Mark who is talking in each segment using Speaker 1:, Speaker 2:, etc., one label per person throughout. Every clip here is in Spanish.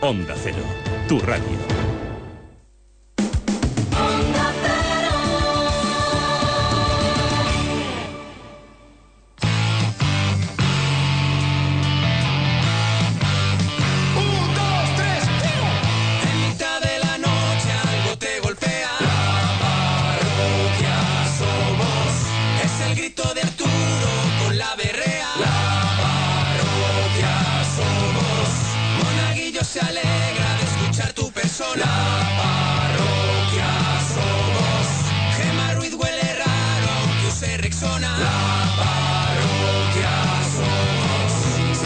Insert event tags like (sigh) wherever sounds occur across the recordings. Speaker 1: Onda Cero, tu radio.
Speaker 2: Un, dos, tres, En mitad de la noche algo te golpea. La parroquia somos. Es el grito de Arturo con la berrea. La parroquia somos. Monaguillo se alegra de escuchar tu persona. La parroquia somos. Gema Ruiz huele raro aunque use Rexona. La parroquia somos.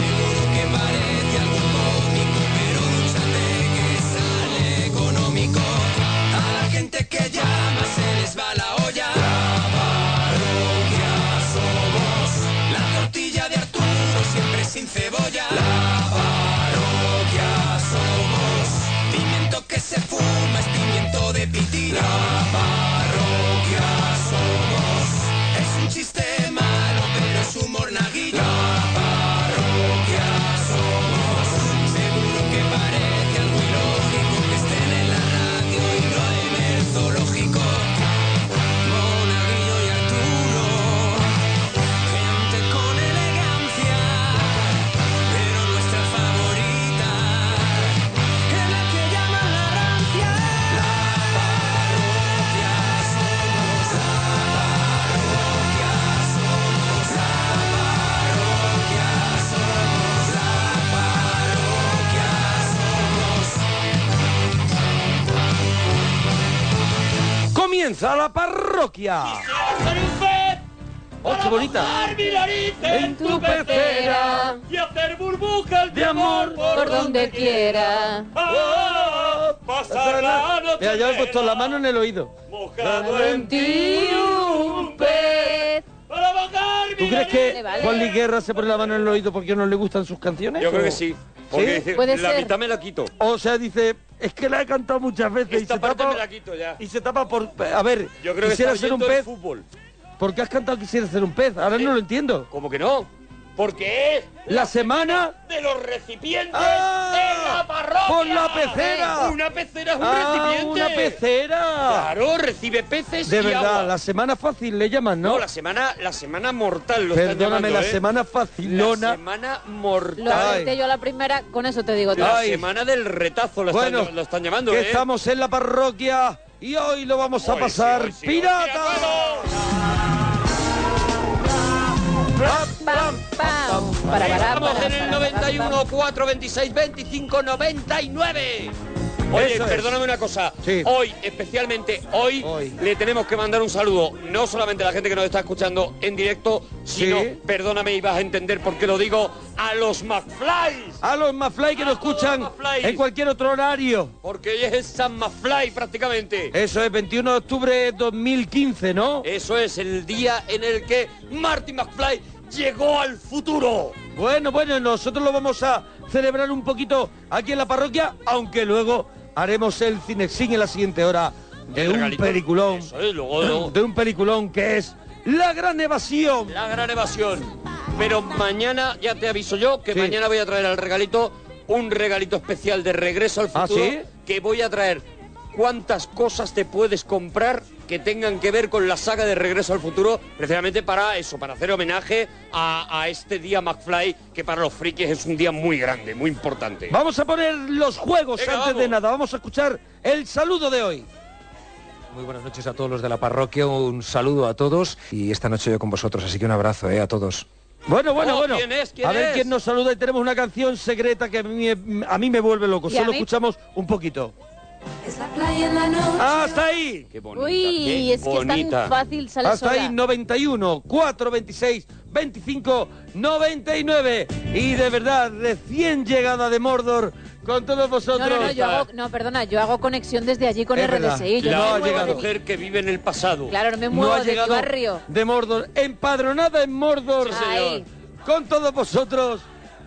Speaker 2: Seguro que parece algo cómico, pero dúchate que sale económico. A la gente que llama se les va la olla. La parroquia somos. La tortilla de Arturo siempre sin cebolla. La parroquia somos. Pimiento que se fuma es pimiento de pitina. La parroquia somos. Es un chiste malo, pero es humor naguillo. La parroquia somos. Seguro que parece algo ilógico que este estén en la radio y no en el zoológico. Monaguillo y Arturo, gente con elegancia, pero nuestra favorita es la que llaman la rancia. La parroquia somos, la parroquia somos, la parroquia somos, la parroquia somos.
Speaker 3: Comienza la parroquia. ¡Oh, qué bonita!
Speaker 4: mi nariz en tu
Speaker 3: pecera.
Speaker 4: y hacer burbujas
Speaker 3: de amor
Speaker 4: por donde quiera. Ah, pasar la noche
Speaker 3: Mira, yo he puesto la mano en el oído.
Speaker 4: mojado en ti un pez. Para bajar mi
Speaker 3: ¿Tú crees que Juan Luis Guerra se pone la mano en el oído porque no le gustan sus canciones?
Speaker 5: Yo creo
Speaker 3: ¿O-
Speaker 5: que sí. Porque dice, Puede la ser. mitad
Speaker 3: me la quito. O sea, dice, es que la he cantado muchas veces
Speaker 5: Esta
Speaker 3: y se
Speaker 5: parte
Speaker 3: tapa
Speaker 5: me la quito ya.
Speaker 3: y se tapa por a ver,
Speaker 5: Yo creo que
Speaker 3: quisiera
Speaker 5: está
Speaker 3: ser un
Speaker 5: oyendo el Eh,
Speaker 3: pez.
Speaker 5: fútbol.
Speaker 3: ¿Por qué has cantado quisiera ser un pez? Ahora no lo entiendo. ¿Cómo que no?
Speaker 5: Porque es
Speaker 3: La semana
Speaker 5: de los recipientes
Speaker 3: ¡Ah!
Speaker 5: de la parroquia.
Speaker 3: ¡Por la pecera!
Speaker 5: Una pecera es un
Speaker 3: Ah,
Speaker 5: recipiente.
Speaker 3: una pecera.
Speaker 5: Claro, recibe peces
Speaker 3: de
Speaker 5: y
Speaker 3: verdad,
Speaker 5: agua.
Speaker 3: la semana fácil le llaman, ¿no?
Speaker 5: No, la semana, la semana mortal lo están
Speaker 3: Perdóname,
Speaker 5: llamando,
Speaker 3: la
Speaker 5: ¿eh?
Speaker 3: semana
Speaker 5: La
Speaker 3: facilona.
Speaker 5: semana
Speaker 6: Lo
Speaker 5: mortal.
Speaker 6: acerté yo a la primera, con eso te digo todo.
Speaker 5: La semana del retazo lo,
Speaker 3: Bueno,
Speaker 5: están, lo están llamando,
Speaker 3: que
Speaker 5: ¿eh?
Speaker 3: estamos en la parroquia y hoy lo vamos a pasar pirata.
Speaker 5: Estamos en el 91 4 26 25 99. Oye,
Speaker 3: Eso es.
Speaker 5: perdóname una cosa. Hoy, especialmente hoy, le tenemos que mandar un saludo, no solamente a la gente que nos está escuchando en directo, sino, perdóname y vas a entender por qué lo digo, a los McFlys.
Speaker 3: A los McFly que nos escuchan en cualquier otro horario.
Speaker 5: Porque hoy es San McFly prácticamente.
Speaker 3: Eso es 21 de octubre de 2015, ¿no?
Speaker 5: Eso es el día en el que Marty McFly llegó al futuro.
Speaker 3: Bueno, bueno, nosotros lo vamos a celebrar un poquito aquí en la parroquia, aunque luego haremos el cinexin en la siguiente hora de un
Speaker 5: regalito.
Speaker 3: peliculón.
Speaker 5: Eso es, luego- luego-
Speaker 3: De un peliculón que es La Gran Evasión.
Speaker 5: La gran evasión. Pero mañana, ya te aviso yo, que mañana voy a traer al regalito un regalito especial de regreso al
Speaker 3: ¿Ah,
Speaker 5: futuro.
Speaker 3: sí?
Speaker 5: Que voy a traer cuántas cosas te puedes comprar que tengan que ver con la saga de Regreso al Futuro, precisamente para eso, para hacer homenaje a, a este día McFly, que para los frikis es un día muy grande, muy importante.
Speaker 3: Vamos a poner los juegos antes de nada. Vamos a escuchar el saludo de hoy.
Speaker 7: Muy buenas noches a todos los de la parroquia, un saludo a todos y esta noche yo con vosotros, así que un abrazo eh, a todos.
Speaker 3: Bueno, bueno,
Speaker 7: Oh,
Speaker 3: bueno.
Speaker 7: ¿quién es? ¿Quién
Speaker 3: a ver
Speaker 7: es?
Speaker 3: quién nos saluda y tenemos una canción secreta que a mí, a mí me vuelve loco.
Speaker 6: ¿Y a
Speaker 3: Solo
Speaker 6: mí?
Speaker 3: escuchamos un poquito.
Speaker 6: Playa en la noche.
Speaker 3: Ah, ¡Hasta ahí!
Speaker 6: Uy,
Speaker 3: qué
Speaker 6: es que es tan fácil salir
Speaker 3: Hasta
Speaker 6: sola.
Speaker 3: ahí 91, 4, 26, 25, 99. Y de verdad, recién llegada de Mordor con
Speaker 6: No,
Speaker 3: todos vosotros.
Speaker 6: no, no, yo hago, no, perdona, yo hago conexión desde allí con
Speaker 3: Es verdad.
Speaker 6: RDSI. ¿eh? Yo
Speaker 3: No
Speaker 6: no
Speaker 3: ha
Speaker 6: me muevo de
Speaker 3: llegado.
Speaker 6: mi-
Speaker 5: Mujer que vive en el pasado.
Speaker 6: Claro, no me muevo
Speaker 3: no ha
Speaker 6: de mi
Speaker 3: llegado
Speaker 6: barrio.
Speaker 3: de Mordor, empadronada en Mordor,
Speaker 6: Sí, señor. Ay.
Speaker 3: con todos vosotros.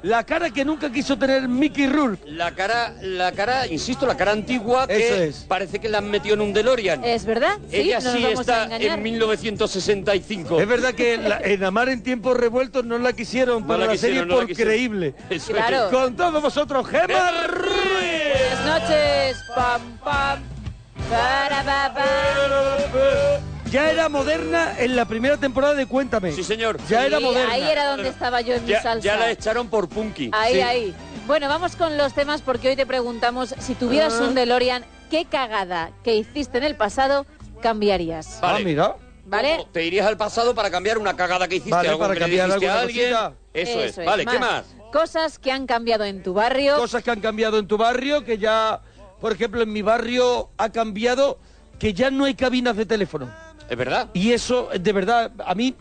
Speaker 3: La cara que nunca quiso tener Mickey Rourke.
Speaker 5: La cara, la cara, insisto, la cara antigua
Speaker 3: Eso
Speaker 5: que
Speaker 3: es.
Speaker 5: parece que la han metido en un DeLorean.
Speaker 6: Es verdad, sí,
Speaker 5: Ella
Speaker 6: no nos
Speaker 5: sí
Speaker 6: vamos a
Speaker 5: está
Speaker 6: engañar.
Speaker 5: en 1965.
Speaker 3: Es verdad que la- en Amar en tiempos revueltos no la quisieron
Speaker 5: No
Speaker 3: para
Speaker 5: la
Speaker 3: la,
Speaker 5: quisieron,
Speaker 3: serie
Speaker 5: no la
Speaker 3: por
Speaker 5: quisieron.
Speaker 3: creíble.
Speaker 5: Eso es. Claro.
Speaker 3: Con todos vosotros, Gemma Ruiz.
Speaker 6: noches. Pam, pam. Para, pa, pa.
Speaker 3: Ya era moderna en la primera temporada de Cuéntame.
Speaker 5: Sí, señor.
Speaker 3: Ya era
Speaker 6: Sí,
Speaker 3: moderna.
Speaker 6: Ahí era donde estaba yo en mi
Speaker 5: Ya,
Speaker 6: salsa.
Speaker 5: ya la echaron por Punky.
Speaker 6: Ahí,
Speaker 5: Sí.
Speaker 6: ahí. Bueno, vamos con los temas porque hoy te preguntamos si
Speaker 3: Ah.
Speaker 6: tuvieras un DeLorean, ¿qué cagada que hiciste en el pasado cambiarías?
Speaker 3: Ah,
Speaker 5: Vale.
Speaker 3: mira.
Speaker 6: ¿Vale?
Speaker 5: ¿Cómo? Te irías al pasado para cambiar una cagada que hiciste,
Speaker 3: Vale,
Speaker 5: algo
Speaker 3: para
Speaker 5: que le
Speaker 3: cambiar
Speaker 5: dijiste a
Speaker 3: alguna
Speaker 5: alguien.
Speaker 3: cosita.
Speaker 5: Eso,
Speaker 6: Eh.
Speaker 5: es. Vale, ¿qué más?
Speaker 6: Cosas que han cambiado en tu barrio.
Speaker 3: Cosas que han cambiado en tu barrio, que ya, por ejemplo, en mi barrio ha cambiado que ya no hay cabinas de teléfono.
Speaker 5: Es verdad.
Speaker 3: Y eso, de verdad, a mí,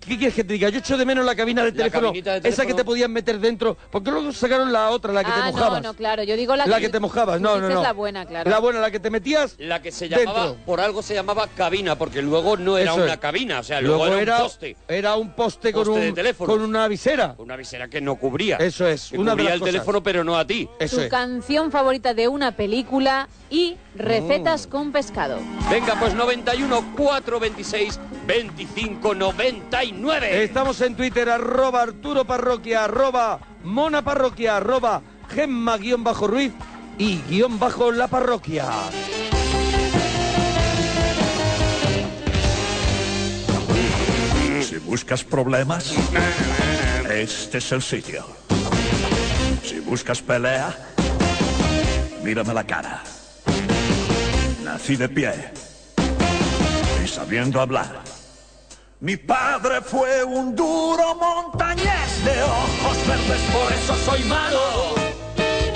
Speaker 3: ¿qué quieres que te diga? Yo echo de menos la cabina de
Speaker 5: La
Speaker 3: teléfono,
Speaker 5: cabinita de
Speaker 3: esa que
Speaker 5: teléfono.
Speaker 3: te podían meter dentro, porque luego sacaron la otra, la que
Speaker 6: ah,
Speaker 3: te mojabas.
Speaker 6: no, no, claro. Yo digo la,
Speaker 3: La que te mojabas, no,
Speaker 6: Esa
Speaker 3: no, no.
Speaker 6: es la buena, claro.
Speaker 3: La buena, la que te metías.
Speaker 5: La que se llamaba,
Speaker 3: Dentro.
Speaker 5: por algo se llamaba cabina, porque luego no era
Speaker 3: Eso es.
Speaker 5: una cabina, o sea, luego, era, un poste.
Speaker 3: era un poste con,
Speaker 5: Poste de
Speaker 3: un-
Speaker 5: teléfono.
Speaker 3: con una visera.
Speaker 5: Una visera que no cubría.
Speaker 3: Eso es,
Speaker 5: Que
Speaker 3: una de
Speaker 5: cubría
Speaker 3: las
Speaker 5: el
Speaker 3: cosas.
Speaker 5: teléfono, pero no a ti.
Speaker 3: Eso
Speaker 6: tu
Speaker 3: es.
Speaker 6: canción favorita de una película y
Speaker 5: Oh.
Speaker 6: recetas con pescado.
Speaker 5: Venga, pues 91, 4, 26, 25, 99.
Speaker 3: Eh, Estamos en Twitter, arroba Arturo Parroquia, arroba Mona Parroquia, arroba Gemma guión bajo Ruiz y guión bajo La Parroquia.
Speaker 8: Si buscas problemas, este es el sitio. Si buscas pelea, mírame la cara. Nací de pie y sabiendo hablar. Mi padre fue un duro montañés
Speaker 3: Eh.
Speaker 8: de ojos verdes, por eso soy malo.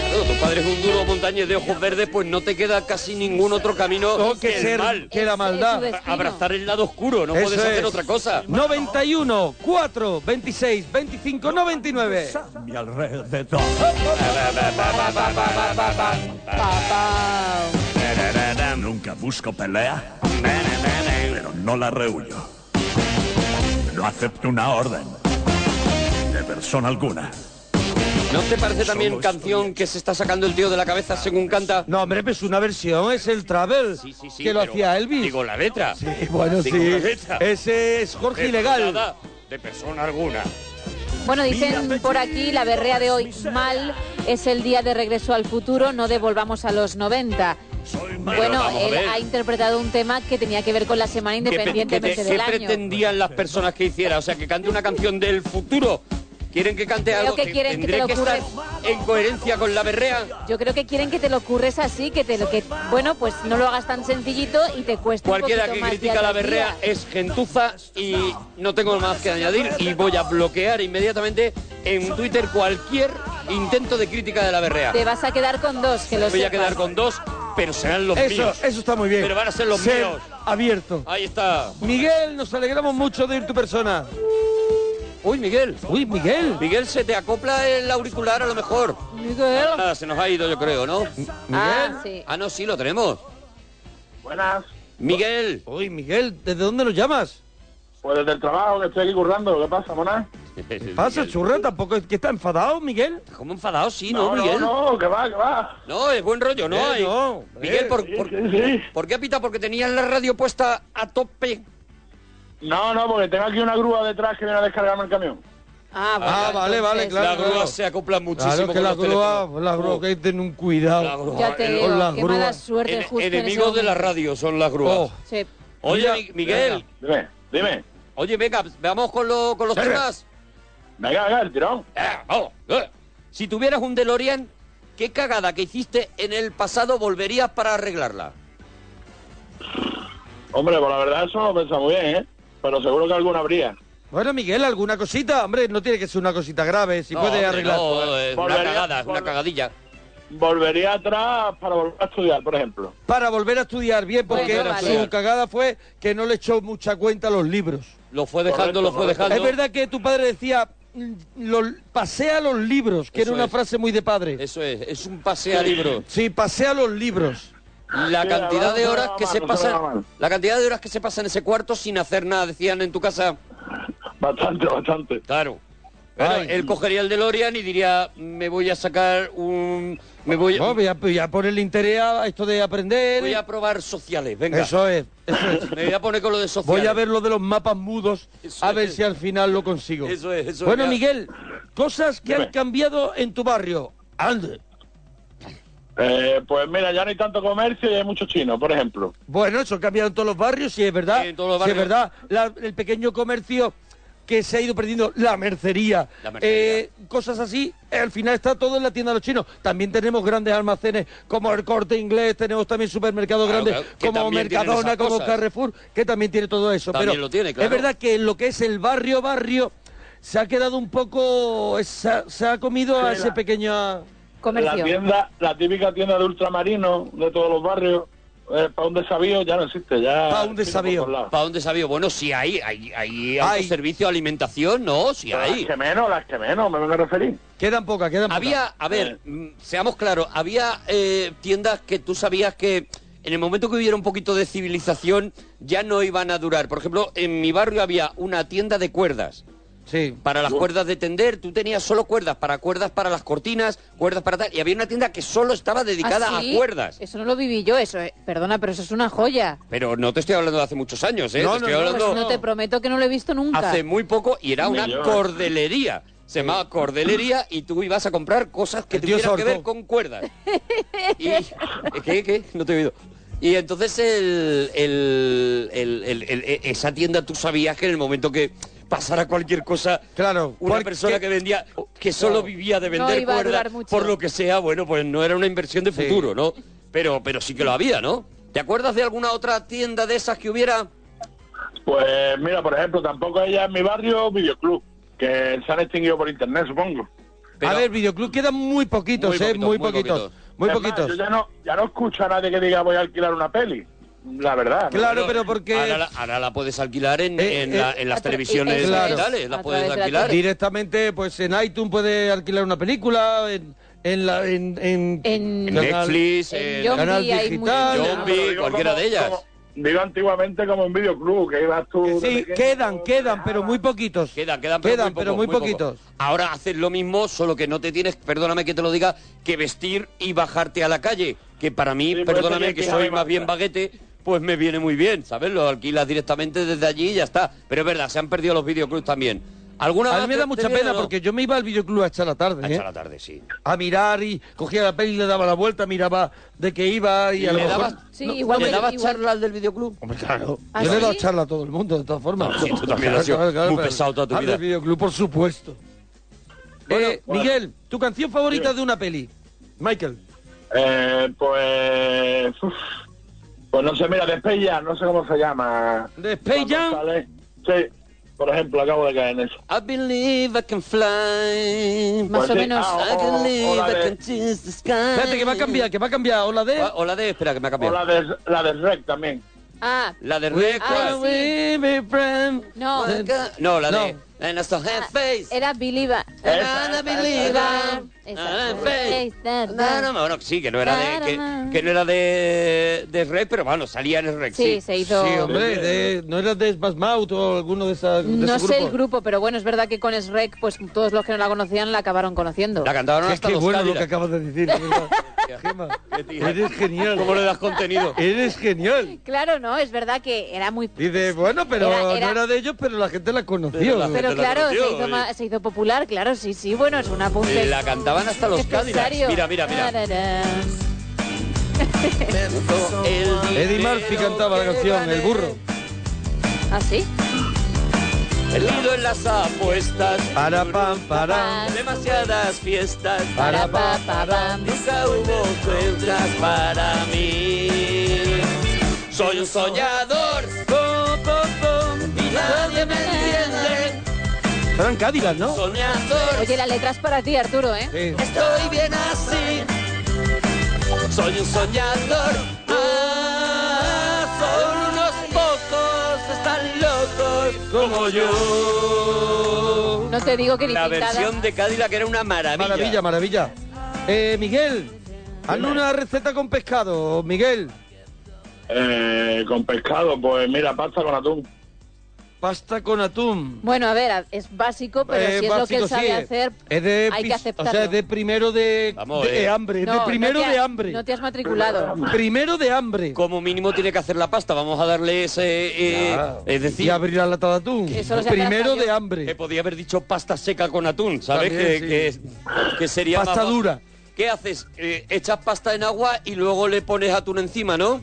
Speaker 5: Claro, tu padre es un duro montañés de ojos verdes, pues no te queda casi ningún otro camino
Speaker 3: No, que
Speaker 5: que el
Speaker 3: ser-
Speaker 5: mal.
Speaker 3: que
Speaker 6: Ese
Speaker 3: la
Speaker 6: es
Speaker 3: maldad.
Speaker 6: tu destino.
Speaker 5: Abrazar el lado oscuro, no
Speaker 3: Eso
Speaker 5: puedes hacer
Speaker 3: es.
Speaker 5: otra cosa.
Speaker 3: 91, 4, 26, 25, 99.
Speaker 8: A mi alrededor. (laughs) Nunca busco pelea, pero no la rehuyo. No acepto una orden de persona alguna.
Speaker 5: ¿No te parece también canción que se está sacando el tío de la cabeza según canta?
Speaker 3: No, hombre, pues una versión, es el Travel,
Speaker 5: Sí, sí, sí.
Speaker 3: que lo
Speaker 5: pero
Speaker 3: hacía Elvis.
Speaker 5: Digo la letra.
Speaker 3: Sí, bueno,
Speaker 5: digo
Speaker 3: sí.
Speaker 5: la letra.
Speaker 3: Ese es Jorge Ilegal.
Speaker 5: Nada De persona alguna.
Speaker 6: Bueno, dicen por aquí la berrea de hoy mal es el día de regreso al futuro, no devolvamos a los 90. Bueno,
Speaker 5: vamos a
Speaker 6: él
Speaker 5: ver.
Speaker 6: ha interpretado un tema que tenía que ver con la semana
Speaker 5: ¿Qué pe-
Speaker 6: independientemente
Speaker 5: qué te-
Speaker 6: del
Speaker 5: qué
Speaker 6: año.
Speaker 5: pretendían las personas que hiciera? O sea, que cante una canción del futuro. ¿Quieren que cante
Speaker 6: Creo
Speaker 5: algo
Speaker 6: que quieren que te
Speaker 5: tendré
Speaker 6: lo
Speaker 5: que, estar en coherencia con la berrea?
Speaker 6: Yo creo que quieren que te lo curres así, que te lo que bueno, pues no lo hagas tan sencillito y te cueste un
Speaker 5: Cualquiera
Speaker 6: poquito
Speaker 5: que
Speaker 6: más
Speaker 5: critica
Speaker 6: día
Speaker 5: la
Speaker 6: tras
Speaker 5: berrea
Speaker 6: día.
Speaker 5: es gentuza y no tengo más que añadir y voy a bloquear inmediatamente en Twitter cualquier intento de crítica de la berrea.
Speaker 6: Te vas a quedar con dos, que lo
Speaker 5: Voy
Speaker 6: sepas.
Speaker 5: a quedar con dos, pero serán los
Speaker 3: Eso,
Speaker 5: míos.
Speaker 3: eso está muy bien.
Speaker 5: Pero van a ser los
Speaker 3: Ser
Speaker 5: míos.
Speaker 3: abierto.
Speaker 5: Ahí está.
Speaker 3: Miguel, nos alegramos mucho de ir tu persona.
Speaker 5: Uy, Miguel.
Speaker 3: Uy, Miguel.
Speaker 5: Miguel, se te acopla el auricular a lo mejor.
Speaker 6: Miguel.
Speaker 5: Nada, se nos ha ido, yo creo, ¿no?
Speaker 6: Ah, sí.
Speaker 5: Ah, no, sí, lo tenemos.
Speaker 9: Buenas,
Speaker 5: Miguel.
Speaker 3: Uy, Miguel, ¿desde dónde nos llamas?
Speaker 9: pues desde el trabajo que estoy aquí currando, ¿qué pasa,
Speaker 5: (laughs)
Speaker 9: Mona?
Speaker 3: ¿Qué pasa, churra? ¿Tampoco es que está enfadado, Miguel?
Speaker 5: ¿Cómo enfadado? Ah, Sí, ¿no, Miguel? No,
Speaker 9: No, no, que va, que va.
Speaker 5: es buen rollo, ¿no?
Speaker 3: Miguel,
Speaker 5: hay-
Speaker 3: no.
Speaker 5: Miguel, ¿por,
Speaker 9: Sí,
Speaker 5: por,
Speaker 9: sí, sí.
Speaker 5: por qué pita? Porque tenías la radio puesta a tope.
Speaker 9: No, no, porque tengo aquí una grúa detrás que viene a descargarme el camión.
Speaker 6: Ah,
Speaker 3: Ah, vale, vale,
Speaker 6: entonces, eh,
Speaker 3: Claro,
Speaker 5: la grúa
Speaker 3: claro.
Speaker 5: se acopla muchísimo
Speaker 3: Claro que
Speaker 5: con
Speaker 3: la
Speaker 5: los
Speaker 3: grúa,
Speaker 5: teléfonos.
Speaker 3: la grúa, que ten un cuidado.
Speaker 5: La grúa.
Speaker 6: Ya te
Speaker 5: el-
Speaker 6: digo,
Speaker 3: con la
Speaker 6: qué
Speaker 3: grúa.
Speaker 6: mala suerte
Speaker 5: en-
Speaker 6: justo en ese
Speaker 5: enemigos de la
Speaker 6: momento.
Speaker 5: radio son las grúas.
Speaker 3: Oh.
Speaker 6: Sí.
Speaker 5: Oye,
Speaker 3: Mira,
Speaker 5: Mi- Miguel,
Speaker 9: Dime, dime.
Speaker 5: oye, venga, veamos con, lo- con los
Speaker 9: Venga.
Speaker 5: temas.
Speaker 9: Venga, venga, el tirón.
Speaker 5: Eh, vamos, eh. Si tuvieras un DeLorean, ¿qué cagada que hiciste en el pasado volverías para arreglarla?
Speaker 9: Hombre, pues la verdad eso no lo pensaba muy bien, ¿eh? Pero seguro que alguna habría.
Speaker 3: Bueno, Miguel, ¿alguna cosita? Hombre, no tiene que ser una cosita grave, si
Speaker 5: No,
Speaker 3: puede
Speaker 5: hombre,
Speaker 3: arreglar.
Speaker 5: no, es una
Speaker 9: Volvería-
Speaker 5: cagada, es una
Speaker 9: volver-
Speaker 5: cagadilla.
Speaker 9: Volvería atrás para volver a estudiar, por ejemplo.
Speaker 3: Para volver a estudiar bien, porque
Speaker 6: Bueno,
Speaker 3: su
Speaker 5: vale.
Speaker 3: cagada fue que no le echó mucha cuenta a los libros.
Speaker 5: Lo fue dejando,
Speaker 9: Correcto,
Speaker 5: lo fue
Speaker 9: correcto.
Speaker 5: dejando.
Speaker 3: Es verdad que tu padre decía, mm, lo- pasea los libros, que
Speaker 5: Eso
Speaker 3: era una
Speaker 5: es.
Speaker 3: frase muy de padre.
Speaker 5: Eso es, es un pase
Speaker 9: (laughs)
Speaker 5: a libro.
Speaker 3: Sí, pasea los libros.
Speaker 5: La
Speaker 9: Sí,
Speaker 5: cantidad de
Speaker 9: no
Speaker 5: horas
Speaker 9: va
Speaker 5: que
Speaker 9: mal,
Speaker 5: se
Speaker 9: no se va
Speaker 5: pasan,
Speaker 9: mal.
Speaker 5: la cantidad de horas que se pasan en ese cuarto sin hacer nada, decían en tu casa.
Speaker 9: Bastante, bastante.
Speaker 5: Claro. Bueno,
Speaker 3: Ay.
Speaker 5: él cogería el DeLorean y diría, me voy a sacar un... Me voy,
Speaker 3: No, voy a, voy a ponerle interés a esto de aprender.
Speaker 5: voy a probar sociales, venga.
Speaker 3: Eso es, eso es.
Speaker 5: (laughs) Me voy a poner con lo de sociales.
Speaker 3: Voy a ver lo de los mapas mudos,
Speaker 5: Eso
Speaker 3: a ver
Speaker 5: es.
Speaker 3: si al final lo consigo.
Speaker 5: Eso es, eso es,
Speaker 3: bueno,
Speaker 5: ya.
Speaker 3: Miguel, cosas que
Speaker 9: Dime.
Speaker 3: han cambiado en tu barrio. Ande.
Speaker 9: Eh, pues mira, ya no hay tanto comercio y hay muchos chinos, por ejemplo.
Speaker 3: Bueno, eso ha cambiado en todos los barrios, sí, es verdad.
Speaker 5: Sí, en todos los
Speaker 3: Sí, es verdad.
Speaker 5: barrios.
Speaker 3: La- el pequeño comercio que se ha ido perdiendo, la mercería,
Speaker 5: La mercería.
Speaker 3: eh, cosas así, al final está todo en la tienda de los chinos. También tenemos grandes almacenes como el Corte Inglés, tenemos también supermercados
Speaker 5: Claro,
Speaker 3: grandes
Speaker 5: claro, que
Speaker 3: como
Speaker 5: también tienen
Speaker 3: Mercadona,
Speaker 5: esas
Speaker 3: como
Speaker 5: cosas.
Speaker 3: Carrefour, que también tiene todo eso.
Speaker 5: También
Speaker 3: Pero
Speaker 5: lo tiene, claro.
Speaker 3: es verdad que lo que es el barrio, barrio, se ha quedado un poco, se ha, se ha comido a
Speaker 9: Sí,
Speaker 3: ese
Speaker 9: la-
Speaker 3: pequeño...
Speaker 9: La
Speaker 6: Comercio.
Speaker 9: tienda, la típica tienda de ultramarinos de todos los barrios, eh, para un desabío ya no existe, ya...
Speaker 3: Pan de sabío.
Speaker 5: ¿Para dónde sabía? Bueno, si hay, hay,
Speaker 3: Hay.
Speaker 5: hay autoservicio, alimentación, no, si
Speaker 9: Las
Speaker 5: hay.
Speaker 9: que menos, las que
Speaker 3: Eh,
Speaker 9: menos, me vengo a referir.
Speaker 3: Quedan pocas, quedan pocas.
Speaker 5: Había, a ver,
Speaker 9: Eh.
Speaker 5: mm, seamos claros, había eh, tiendas que tú sabías que en el momento que hubiera un poquito de civilización ya no iban a durar. Por ejemplo, en mi barrio había una tienda de cuerdas.
Speaker 3: Sí.
Speaker 5: Para las cuerdas de tender, tú tenías solo cuerdas para cuerdas para las cortinas, cuerdas para tal. Y había una tienda que solo estaba dedicada
Speaker 6: ¿Ah, sí?
Speaker 5: a cuerdas.
Speaker 6: Eso no lo viví yo, eso. eh. Perdona, pero eso es una joya.
Speaker 5: Pero no te estoy hablando de hace muchos años, ¿eh?
Speaker 3: No,
Speaker 5: te
Speaker 3: no,
Speaker 5: estoy
Speaker 3: no,
Speaker 5: hablando
Speaker 6: Pues no te prometo que no lo he visto nunca.
Speaker 5: hace muy poco y era
Speaker 9: Ni
Speaker 5: una
Speaker 9: yo.
Speaker 5: cordelería. Se llamaba cordelería y tú ibas a comprar cosas que
Speaker 3: El tío
Speaker 5: tuvieran que
Speaker 3: Sordo.
Speaker 5: ver con cuerdas. Y, ¿Qué? ¿Qué? No te he oído. Y entonces el, el- el- el- el- e- esa tienda tú sabías que en el momento que pasara cualquier cosa,
Speaker 3: Claro,
Speaker 5: una
Speaker 3: cual-
Speaker 5: persona
Speaker 3: que-
Speaker 5: que vendía, que solo vivía de
Speaker 6: No
Speaker 5: vender
Speaker 6: iba a durar
Speaker 5: cuerdas,
Speaker 6: mucho.
Speaker 5: por lo que sea, bueno, pues no era una inversión de
Speaker 3: Sí.
Speaker 5: futuro, ¿no? Pero, pero sí que lo había, ¿no? ¿Te acuerdas de alguna otra tienda de esas que hubiera?
Speaker 9: Pues mira, por ejemplo, tampoco hay ya en mi barrio videoclub, que se han extinguido por internet, supongo.
Speaker 5: Pero-
Speaker 3: A ver, videoclub quedan muy poquitos,
Speaker 5: Muy
Speaker 3: ¿eh?
Speaker 5: poquitos,
Speaker 3: muy,
Speaker 5: muy
Speaker 3: poquitos.
Speaker 5: poquitos.
Speaker 3: Muy
Speaker 9: Es más,
Speaker 3: poquitos.
Speaker 9: yo ya no, ya no escucho a nadie que diga voy a alquilar una peli, la verdad. ¿no?
Speaker 3: Claro, pero porque
Speaker 5: Ahora la, ahora la puedes alquilar en,
Speaker 3: Eh,
Speaker 5: en
Speaker 3: eh,
Speaker 5: la- en
Speaker 6: a
Speaker 5: las
Speaker 6: tra-
Speaker 5: televisiones
Speaker 3: eso es,
Speaker 5: digitales,
Speaker 6: a
Speaker 5: las puedes
Speaker 6: través de la
Speaker 5: alquilar.
Speaker 6: tele.
Speaker 3: directamente, pues en iTunes puede alquilar una película, en, en, la, en, en,
Speaker 6: En-
Speaker 5: En
Speaker 3: canal-
Speaker 5: Netflix,
Speaker 6: En
Speaker 5: en
Speaker 6: Yombi
Speaker 3: canal
Speaker 6: hay
Speaker 3: digital,
Speaker 6: mucho-
Speaker 9: No,
Speaker 5: Yombi.
Speaker 9: pero digo
Speaker 5: cualquiera de ellas.
Speaker 9: como- digo antiguamente como en videoclub, que ibas tú...
Speaker 3: Que
Speaker 9: de
Speaker 3: sí,
Speaker 9: pequeño,
Speaker 3: quedan, quedan,
Speaker 9: ah,
Speaker 3: pero muy poquitos.
Speaker 5: Quedan, quedan,
Speaker 3: Quedan, pero muy,
Speaker 5: poco,
Speaker 3: poquitos.
Speaker 5: poco. Ahora haces lo mismo, solo que no te tienes, perdóname que te lo diga, que vestir y bajarte a la calle. Que para
Speaker 9: Sí,
Speaker 5: mí,
Speaker 9: por eso yo
Speaker 5: perdóname que
Speaker 9: quiero
Speaker 5: soy
Speaker 9: ir
Speaker 5: más
Speaker 9: más
Speaker 5: bien
Speaker 9: atrás.
Speaker 5: baguete, pues me viene muy bien, ¿sabes? Lo alquilas directamente desde allí y ya está. Pero es verdad, se han perdido los videoclubs también. ¿Alguna
Speaker 3: A
Speaker 5: más
Speaker 3: mí me
Speaker 5: te-
Speaker 3: da
Speaker 5: te
Speaker 3: mucha
Speaker 5: viene,
Speaker 3: pena
Speaker 5: no?
Speaker 3: porque yo me iba al videoclub a echar la tarde,
Speaker 5: Ah,
Speaker 3: ¿eh?
Speaker 5: echa la tarde, sí.
Speaker 3: A mirar y cogía la peli y le daba la vuelta, miraba de qué iba y a lo
Speaker 5: ¿Le
Speaker 3: mejor...
Speaker 5: dabas,
Speaker 6: Sí, igual
Speaker 5: ¿le
Speaker 6: que-
Speaker 5: dabas
Speaker 6: igual-
Speaker 5: charlas del videoclub?
Speaker 3: Hombre, claro.
Speaker 6: ¿Ah,
Speaker 3: Yo le he dado
Speaker 6: sí?
Speaker 3: charla a todo el mundo, de todas formas.
Speaker 5: No, sí,
Speaker 3: (laughs)
Speaker 5: tú también has sido muy pesado toda tu
Speaker 3: Al
Speaker 5: vida.
Speaker 3: videoclub, por supuesto. eh, Miguel, ¿tu canción favorita de una peli? Michael.
Speaker 9: Eh, pues... uf, pues no sé, mira, Despella, no sé cómo se llama.
Speaker 3: Despeja.
Speaker 9: Cuando sale- Sí, por ejemplo, acabo de caer en eso.
Speaker 5: I believe I can fly.
Speaker 6: Más
Speaker 9: Pues
Speaker 6: o
Speaker 9: sí,
Speaker 6: menos.
Speaker 9: ah,
Speaker 5: I
Speaker 9: o-
Speaker 5: believe
Speaker 9: o la
Speaker 5: I
Speaker 9: de-
Speaker 5: can touch the sky.
Speaker 3: Espérate, que va a cambiar, que va a cambiar. Hola de...
Speaker 5: O- O la de, espera, que me
Speaker 9: O
Speaker 5: ha
Speaker 9: la
Speaker 5: cambiado.
Speaker 9: de, la de Rec también.
Speaker 6: Ah,
Speaker 5: La de Red
Speaker 6: Ah,
Speaker 5: Cross.
Speaker 6: sí.
Speaker 3: Baby friend.
Speaker 6: no. Ah,
Speaker 5: No, la de.
Speaker 3: No.
Speaker 5: And I still have faith.
Speaker 6: Era Biliba.
Speaker 5: And I believe
Speaker 6: Esa. (laughs)
Speaker 5: I have faith.
Speaker 6: Esa.
Speaker 5: No, Ah, no, bueno, sí, que no era de, que, que no era de, de Red, pero bueno, salía en el Red.
Speaker 6: Sí, se hizo.
Speaker 3: Sí, hombre, de- ¿no era de Smash Mouth o alguno de esas? de
Speaker 6: no
Speaker 3: ese
Speaker 6: sé el grupo, pero bueno, es verdad que con Shrek, pues todos los que no la conocían la acabaron conociendo.
Speaker 5: La cantaron
Speaker 3: Qué-
Speaker 5: hasta
Speaker 3: qué
Speaker 5: los
Speaker 3: bueno lo que
Speaker 5: Cadillacs.
Speaker 3: acabas de
Speaker 5: (laughs)
Speaker 3: decir, de verdad. Gemma,
Speaker 5: Qué tía.
Speaker 3: eres genial.
Speaker 5: ¿Cómo le das contenido?
Speaker 3: Eres genial.
Speaker 6: (laughs) Claro, no, es verdad que era muy...
Speaker 3: Dice, bueno, pero
Speaker 6: Era- era-
Speaker 3: no era de ellos, pero la gente la conoció.
Speaker 5: Pero la gente-
Speaker 6: Pero
Speaker 5: la
Speaker 6: claro,
Speaker 5: conoció,
Speaker 6: se, hizo
Speaker 5: oye.
Speaker 6: ma- se hizo popular, claro, sí, sí, bueno, es un apunte.
Speaker 5: La cantaban hasta los Cadillacs.
Speaker 6: Necesario.
Speaker 5: Mira, mira, mira.
Speaker 6: Tararán.
Speaker 5: El
Speaker 3: Eddie Murphy
Speaker 5: dinero
Speaker 3: cantaba la
Speaker 5: que
Speaker 3: canción, El
Speaker 5: gané.
Speaker 3: Burro.
Speaker 6: ¿Ah, sí?
Speaker 5: El lío en las apuestas.
Speaker 3: Para pam, para.
Speaker 6: Pa,
Speaker 5: Demasiadas fiestas.
Speaker 6: para, pa, pa, pam.
Speaker 5: Nunca hubo cuentas para mí. Soy un soñador. po, po, po, y nadie me entiende.
Speaker 3: Eran Cádilas, ¿no?
Speaker 5: Soñador.
Speaker 6: Oye, la letra es para ti, Arturo, ¿eh?
Speaker 3: Sí.
Speaker 5: Estoy bien así. Soy un soñador. Ah, son unos pocos. Están locos como yo.
Speaker 6: No te digo que ni
Speaker 5: La
Speaker 6: pintada.
Speaker 5: versión de Cadillac era una maravilla.
Speaker 3: Maravilla, maravilla. Eh, Miguel, hazle una receta con pescado, Miguel.
Speaker 9: Eh, con pescado, pues mira, pasta con atún.
Speaker 3: Pasta con atún.
Speaker 6: Bueno, a ver, es básico, pero
Speaker 3: Eh,
Speaker 6: si es lo que
Speaker 3: básico,
Speaker 6: él sabe
Speaker 3: sí,
Speaker 6: hacer,
Speaker 3: es de
Speaker 6: hay que
Speaker 3: pis-
Speaker 6: aceptarlo.
Speaker 3: O sea, es de primero de,
Speaker 5: Vamos,
Speaker 3: de
Speaker 5: eh.
Speaker 3: hambre.
Speaker 6: No,
Speaker 3: de primero
Speaker 6: no te ha-
Speaker 3: de hambre.
Speaker 6: No te has matriculado.
Speaker 3: Primero de hambre.
Speaker 5: Como mínimo tiene que hacer la pasta. Vamos a darle ese... eh,
Speaker 3: Claro.
Speaker 5: es decir,
Speaker 3: y abrir la lata de atún.
Speaker 6: Eso lo sé hacer
Speaker 3: Primero
Speaker 6: hasta
Speaker 3: de
Speaker 6: yo.
Speaker 3: hambre.
Speaker 5: que podía haber dicho pasta seca con atún, ¿sabes?
Speaker 3: También,
Speaker 5: que, que- que sería
Speaker 3: Pasta
Speaker 5: más-
Speaker 3: dura.
Speaker 5: Que, ¿Qué haces? Eh, echas pasta en agua y luego le pones atún encima, ¿no?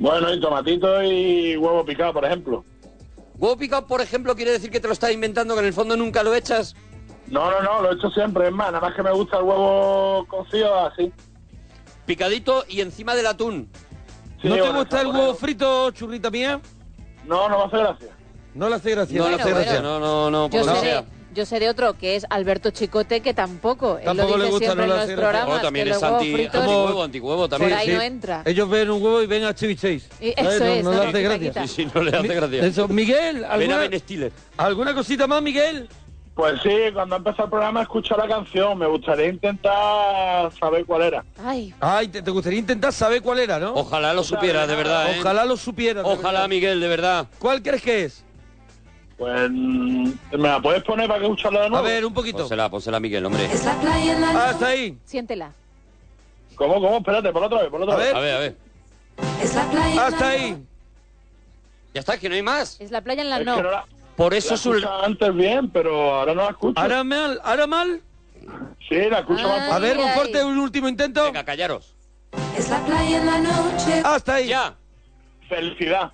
Speaker 9: Bueno, y tomatito y huevo picado, por ejemplo.
Speaker 5: Huevo picado, por ejemplo, quiere decir que te lo estás inventando, que en el fondo nunca lo echas.
Speaker 9: No, no, no, lo he hecho siempre, es más, nada más que me gusta el huevo cocido así.
Speaker 5: Picadito y encima del atún.
Speaker 9: Sí,
Speaker 3: ¿No te
Speaker 9: bueno,
Speaker 3: gusta
Speaker 9: está
Speaker 3: el
Speaker 9: bueno.
Speaker 3: huevo frito, churrita mía?
Speaker 9: No, no me hace gracia.
Speaker 3: No le hace gracia.
Speaker 5: No
Speaker 3: le
Speaker 5: le
Speaker 3: hace
Speaker 6: Bueno,
Speaker 3: gracia.
Speaker 5: No, no, no, por
Speaker 6: Yo
Speaker 5: lo que
Speaker 6: seré,
Speaker 5: sea.
Speaker 6: Eh, yo seré otro, que es Alberto Chicote, que tampoco. Él
Speaker 3: Tampoco
Speaker 6: lo
Speaker 3: le
Speaker 6: dice
Speaker 3: gusta,
Speaker 6: siempre
Speaker 3: no
Speaker 6: en
Speaker 3: le
Speaker 6: los
Speaker 3: hace gracia.
Speaker 6: programas.
Speaker 5: Oh, también
Speaker 6: que los
Speaker 5: es
Speaker 6: huevos
Speaker 5: anti,
Speaker 6: fritos-
Speaker 5: antihuevo, antihuevo
Speaker 6: Por
Speaker 5: también.
Speaker 6: ahí no entra.
Speaker 3: Ellos ven un huevo y ven a chivicheis.
Speaker 6: Y eso es,
Speaker 3: no,
Speaker 6: no,
Speaker 3: le hace
Speaker 6: quita,
Speaker 3: gracia.
Speaker 6: quita.
Speaker 5: Sí, sí, no le hace gracia.
Speaker 3: Eso, Miguel,
Speaker 5: Ven a
Speaker 3: ¿alguna,
Speaker 5: Ben Stiller.
Speaker 3: ¿alguna cosita más, Miguel?
Speaker 9: Pues sí, cuando empezó el programa escuché la canción, me gustaría intentar saber cuál era.
Speaker 6: Ay,
Speaker 3: Ay, te, te gustaría intentar saber cuál era, ¿no?
Speaker 5: Ojalá lo supieras, de verdad, ¿eh?
Speaker 3: Ojalá lo supieras. de
Speaker 5: Ojalá,
Speaker 3: verdad.
Speaker 5: Miguel, de verdad.
Speaker 3: ¿Cuál crees que es?
Speaker 9: Pues, mm, ¿me la puedes poner para que escucharla de
Speaker 3: A
Speaker 9: nuevo?
Speaker 3: ver, un poquito.
Speaker 5: Pónsela, pónsela, Miguel, hombre.
Speaker 4: Es la playa en la
Speaker 3: Hasta ahí.
Speaker 6: siéntela.
Speaker 9: ¿Cómo, cómo? Espérate, por otra vez, por otra
Speaker 3: A
Speaker 9: vez.
Speaker 5: A ver, a ver.
Speaker 4: Es la playa en la
Speaker 3: Hasta ahí.
Speaker 5: Ya está, que no hay más.
Speaker 6: Es la playa en la
Speaker 9: Es
Speaker 6: no.
Speaker 9: que no la,
Speaker 5: Por
Speaker 9: la
Speaker 5: eso es un...
Speaker 9: escuchaba antes bien, pero ahora no la escucho.
Speaker 3: ¿Ahora mal? ¿Ahora mal?
Speaker 9: Sí, la escucho
Speaker 6: Ah.
Speaker 9: más.
Speaker 3: A ver,
Speaker 6: Ay,
Speaker 3: un
Speaker 6: ay.
Speaker 3: fuerte, un último intento.
Speaker 5: Venga, callaros.
Speaker 4: Es la playa en la noche.
Speaker 3: Hasta ahí.
Speaker 5: Ya.
Speaker 9: Felicidad.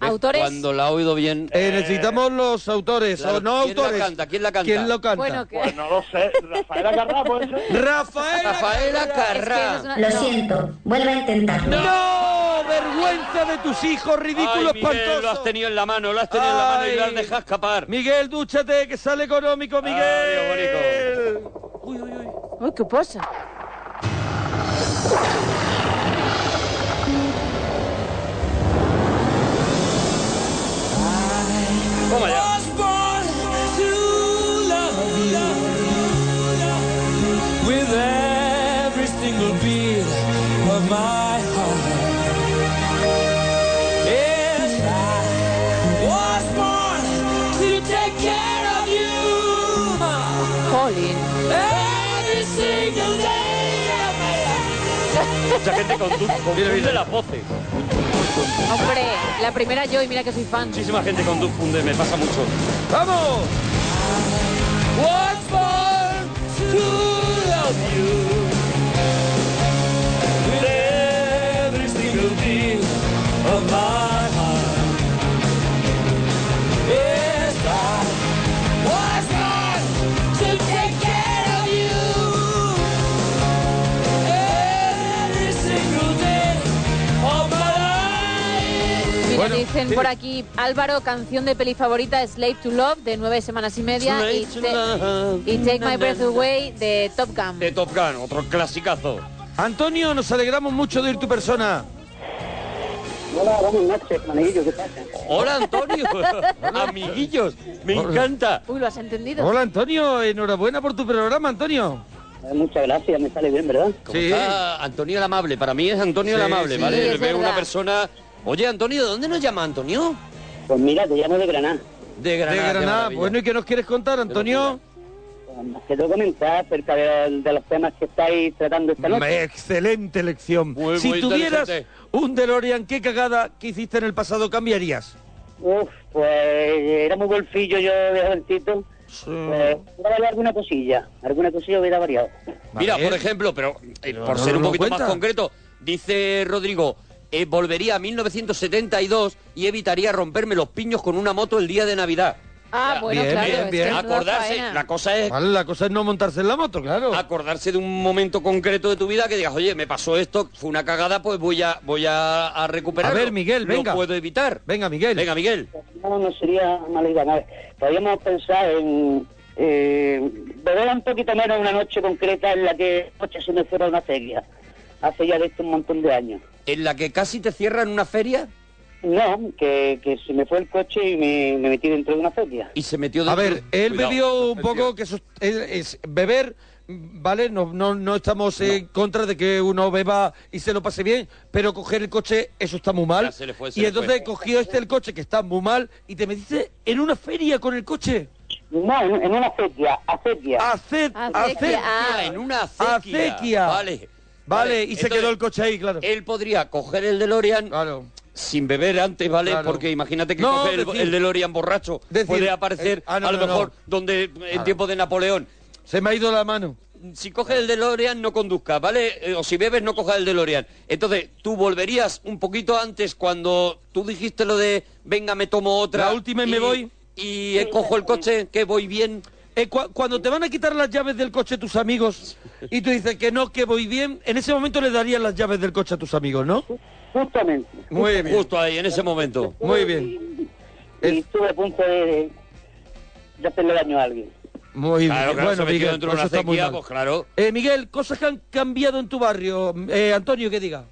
Speaker 5: ¿Ves?
Speaker 6: Autores.
Speaker 5: Cuando la ha oído bien...
Speaker 3: Eh, necesitamos los autores,
Speaker 5: Claro,
Speaker 3: o no
Speaker 5: ¿quién la
Speaker 3: autores.
Speaker 5: canta? ¿Quién la canta?
Speaker 3: ¿Quién lo canta?
Speaker 6: Bueno, que...
Speaker 9: Pues no lo sé. Rafaela Carrá, puede ser.
Speaker 3: Rafaela.
Speaker 5: Rafaela
Speaker 6: es que
Speaker 5: Carrá.
Speaker 6: no es una-
Speaker 10: Lo
Speaker 6: no.
Speaker 10: siento, vuelve a intentarlo.
Speaker 3: ¡No! ¡Vergüenza de tus hijos, ridículo,
Speaker 5: Ay, Miguel, lo has
Speaker 3: espantoso!
Speaker 5: tenido en la mano, lo has tenido en la mano y lo has
Speaker 3: Ay.
Speaker 5: dejado escapar.
Speaker 3: Miguel, dúchate, que sale económico, Miguel. uy, uy, uy.
Speaker 6: Uy, ¿qué pasa?
Speaker 5: Toma ya.
Speaker 2: With every single beat of my heart. Yes, I was born to take care of you, ma.
Speaker 6: Colin.
Speaker 2: Every single day of my life.
Speaker 5: Mucha gente condu- confunde las voces.
Speaker 6: Hombre, la primera yo y mira que soy fan.
Speaker 5: Muchísima gente confunde, me pasa mucho.
Speaker 3: ¡Vamos!
Speaker 2: Was born to love you. With every single beat of my heart. Yes, I was born to take care of you. Every single day of my life.
Speaker 6: Mira,
Speaker 3: Bueno,
Speaker 6: dicen
Speaker 3: sí.
Speaker 6: por aquí, Álvaro, canción de peli favorita, Slave to Love, de nueve semanas y media, y,
Speaker 5: Slave to
Speaker 6: Te-
Speaker 5: Love.
Speaker 6: y Take My Breath Away, de Top Gun.
Speaker 5: De Top Gun, otro clasicazo.
Speaker 3: Antonio, nos alegramos mucho de ir tu persona.
Speaker 10: Hola, buenas noches, maniguillo, ¿qué pasa? (laughs)
Speaker 6: (laughs)
Speaker 5: Hola, Antonio. Amiguillos, me
Speaker 3: Hola.
Speaker 5: encanta.
Speaker 6: Uy, ¿lo has entendido?
Speaker 3: Hola, Antonio. Enhorabuena por tu programa, Antonio.
Speaker 10: Eh, Muchas gracias, me sale bien, ¿verdad?
Speaker 5: ¿Cómo
Speaker 3: Sí.
Speaker 5: está Antonio el Amable? Para mí es Antonio el
Speaker 3: Sí,
Speaker 5: Amable,
Speaker 3: sí,
Speaker 5: ¿vale?
Speaker 6: es
Speaker 5: Veo una
Speaker 6: verdad.
Speaker 5: persona... Oye, Antonio, ¿de dónde nos llama Antonio?
Speaker 10: Pues mira, te llamo de Granada.
Speaker 5: De
Speaker 3: De
Speaker 5: Granada. qué
Speaker 3: Granada.
Speaker 5: maravilla.
Speaker 3: Bueno, ¿y qué nos quieres contar, Antonio?
Speaker 10: Te tengo que comentar acerca de, de los temas que estáis tratando esta noche.
Speaker 3: Excelente elección.
Speaker 5: Muy,
Speaker 3: si
Speaker 5: muy
Speaker 3: tuvieras
Speaker 5: inteligente.
Speaker 3: un DeLorean, ¿qué cagada que hiciste en el pasado cambiarías?
Speaker 10: Uf, pues era muy golfillo yo de jovencito. Pues hubiera variado alguna cosilla, alguna cosilla hubiera variado.
Speaker 5: Mira,
Speaker 3: Vale.
Speaker 5: por ejemplo, pero eh, por
Speaker 3: no,
Speaker 5: ser
Speaker 3: no,
Speaker 5: un
Speaker 3: no
Speaker 5: poquito más
Speaker 3: cuenta.
Speaker 5: concreto, dice Rodrigo, eh, volvería a 1972 y evitaría romperme los piños con una moto el día de Navidad.
Speaker 6: Ah,
Speaker 5: Ya,
Speaker 6: bueno,
Speaker 3: bien,
Speaker 6: claro.
Speaker 3: bien,
Speaker 6: es que
Speaker 3: bien.
Speaker 6: menuda
Speaker 5: Acordarse,
Speaker 6: faena.
Speaker 5: la cosa es
Speaker 3: Vale, la cosa es no montarse en la moto, claro.
Speaker 5: acordarse de un momento concreto de tu vida que digas, oye, me pasó esto, fue una cagada, pues voy a voy a, a recuperarlo.
Speaker 3: A ver, Miguel, venga.
Speaker 5: Lo puedo evitar.
Speaker 3: Venga, Miguel.
Speaker 5: Venga, Miguel.
Speaker 10: No, no sería mala idea. A ver, podríamos pensar en eh, beber un poquito menos una noche concreta en la que noche se me fuera una feria. Hace ya de esto un montón de años.
Speaker 5: En la que casi te cierran una feria
Speaker 10: No, que, que se me fue el coche y me, me metí dentro de una feria.
Speaker 5: y se metió
Speaker 3: A
Speaker 5: dentro-
Speaker 3: ver, él
Speaker 5: Cuidado.
Speaker 3: bebió un poco, que eso es, es beber, ¿vale? No, no, no estamos en contra de que uno beba y se lo pase bien, pero coger el coche, eso está muy mal.
Speaker 5: Ya se le fue, se
Speaker 3: y
Speaker 5: le
Speaker 3: entonces
Speaker 5: fue.
Speaker 3: cogió este el coche, que está muy mal, y te metiste en una feria con el coche.
Speaker 10: No, en, en una feria, a feria.
Speaker 3: Haced, haced.
Speaker 6: Acequia. Ah,
Speaker 5: Ah, en una acequia.
Speaker 3: Acequia.
Speaker 5: Vale.
Speaker 3: Vale, y se
Speaker 5: entonces,
Speaker 3: quedó el coche ahí, claro.
Speaker 5: Él podría coger el DeLorean
Speaker 3: Claro.
Speaker 5: sin beber antes, ¿vale?
Speaker 3: Claro.
Speaker 5: Porque imagínate que
Speaker 3: No,
Speaker 5: coge el,
Speaker 3: decir-
Speaker 5: el DeLorean borracho.
Speaker 3: decir,
Speaker 5: puede aparecer
Speaker 3: eh, ah, no,
Speaker 5: a lo
Speaker 3: no, no.
Speaker 5: mejor donde en tiempo de Napoleón.
Speaker 3: Se me ha ido la mano.
Speaker 5: si coges el DeLorean no conduzcas, ¿vale? Eh, O si bebes no cojas el DeLorean. Entonces, tú volverías un poquito antes cuando tú dijiste lo de venga, me tomo otra.
Speaker 3: La última y me voy. Eh,
Speaker 5: Y eh, cojo el coche, que voy bien.
Speaker 3: cuando te van a quitar las llaves del coche tus amigos y tú dices que no, que voy bien, en ese momento le darías las llaves del coche a tus amigos, ¿no?
Speaker 10: Justamente.
Speaker 3: Muy bien.
Speaker 5: Justo ahí, en ese momento.
Speaker 3: Muy bien.
Speaker 10: Y estuve a punto de, de de hacerle daño a alguien.
Speaker 3: Muy
Speaker 5: Claro,
Speaker 3: bien.
Speaker 5: claro, se
Speaker 3: bueno,
Speaker 5: metió
Speaker 3: Miguel,
Speaker 5: dentro de
Speaker 3: eso
Speaker 5: una
Speaker 3: está muy
Speaker 5: acequia,
Speaker 3: mal.
Speaker 5: pues claro.
Speaker 3: Eh, Miguel, cosas que han cambiado en tu barrio. Eh, Antonio, que diga.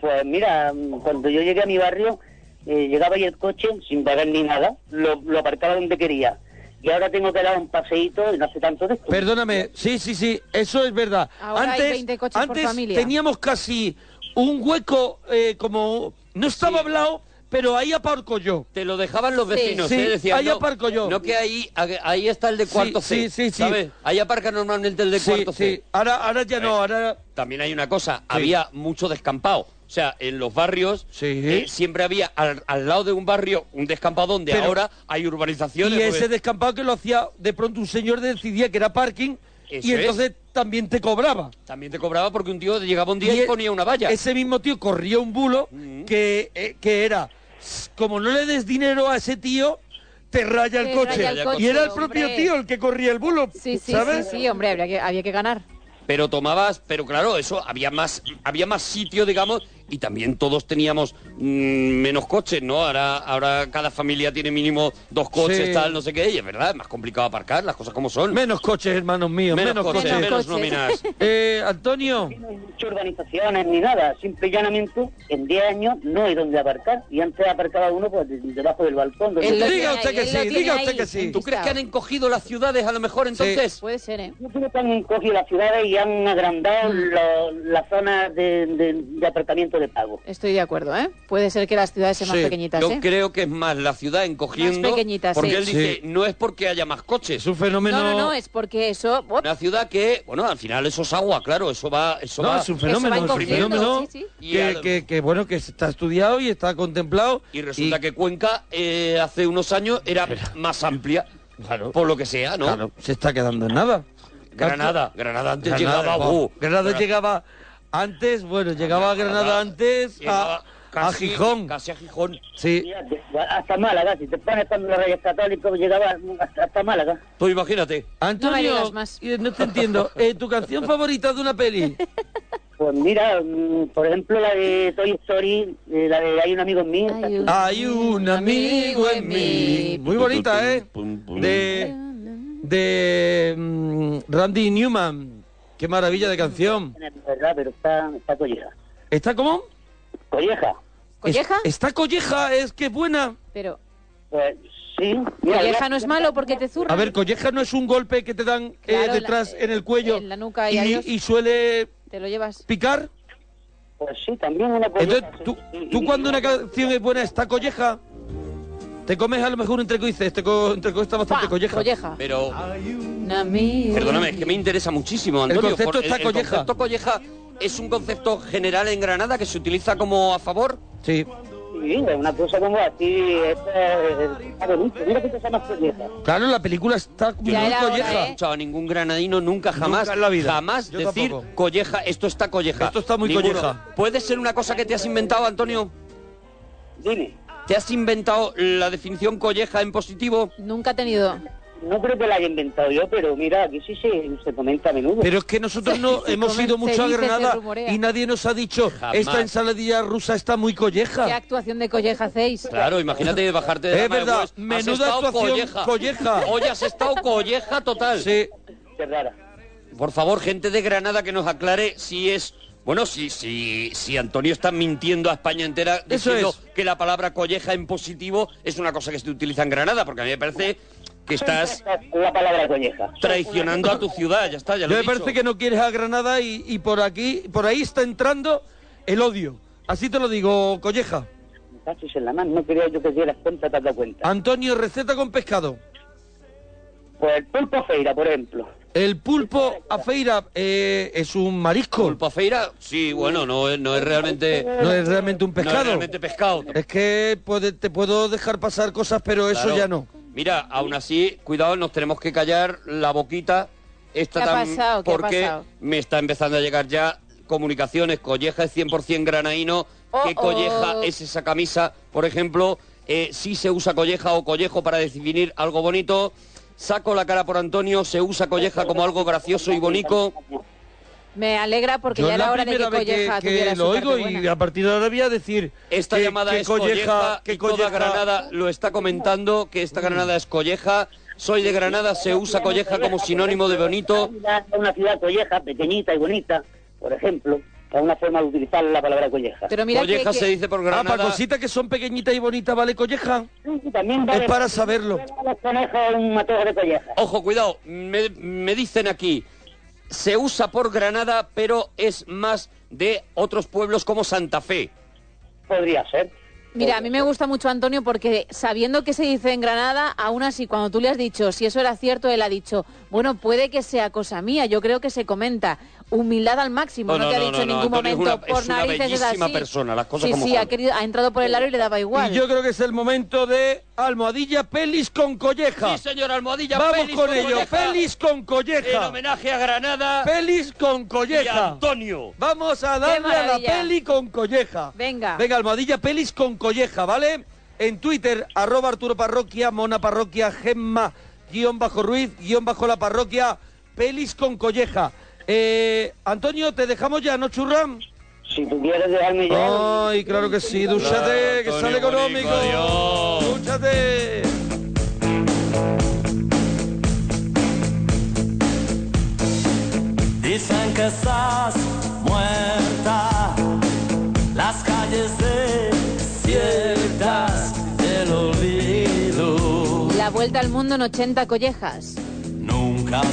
Speaker 10: Pues mira, cuando yo llegué a mi barrio, eh, llegaba ahí el coche sin pagar ni nada, lo, lo aparcaba donde quería. Y ahora tengo que dar un paseíto y no hace tanto de esto.
Speaker 3: Perdóname, sí, sí, sí, eso es verdad.
Speaker 10: Ahora hay
Speaker 3: antes
Speaker 10: 20 coches por
Speaker 3: antes
Speaker 10: familia.
Speaker 3: teníamos casi un hueco eh, como... No estaba hablado, pero ahí aparco yo.
Speaker 5: Te lo dejaban los
Speaker 3: Sí.
Speaker 5: vecinos,
Speaker 3: Sí,
Speaker 5: ¿eh? Decían,
Speaker 3: ahí
Speaker 5: no,
Speaker 3: aparco yo.
Speaker 5: No, que ahí, ahí está el de
Speaker 3: Sí,
Speaker 5: cuarto C,
Speaker 3: sí, sí, sí.
Speaker 5: ¿sabes? Ahí aparca normalmente el de cuarto C. Eh,
Speaker 3: Ahora, ahora ya no, ahora...
Speaker 5: También hay una cosa, había mucho descampado. O sea, en los barrios eh, siempre había al, al lado de un barrio un descampado donde
Speaker 3: Pero-
Speaker 5: ahora hay urbanizaciones.
Speaker 3: Y
Speaker 5: pues,
Speaker 3: ese descampado que lo hacía, de pronto un señor decidía que era parking
Speaker 5: Eso
Speaker 3: y
Speaker 5: es.
Speaker 3: entonces también te cobraba.
Speaker 5: También te cobraba porque un tío llegaba un día y,
Speaker 3: e-
Speaker 5: ponía una valla. Mm.
Speaker 3: Ese mismo tío corría un bulo que, eh, que era, s- como no le des dinero a ese tío, te raya el
Speaker 6: Te
Speaker 3: coche.
Speaker 6: raya el coche,
Speaker 3: y era el
Speaker 6: hombre.
Speaker 3: propio tío el que corría el bulo,
Speaker 6: Sí, sí,
Speaker 3: ¿sabes?
Speaker 6: sí, sí, hombre, habría que, había que ganar.
Speaker 5: Pero tomabas, pero claro, eso había más, había más sitio, digamos, y también todos teníamos mm, menos coches, ¿no? Ahora, ahora cada familia tiene mínimo dos coches,
Speaker 3: Sí.
Speaker 5: tal, no sé qué, y es verdad, es más complicado aparcar, las cosas como son.
Speaker 3: Menos coches, hermanos míos,
Speaker 5: Menos
Speaker 3: menos,
Speaker 5: coches,
Speaker 3: coches.
Speaker 5: menos Menos coches. nóminas.
Speaker 3: (laughs) Eh, Antonio,
Speaker 10: muchas urbanizaciones ni nada, simple y llanamente, en 10 años no hay donde aparcar. Y antes aparcaba uno pues, de- debajo del balcón. donde-
Speaker 5: Él lo Diga tiene usted ahí, que él sí, lo tiene diga usted ahí, que sí. ¿Tú enquistado. crees que han encogido las ciudades a lo mejor entonces?
Speaker 6: Puede ser, ¿eh?
Speaker 10: Yo creo que han encogido las ciudades y han
Speaker 5: Mm.
Speaker 10: agrandado lo- las zonas de, de- de aparcamiento de pago.
Speaker 6: Estoy de acuerdo, ¿eh? Puede ser que las ciudades sean más
Speaker 5: Sí,
Speaker 6: pequeñitas,
Speaker 5: Yo
Speaker 6: ¿eh?
Speaker 5: creo que es más la ciudad encogiendo.
Speaker 6: Más pequeñitas,
Speaker 5: porque
Speaker 6: sí.
Speaker 5: él dice, no es porque haya más coches. Es
Speaker 3: un fenómeno.
Speaker 6: No, no, no, es porque eso... ¡op!
Speaker 5: Una ciudad que, bueno, al final eso es agua, claro, eso va. Eso
Speaker 3: No,
Speaker 5: va
Speaker 3: es un fenómeno, es un fenómeno
Speaker 6: sí,
Speaker 5: Y
Speaker 3: que,
Speaker 5: al-
Speaker 3: que- que, bueno, que está estudiado y está contemplado.
Speaker 5: Y resulta que Cuenca eh, hace unos años era más amplia, por lo que sea, ¿no?
Speaker 3: Claro, se está quedando en nada.
Speaker 5: Granada, Granada antes llegaba,
Speaker 3: po,
Speaker 5: uh,
Speaker 3: Granada
Speaker 5: Granada.
Speaker 3: llegaba antes, bueno, llegaba a Granada antes ah. a,
Speaker 5: Llegaba
Speaker 3: a
Speaker 5: casi-
Speaker 3: Gijón.
Speaker 5: Casi a Gijón.
Speaker 3: Sí.
Speaker 10: Hasta Málaga, si te pones cuando los reyes católicos llegaba hasta, hasta Málaga.
Speaker 5: Tú imagínate.
Speaker 3: Antonio,
Speaker 10: digas
Speaker 3: eh, no te entiendo. Eh, ¿Tu canción favorita de una peli?
Speaker 10: Pues mira, mm, por ejemplo, la de Toy Story, eh, la de Hay un amigo en mí. esa-
Speaker 3: Hay un amigo en mí. Muy bonita, ¿eh? De, de mm, Randy Newman. Qué maravilla de canción.
Speaker 10: Es verdad, pero está, está colleja.
Speaker 3: ¿Está cómo?
Speaker 10: ¿Colleja?
Speaker 6: ¿Colleja?
Speaker 3: Es- está colleja, es que es buena.
Speaker 6: Pero...
Speaker 10: Pues sí.
Speaker 6: Colleja no es malo porque te zurra.
Speaker 3: A ver, colleja no es un golpe que te dan eh,
Speaker 6: Claro, en la-
Speaker 3: detrás en el cuello
Speaker 6: en la nuca y
Speaker 3: y,
Speaker 6: adiós.
Speaker 3: y suele
Speaker 6: Te lo llevas.
Speaker 3: picar.
Speaker 10: Pues sí, también una
Speaker 3: colleja. Entonces, tú, tú cuando una canción es buena está colleja, te comes a lo mejor un entreco y dices, este co- entreco está bastante colleja.
Speaker 5: Pero,
Speaker 6: Un amigo.
Speaker 5: perdóname, es que me interesa muchísimo,
Speaker 3: El
Speaker 5: Antonio.
Speaker 3: concepto está
Speaker 5: el
Speaker 3: colleja.
Speaker 5: concepto colleja es un concepto general en Granada que se utiliza como a favor.
Speaker 3: Sí.
Speaker 10: Sí, es una cosa como así, esta, eh, está bonito. Mira que cosa más colleja.
Speaker 3: Claro, la película está muy
Speaker 5: Yo no
Speaker 3: colleja.
Speaker 5: he escuchado a ningún granadino nunca jamás
Speaker 3: Nunca en la vida.
Speaker 5: jamás
Speaker 3: Yo
Speaker 5: decir
Speaker 3: tampoco.
Speaker 5: colleja, esto está colleja.
Speaker 3: Esto está muy colleja.
Speaker 5: ¿Puede ser una cosa que te has inventado, Antonio?
Speaker 10: Dime.
Speaker 5: ¿Te has inventado la definición colleja en positivo?
Speaker 6: Nunca ha tenido...
Speaker 10: No creo que la haya inventado yo, pero mira, aquí sí se, se comenta a menudo.
Speaker 3: Pero es que nosotros no
Speaker 10: (laughs) se
Speaker 3: hemos
Speaker 10: come-
Speaker 3: ido
Speaker 10: se
Speaker 3: mucho a
Speaker 10: dice, se
Speaker 3: Granada
Speaker 10: rumorea.
Speaker 3: y nadie nos ha dicho, esta ensaladilla rusa está muy colleja.
Speaker 6: ¿Qué actuación de colleja hacéis?
Speaker 5: Claro, imagínate bajarte
Speaker 3: (laughs)
Speaker 5: de
Speaker 3: Es
Speaker 5: la Mar de
Speaker 3: verdad,
Speaker 5: Hues, has
Speaker 3: menuda
Speaker 5: estado
Speaker 3: actuación colleja.
Speaker 5: Hoy has estado colleja total.
Speaker 3: Sí.
Speaker 10: Qué rara.
Speaker 5: Por favor, gente de Granada que nos aclare si es bueno, si si si Antonio está mintiendo a España entera
Speaker 3: Eso
Speaker 5: diciendo que la palabra colleja en positivo es una cosa que se utiliza en Granada, porque a mí me parece que estás
Speaker 10: La palabra colleja.
Speaker 5: traicionando a tu ciudad, ya está, ya lo
Speaker 3: Yo
Speaker 5: he
Speaker 3: me parece
Speaker 5: dicho.
Speaker 3: que no quieres a Granada y, y por aquí, por ahí está entrando el odio. Así te lo digo, colleja.
Speaker 10: Casi en la mano, no quería yo que dieras cuenta, te has dado cuenta.
Speaker 3: Antonio, receta con pescado.
Speaker 10: Pues el pulpo feira, por ejemplo.
Speaker 3: El pulpo a feira eh, es un marisco. ¿Pulpo
Speaker 5: a feira? Sí, bueno, no es, no es realmente
Speaker 3: No es realmente un
Speaker 5: eh, no es
Speaker 3: pescado.
Speaker 5: realmente pescado.
Speaker 3: Es que puede- te puedo dejar pasar cosas, pero eso
Speaker 5: Claro.
Speaker 3: ya no.
Speaker 5: Mira, aún así, cuidado, nos tenemos que callar la boquita esta
Speaker 6: ¿Qué ha
Speaker 5: tan-
Speaker 6: pasado? ¿Qué ha
Speaker 5: porque
Speaker 6: pasado?
Speaker 5: me está empezando a llegar ya comunicaciones. Colleja es 100% granaíno.
Speaker 6: Oh,
Speaker 5: ¿Qué colleja
Speaker 6: oh.
Speaker 5: es esa camisa? Por ejemplo, eh, si se usa colleja o collejo para definir algo bonito. Saco la cara por Antonio, se usa colleja como algo gracioso y bonito.
Speaker 6: Me alegra porque
Speaker 5: Yo
Speaker 6: ya
Speaker 5: es la
Speaker 6: era hora de que
Speaker 5: primera vez que-
Speaker 6: Colleja
Speaker 5: que
Speaker 6: tuviera
Speaker 5: lo
Speaker 6: su
Speaker 5: oigo
Speaker 6: parte
Speaker 5: y-
Speaker 6: buena.
Speaker 3: Y a partir de ahora voy a decir...
Speaker 5: Esta
Speaker 3: que-
Speaker 5: llamada
Speaker 3: que
Speaker 5: es colleja,
Speaker 3: que
Speaker 5: y toda
Speaker 3: colleja-
Speaker 5: Granada lo está comentando, que
Speaker 6: Mm.
Speaker 5: esta Granada es colleja. Soy de Granada, se usa colleja como sinónimo de bonito.
Speaker 10: Una, una ciudad colleja, pequeñita y bonita, por ejemplo, que es una forma de utilizar la palabra colleja.
Speaker 5: colleja se dice por Granada.
Speaker 3: Ah, para cositas que son pequeñitas y bonitas, ¿vale colleja?
Speaker 10: también
Speaker 3: Es para saberlo.
Speaker 5: Ojo, cuidado, me, me dicen aquí, se usa por Granada, pero es más de otros pueblos como Santa Fe.
Speaker 10: Podría ser.
Speaker 6: Mira, a mí me gusta mucho Antonio porque sabiendo que se dice en Granada, aún así cuando tú le has dicho si eso era cierto, él ha dicho, bueno, puede que sea cosa mía, yo creo que se comenta. Humildad al máximo, no, te ha dicho en ningún
Speaker 5: Antonio es
Speaker 6: momento
Speaker 5: una-
Speaker 6: por
Speaker 5: es una
Speaker 6: narices es
Speaker 5: bellísima
Speaker 6: así.
Speaker 5: persona, las cosas
Speaker 6: sí,
Speaker 5: como
Speaker 6: sí,
Speaker 5: son.
Speaker 6: ha, querido- ha entrado por el aro y le daba igual.
Speaker 3: Y yo creo que es el momento de almohadilla pelis con colleja.
Speaker 5: Sí, señor, almohadilla
Speaker 3: Vamos
Speaker 5: pelis
Speaker 3: con,
Speaker 5: con
Speaker 3: ello,
Speaker 5: colleja.
Speaker 3: pelis con colleja.
Speaker 5: En homenaje a Granada.
Speaker 3: Pelis con colleja.
Speaker 5: Y a Antonio.
Speaker 3: Vamos a darle a la
Speaker 6: maravilla.
Speaker 3: peli con colleja.
Speaker 6: Venga.
Speaker 3: Venga, almohadilla pelis con colleja, ¿vale? En Twitter, arroba Arturo Parroquia, Mona Parroquia, Gemma, guión bajo Ruiz, guión bajo la parroquia, pelis con colleja. Eh, Antonio, ¿te dejamos ya, no churram?
Speaker 10: Si tú quieres dejarme
Speaker 3: ya. Ay, claro que sí, dúchate, que sale económico. Dúchate.
Speaker 2: Dicen que estás muerta, las calles desiertas del
Speaker 3: (laughs)
Speaker 2: olvido.
Speaker 6: La vuelta al mundo en 80 collejas.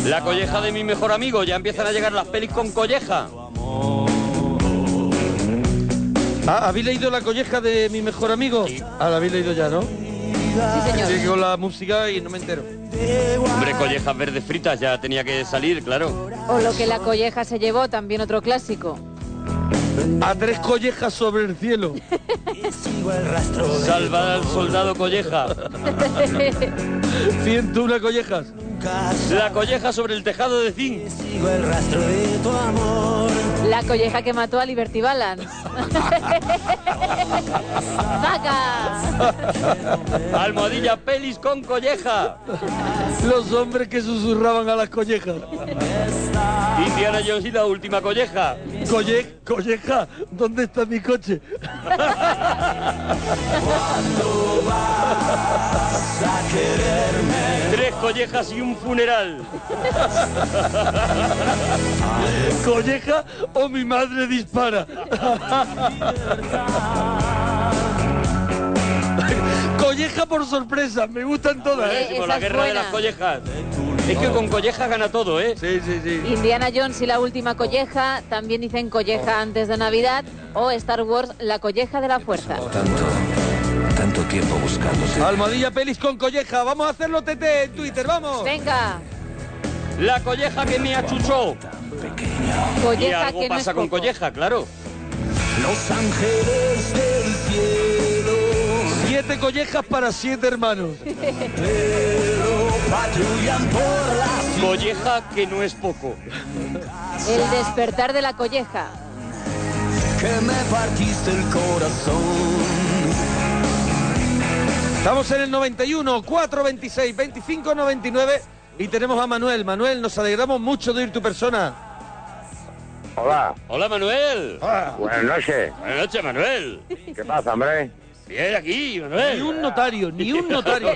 Speaker 5: La colleja de mi mejor amigo, ya empiezan a llegar las pelis con colleja.
Speaker 3: Ah, ¿Habéis leído la colleja de mi mejor amigo? Ah, la habéis leído ya, ¿no? Sí,
Speaker 6: señor.
Speaker 3: con la música y no me entero.
Speaker 5: Hombre, collejas verdes fritas, ya tenía que salir, claro.
Speaker 6: O lo que la colleja se llevó, también otro clásico. (laughs)
Speaker 3: A tres collejas sobre el cielo.
Speaker 5: Salva al soldado colleja.
Speaker 3: 101 collejas.
Speaker 5: La colleja sobre el tejado de zinc.
Speaker 3: (laughs)
Speaker 6: La colleja que mató a Liberty Balance. (laughs) ¡Saca!
Speaker 5: Almohadilla pelis con colleja.
Speaker 3: Los hombres que susurraban a las collejas.
Speaker 5: Indiana Jones y la última colleja.
Speaker 3: Colle- colleja, ¿dónde está mi coche?
Speaker 5: Tres collejas y un
Speaker 6: (laughs)
Speaker 5: funeral.
Speaker 3: colleja o mi
Speaker 2: (laughs)
Speaker 3: madre dispara. colleja por sorpresa, me gustan todas. ¿eh?
Speaker 5: Buenísimo, la guerra de las collejas. Es que con collejas gana todo, ¿eh?
Speaker 3: Sí, sí, sí.
Speaker 6: Indiana Jones y la última colleja. También dicen colleja antes de Navidad. O Star Wars, la colleja de la fuerza.
Speaker 3: Tanto tiempo buscándose. Almohadilla pelis con colleja. Vamos a hacerlo TT en Twitter, vamos.
Speaker 6: Venga,
Speaker 5: La colleja que me achuchó. Y
Speaker 6: colleja
Speaker 5: algo
Speaker 6: que no es
Speaker 5: pasa con
Speaker 6: poco.
Speaker 5: colleja, claro.
Speaker 2: Los ángeles del cielo
Speaker 3: Siete collejas para siete hermanos.
Speaker 2: patrullan por la
Speaker 5: Colleja que no es poco.
Speaker 6: El despertar de la colleja.
Speaker 2: que me partiste el corazón.
Speaker 3: Estamos en el 91, 4, 26, 25, 99 y tenemos a Manuel. Manuel, nos alegramos mucho de ir tu persona.
Speaker 11: Hola,
Speaker 5: Hola, Manuel.
Speaker 3: Ah.
Speaker 11: buenas noches.
Speaker 5: Buenas noches, Manuel.
Speaker 11: ¿Qué pasa, hombre?
Speaker 5: Bien aquí, Manuel.
Speaker 3: Ni un notario, ni un
Speaker 5: (laughs)
Speaker 3: notario,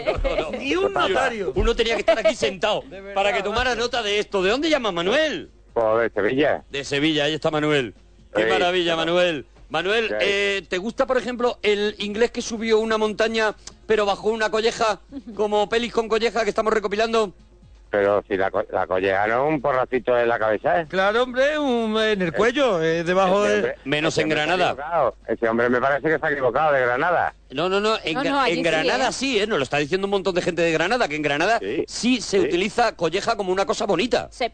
Speaker 3: ni un notario.
Speaker 5: Uno tenía que estar aquí sentado para que tomara nota de esto. ¿De dónde llamas, Manuel?
Speaker 11: Pues de Sevilla.
Speaker 5: De Sevilla, ahí está Manuel. Qué
Speaker 11: Sí,
Speaker 5: maravilla,
Speaker 11: claro.
Speaker 5: Manuel. Manuel,
Speaker 11: Sí.
Speaker 5: eh, ¿te gusta, por ejemplo, el inglés que subió una montaña pero bajó una colleja, como pelis con colleja que estamos recopilando?
Speaker 11: Pero si la, co- la colleja no es un porracito en la cabeza, ¿eh?
Speaker 3: Claro, hombre, un- en el cuello, eh, debajo
Speaker 11: Ese
Speaker 3: de...
Speaker 11: hombre- ese hombre se ha equivocado. Ese hombre me parece que se ha equivocado de Granada.
Speaker 5: No, no, no, en,
Speaker 6: No,
Speaker 5: Gra-
Speaker 6: no, allí sí,
Speaker 5: en Granada
Speaker 6: ¿eh?
Speaker 5: sí, ¿eh? Nos lo está diciendo un montón de gente de Granada, que en Granada sí, se utiliza colleja como una cosa bonita.
Speaker 6: Se-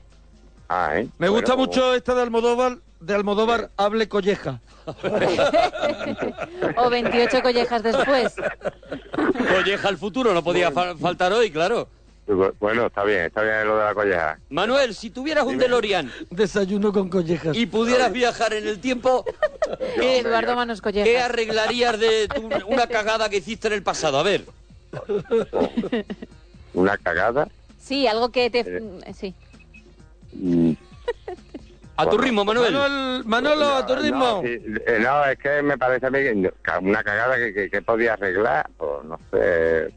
Speaker 11: Ah, ¿eh?
Speaker 3: Me
Speaker 11: Bueno,
Speaker 3: gusta
Speaker 11: como-
Speaker 3: mucho esta de Almodóvar, de Almodóvar, hable
Speaker 5: (laughs)
Speaker 3: colleja.
Speaker 6: O
Speaker 5: (laughs)
Speaker 6: 28 collejas después.
Speaker 5: Colleja al futuro, no podía fal- faltar hoy, claro.
Speaker 11: Bu- Bueno, está bien, está bien lo de la colleja.
Speaker 5: Manuel, si tuvieras un DeLorean
Speaker 3: Desayuno con collejas.
Speaker 5: y pudieras viajar en el
Speaker 6: (laughs)
Speaker 5: tiempo, ¿qué,
Speaker 6: Eh, Eduardo Manos Collejas.
Speaker 5: qué arreglarías de tu- una cagada que hiciste en el pasado? A ver.
Speaker 11: Una cagada.
Speaker 6: (laughs) Sí, algo que te...
Speaker 5: Eh,
Speaker 6: Sí.
Speaker 11: mm,
Speaker 5: A tu
Speaker 11: Bueno. pues,
Speaker 5: ritmo, Manuel.
Speaker 3: Manuel, Manolo, a tu ritmo.
Speaker 11: No, sí, eh, no, es que me parece a mí que no, ca- una cagada que, que, que podía arreglar, pues no sé.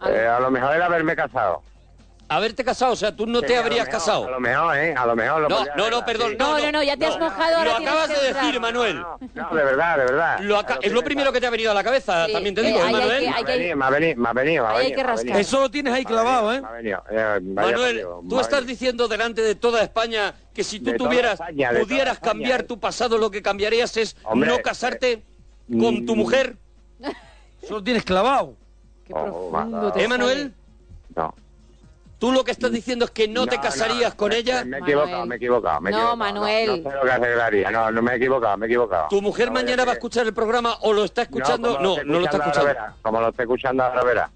Speaker 3: Ah.
Speaker 11: Eh, a lo mejor era haberme casado.
Speaker 5: Haberte casado, o sea, tú no
Speaker 11: Sí,
Speaker 5: te
Speaker 11: a lo
Speaker 5: habrías
Speaker 11: mejor,
Speaker 5: casado.
Speaker 11: A lo mejor, ¿eh? A lo mejor lo
Speaker 5: No,
Speaker 11: podía
Speaker 5: no, no,
Speaker 11: arreglar,
Speaker 5: perdón.
Speaker 11: sí.
Speaker 6: No, no, no, ya te has mojado,
Speaker 5: Lo
Speaker 6: ahora tienes
Speaker 5: acabas
Speaker 6: que
Speaker 5: de
Speaker 6: entrar.
Speaker 5: decir, Manuel.
Speaker 11: No, de verdad, de verdad.
Speaker 5: Lo aca- es lo primero que te ha venido a la cabeza,
Speaker 6: Sí,
Speaker 5: también te
Speaker 6: eh,
Speaker 5: digo, ¿eh,
Speaker 6: ahí hay
Speaker 5: Manuel.
Speaker 6: que-
Speaker 11: Me
Speaker 6: hay
Speaker 11: ha venido, me ha venido, me ha venido. me ha venido, me ha
Speaker 6: Ahí hay que
Speaker 11: venido.
Speaker 5: eh,
Speaker 6: rascar.
Speaker 3: Eso lo tienes ahí clavado, ¿eh?
Speaker 11: Me ha venido, eh, vaya
Speaker 5: Manuel,
Speaker 11: por Dios,
Speaker 5: tú
Speaker 11: me ha
Speaker 5: estás
Speaker 11: venido.
Speaker 5: diciendo delante de toda España que si tú
Speaker 11: De toda
Speaker 5: tuvieras,
Speaker 11: España, de toda
Speaker 5: pudieras
Speaker 11: España,
Speaker 5: cambiar
Speaker 11: eh.
Speaker 5: tu pasado, lo que cambiarías es
Speaker 11: Hombre,
Speaker 5: no casarte
Speaker 11: eh,
Speaker 5: con tu
Speaker 11: mm,
Speaker 6: (laughs)
Speaker 5: mujer.
Speaker 3: Eso lo tienes clavado.
Speaker 6: Qué
Speaker 11: Oh,
Speaker 6: profundo
Speaker 11: madre.
Speaker 6: te
Speaker 5: ¿Eh, Manuel?
Speaker 11: No.
Speaker 5: Tú lo que estás diciendo es que no, te casarías
Speaker 11: no,
Speaker 5: con
Speaker 11: me-
Speaker 5: ella.
Speaker 11: Me he equivocado,
Speaker 6: Manuel.
Speaker 11: me he equivocado. me he
Speaker 6: No,
Speaker 11: equivocado,
Speaker 6: Manuel.
Speaker 11: No, sé lo que arreglaría. No, no me he equivocado, me he equivocado.
Speaker 5: ¿Tu mujer
Speaker 11: No,
Speaker 5: mañana
Speaker 11: ya
Speaker 5: va a
Speaker 11: sé.
Speaker 5: escuchar el programa o lo está escuchando?
Speaker 11: como
Speaker 5: No, no lo está
Speaker 11: ahora
Speaker 5: escuchando.
Speaker 11: verá, como lo está escuchando ahora verá.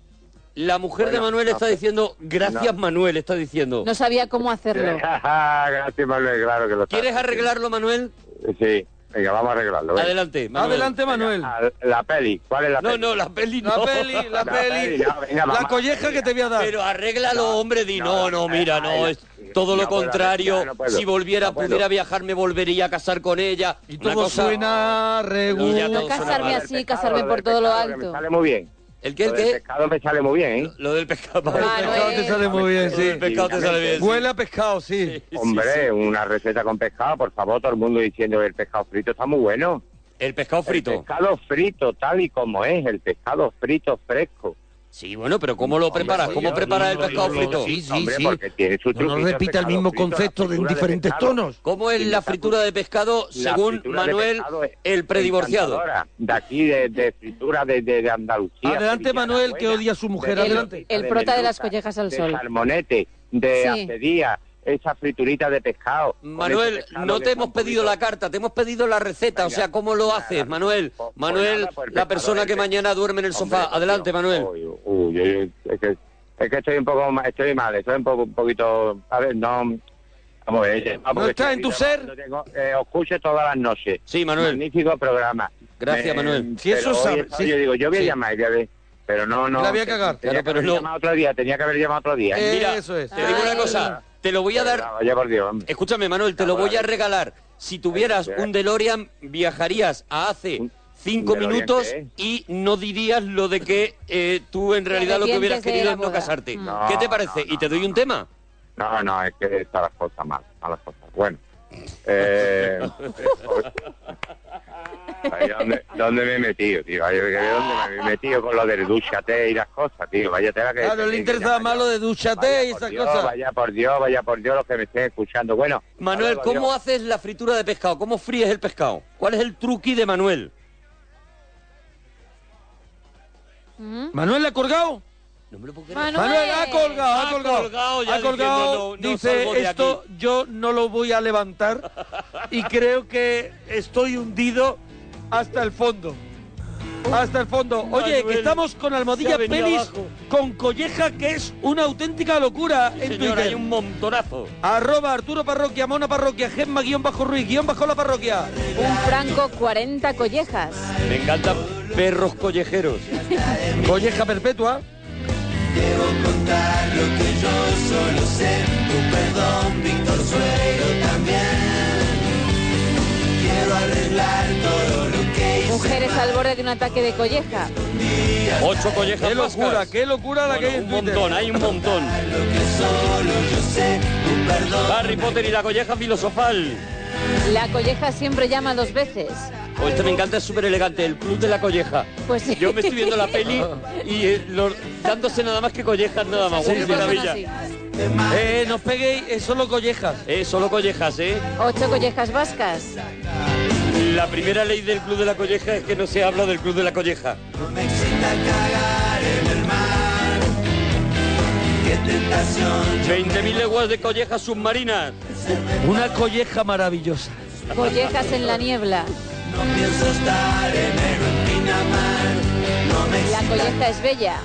Speaker 5: La mujer de
Speaker 11: Bueno,
Speaker 5: Manuel
Speaker 11: no
Speaker 5: está
Speaker 11: sé.
Speaker 5: diciendo, gracias
Speaker 11: No.
Speaker 5: Manuel, está diciendo.
Speaker 6: No sabía cómo hacerlo.
Speaker 11: (laughs) Gracias, Manuel, claro que lo está.
Speaker 5: ¿Quieres arreglarlo, Manuel?
Speaker 11: Sí, venga, vamos a arreglarlo. venga.
Speaker 5: Adelante, Manuel.
Speaker 3: Adelante,
Speaker 11: Venga,
Speaker 3: Manuel.
Speaker 11: a- La peli, ¿cuál es la
Speaker 5: No,
Speaker 11: peli?
Speaker 5: no, la peli
Speaker 3: La
Speaker 5: no.
Speaker 3: peli, la
Speaker 11: (laughs) La
Speaker 3: peli.
Speaker 11: peli, no, venga,
Speaker 3: La
Speaker 11: mamá.
Speaker 3: colleja que te voy a dar.
Speaker 5: Pero arréglalo, hombre, di, no, no,
Speaker 11: no,
Speaker 5: mira,
Speaker 11: eh,
Speaker 5: no,
Speaker 11: ay,
Speaker 5: es todo
Speaker 11: no
Speaker 5: lo
Speaker 11: puedo,
Speaker 5: contrario.
Speaker 11: ya no puedo,
Speaker 5: si volviera,
Speaker 11: no puedo.
Speaker 5: pudiera viajar, me volvería a casar con ella.
Speaker 3: Y
Speaker 5: Una
Speaker 3: todo
Speaker 5: cosa-
Speaker 3: suena
Speaker 5: Y ya
Speaker 3: regular.
Speaker 5: todo
Speaker 6: No
Speaker 5: suena
Speaker 6: casarme
Speaker 5: mal.
Speaker 6: así,
Speaker 11: Lo del pescado,
Speaker 6: casarme
Speaker 11: lo
Speaker 6: por
Speaker 11: del
Speaker 6: todo lo
Speaker 11: pescado, que
Speaker 6: alto.
Speaker 11: Me sale muy bien.
Speaker 5: ¿El qué, el
Speaker 11: Lo del
Speaker 5: qué?
Speaker 11: pescado me sale muy bien, ¿eh?
Speaker 5: Lo del pescado.
Speaker 3: El
Speaker 6: Manuel.
Speaker 3: pescado te sale muy bien,
Speaker 5: Lo del
Speaker 3: sí.
Speaker 5: pescado te sale bien. sí.
Speaker 3: Huele a pescado, sí.
Speaker 11: Hombre, una receta con pescado, por favor, todo el mundo diciendo que el pescado frito está muy bueno.
Speaker 5: El pescado
Speaker 11: El
Speaker 5: frito.
Speaker 11: pescado frito, tal y como es, el pescado frito fresco.
Speaker 5: Sí, bueno, pero ¿cómo lo preparas?
Speaker 11: por
Speaker 5: ¿Cómo
Speaker 11: Dios,
Speaker 5: preparas el
Speaker 11: no,
Speaker 5: pescado
Speaker 11: no,
Speaker 5: frito?
Speaker 3: sí, sí,
Speaker 11: Hombre,
Speaker 3: sí.
Speaker 11: porque tiene su
Speaker 3: No, no
Speaker 11: truquito,
Speaker 3: repita el
Speaker 11: pescado
Speaker 3: mismo
Speaker 11: frito, la
Speaker 3: concepto en
Speaker 11: fritura de
Speaker 3: diferentes
Speaker 11: pescado.
Speaker 3: tonos.
Speaker 5: ¿Cómo es
Speaker 11: Sí,
Speaker 5: la
Speaker 11: está
Speaker 5: fritura de pescado
Speaker 11: La
Speaker 5: según
Speaker 11: fritura de
Speaker 5: Manuel,
Speaker 11: pescado es
Speaker 5: el predivorciado?
Speaker 11: encantadora, De aquí, de, de fritura de, de, de Andalucía.
Speaker 3: Adelante,
Speaker 11: sevillana,
Speaker 3: Manuel, que
Speaker 11: buena,
Speaker 3: odia a su mujer,
Speaker 11: de-
Speaker 3: adelante.
Speaker 6: El prota de
Speaker 11: merluza,
Speaker 6: las collejas al
Speaker 11: de
Speaker 6: sol.
Speaker 11: salmonete, de
Speaker 6: Sí.
Speaker 11: acedía, esa friturita de pescado. con
Speaker 5: Manuel,
Speaker 11: ese pescado
Speaker 5: no
Speaker 11: que
Speaker 5: te
Speaker 11: está
Speaker 5: hemos
Speaker 11: un
Speaker 5: pedido
Speaker 11: poquito-
Speaker 5: la carta, te hemos pedido la receta, o
Speaker 11: Venga.
Speaker 5: sea, ¿cómo lo
Speaker 11: Nada,
Speaker 5: haces,
Speaker 11: nada.
Speaker 5: Manuel?
Speaker 11: Pues- pues
Speaker 5: Manuel,
Speaker 11: nada, pues el
Speaker 5: la
Speaker 11: pescado
Speaker 5: persona
Speaker 11: del
Speaker 5: que
Speaker 11: pescado.
Speaker 5: mañana duerme en el
Speaker 11: Hombre,
Speaker 5: sofá.
Speaker 11: tío,
Speaker 5: Adelante, Manuel.
Speaker 11: Uy, uy, uy, es, que, es que estoy un poco ma- estoy mal, estoy un poco un poquito, a ver, no vamos a ver, eh, vamos,
Speaker 3: ¿No
Speaker 11: que
Speaker 3: estás
Speaker 11: estoy
Speaker 3: en tu
Speaker 11: trabajando, tengo- eh, os escucho todas las noches.
Speaker 5: Sí, Manuel.
Speaker 11: Magnífico programa. Eh,
Speaker 5: Gracias, Manuel.
Speaker 3: Si eso
Speaker 11: pero hoy
Speaker 3: sabe-
Speaker 11: estaba-
Speaker 3: sí.
Speaker 11: Yo digo, yo voy a
Speaker 5: Sí.
Speaker 11: llamar, voy a ver, pero no, no.
Speaker 3: La voy a
Speaker 11: te-
Speaker 3: cagar.
Speaker 11: Tenía
Speaker 5: Claro, pero
Speaker 11: que haber
Speaker 5: no.
Speaker 11: llamado otro día, tenía que haber llamado otro día.
Speaker 3: Eh,
Speaker 5: Mira,
Speaker 3: Eso es.
Speaker 5: te digo una
Speaker 6: Ay.
Speaker 5: cosa, te lo voy a dar,
Speaker 11: Vaya por Dios, hombre.
Speaker 5: escúchame Manuel,
Speaker 2: Ah,
Speaker 5: te lo voy a regalar. Si tuvieras un DeLorean, viajarías a hace cinco
Speaker 11: un DeLorean
Speaker 5: minutos
Speaker 11: qué?
Speaker 5: y no dirías lo de que eh, tú en realidad lo que hubieras
Speaker 6: arrepientes de
Speaker 5: querido
Speaker 6: la
Speaker 5: es no
Speaker 6: boda.
Speaker 5: casarte.
Speaker 6: Mm.
Speaker 11: No,
Speaker 5: ¿Qué te parece?
Speaker 11: no,
Speaker 5: ¿Y te
Speaker 11: no,
Speaker 5: doy un
Speaker 11: no.
Speaker 5: tema?
Speaker 11: No, no, es que está las cosas mal, están las cosas. Bueno. Eh,
Speaker 5: (laughs)
Speaker 11: Ay, ¿dónde, dónde me he metido, tío? Ay, ¿Dónde me he metido con lo del dúchate y las cosas, tío? Vaya tela que...
Speaker 3: Ah. Claro, le interesaba más lo de
Speaker 11: Vaya
Speaker 3: duchate y
Speaker 11: por
Speaker 3: esas
Speaker 11: Dios,
Speaker 3: cosas.
Speaker 11: Vaya por Dios, vaya por Dios los que me estén escuchando. Bueno...
Speaker 5: Manuel,
Speaker 11: ahora lo
Speaker 5: ¿cómo
Speaker 11: digo.
Speaker 5: haces la fritura de pescado? ¿Cómo fríes el pescado? ¿Cuál es el truqui de Manuel?
Speaker 3: ¿Manuel la ha colgado?
Speaker 5: No me lo puedo creer.
Speaker 6: Manuel.
Speaker 3: Manuel ha colgado, ha
Speaker 5: Ha
Speaker 3: colgado.
Speaker 5: colgado ya
Speaker 3: ha colgado,
Speaker 5: diciendo, no, no
Speaker 3: dice,
Speaker 5: salgo de
Speaker 3: esto yo no lo voy a levantar y creo que estoy hundido hasta el fondo. Hasta el fondo. Oye, que
Speaker 5: Manuel,
Speaker 3: estamos con
Speaker 5: se
Speaker 3: Almohadilla
Speaker 5: ha venido
Speaker 3: Pelis
Speaker 5: abajo.
Speaker 3: con Colleja, que es una auténtica locura en
Speaker 5: Señor,
Speaker 3: Twitter.
Speaker 5: hay un montonazo.
Speaker 3: Arroba Arturo Parroquia, Mona Parroquia, Gemma guión bajo Ruiz, guión bajo la parroquia.
Speaker 6: Un franco 40 collejas.
Speaker 5: Me encantan perros collejeros.
Speaker 3: Colleja perpetua.
Speaker 2: Debo contar lo que yo solo sé, tu perdón, Víctor Suero también. Quiero arreglar todo lo que hice.
Speaker 6: Mujeres al borde de un ataque de colleja.
Speaker 5: Ocho collejas
Speaker 3: Qué locura,
Speaker 5: vascas.
Speaker 3: qué locura la que hay
Speaker 5: Bueno,
Speaker 3: en
Speaker 5: un
Speaker 3: Twitter.
Speaker 5: montón, hay un montón.
Speaker 2: Lo que solo yo sé, tu perdón.
Speaker 5: Harry Potter y la colleja filosofal.
Speaker 6: La colleja siempre llama dos veces.
Speaker 5: O este me encanta, es súper elegante, el club de la colleja.
Speaker 6: Pues sí.
Speaker 5: Yo me estoy viendo la
Speaker 6: (laughs)
Speaker 5: peli y eh, lo- dándose nada más que collejas, nada más.
Speaker 6: Seguro
Speaker 5: Uy,
Speaker 6: que son
Speaker 5: maravilla.
Speaker 6: así.
Speaker 3: Eh, no os peguéis, es solo collejas.
Speaker 5: Eh, solo collejas, ¿eh?
Speaker 6: Ocho collejas vascas.
Speaker 5: La primera ley del club de la colleja es que no se habla del club de la colleja.
Speaker 2: No me excita cagar en el mar. Qué tentación.
Speaker 5: 20.000 leguas de collejas submarinas.
Speaker 3: Una colleja maravillosa.
Speaker 6: Collejas en la niebla.
Speaker 2: No pienso estar enero en Pinamar. No me
Speaker 6: La
Speaker 2: excita
Speaker 6: colleja es bella.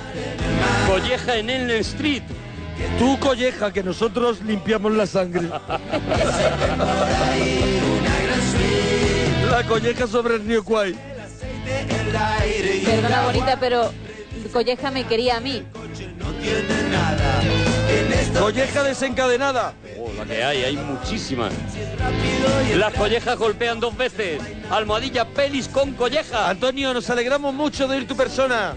Speaker 5: Colleja en el Street.
Speaker 3: Tú colleja, que nosotros limpiamos la sangre. la colleja sobre el río Kwai.
Speaker 6: Perdona, bonita, pero Colleja me quería a mí.
Speaker 3: Colleja desencadenada.
Speaker 5: Oh, la que hay, hay muchísimas. Las collejas golpean dos veces. Almohadilla pelis con colleja.
Speaker 3: Antonio, nos alegramos mucho de oír tu persona.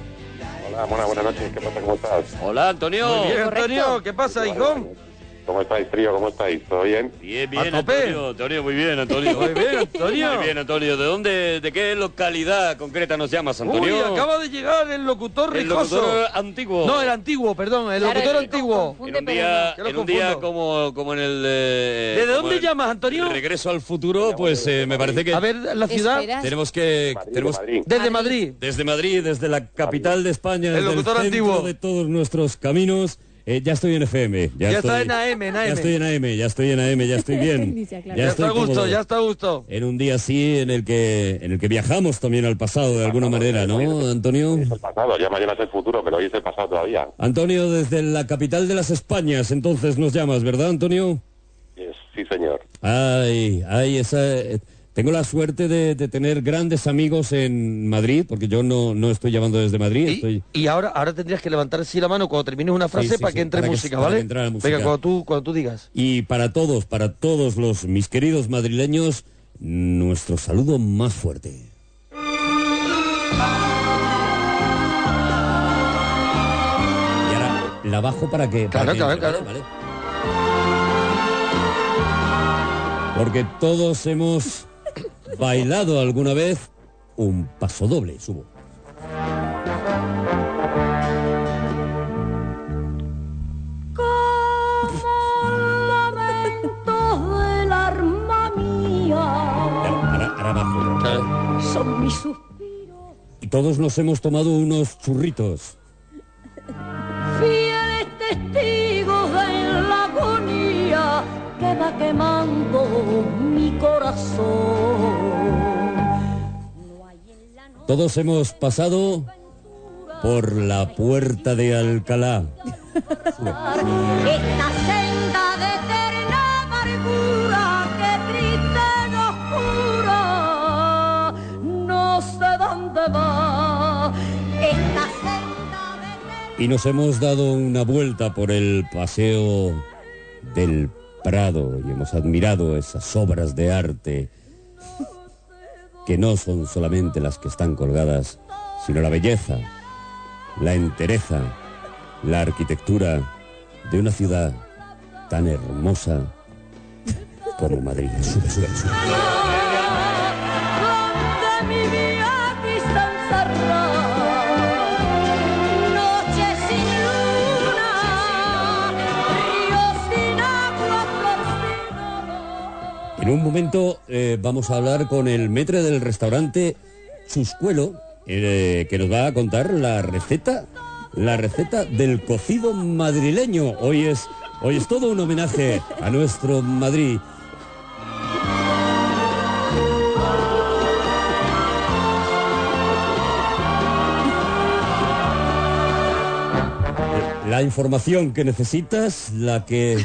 Speaker 12: Hola, Mona, buenas noches. ¿Qué pasa? ¿Cómo estás?
Speaker 5: Hola, Antonio.
Speaker 3: Muy bien, Antonio, ¿qué pasa, hijo?
Speaker 12: ¿Cómo estáis, trío? ¿Cómo estáis? ¿Todo bien?
Speaker 5: Bien, bien, Antonio. Antonio, muy bien, Antonio.
Speaker 3: Muy bien, Antonio.
Speaker 5: Muy bien, Antonio. ¿De dónde, de qué localidad concreta nos llamas, Antonio?
Speaker 3: Uy, acaba de llegar el locutor
Speaker 5: El
Speaker 3: rijoso.
Speaker 5: locutor antiguo.
Speaker 3: No, el antiguo, perdón, el
Speaker 6: Claro,
Speaker 3: locutor
Speaker 6: el-
Speaker 3: antiguo.
Speaker 5: En un día,
Speaker 3: Que lo
Speaker 5: en un día
Speaker 3: confundo.
Speaker 5: como, como en el... eh,
Speaker 3: ¿Desde
Speaker 5: como
Speaker 3: dónde
Speaker 5: en
Speaker 3: llamas, Antonio?
Speaker 5: Regreso al futuro, pues eh, me parece que...
Speaker 3: A ver, la ciudad.
Speaker 6: Espera.
Speaker 5: Tenemos que... tenemos,
Speaker 3: Desde Madrid.
Speaker 5: Desde Madrid, desde la capital de España,
Speaker 3: El
Speaker 5: desde
Speaker 3: locutor
Speaker 5: centro
Speaker 3: antiguo.
Speaker 5: de todos nuestros caminos. eh, ya estoy en FM. Ya,
Speaker 3: Ya está
Speaker 5: estoy,
Speaker 3: en AM, en AM.
Speaker 5: Ya estoy en AM, ya estoy en AM, ya estoy bien.
Speaker 3: Ya está a gusto,
Speaker 5: cómodo.
Speaker 3: ya está a gusto.
Speaker 5: En un día así en el que en el que viajamos también al pasado de alguna manera, ¿no, Antonio?
Speaker 12: Pasado, ya mañana es el futuro, pero hoy es el pasado todavía.
Speaker 5: Antonio, desde la capital de las Españas, entonces nos llamas, ¿verdad, Antonio?
Speaker 12: Yes, Sí, señor.
Speaker 5: Ay, ay, esa. eh, Tengo la suerte de, de tener grandes amigos en Madrid, porque yo no, no estoy llamando desde Madrid, estoy
Speaker 3: Y ahora, ahora tendrías que levantar así la mano cuando termines una frase
Speaker 5: Sí, sí,
Speaker 3: para
Speaker 5: sí,
Speaker 3: que entre
Speaker 5: para que-
Speaker 3: música,
Speaker 5: para que
Speaker 3: ¿vale?
Speaker 5: entre la música.
Speaker 3: Venga, cuando tú, cuando tú digas.
Speaker 5: Y para todos, para todos los mis queridos madrileños, nuestro saludo más fuerte. Y ahora la bajo para que.
Speaker 3: Claro,
Speaker 5: para que
Speaker 3: claro,
Speaker 5: entre,
Speaker 3: claro.
Speaker 5: ¿vale? Vale. Porque todos hemos bailado alguna vez un paso doble, subo.
Speaker 2: Lamento del arma
Speaker 5: Y
Speaker 2: mía
Speaker 5: Ahora, ahora- ahora bajo.
Speaker 2: son mis suspiros.
Speaker 5: Y todos nos hemos tomado unos churritos.
Speaker 2: fieles testigos de la agonía que va quemando mi corazón.
Speaker 5: Todos hemos pasado por la puerta de Alcalá.
Speaker 2: Esta senda de eterna amargura que triste nos cura, no sé dónde va. Esta senda
Speaker 5: Y nos hemos dado una vuelta por el paseo del Prado y hemos admirado esas obras de arte que no son solamente las que están colgadas, sino la belleza, la entereza, la arquitectura de una ciudad tan hermosa como Madrid. Sube, sube, sube.
Speaker 2: de mi viaje está encerrada. Noche sin luna, río sin agua, flor sin
Speaker 5: En un momento eh, vamos a hablar con el metre del restaurante Chuscuelo, eh, que nos va a contar la receta, la receta del cocido madrileño. Hoy es, hoy es todo un homenaje a nuestro Madrid. La información que necesitas, la que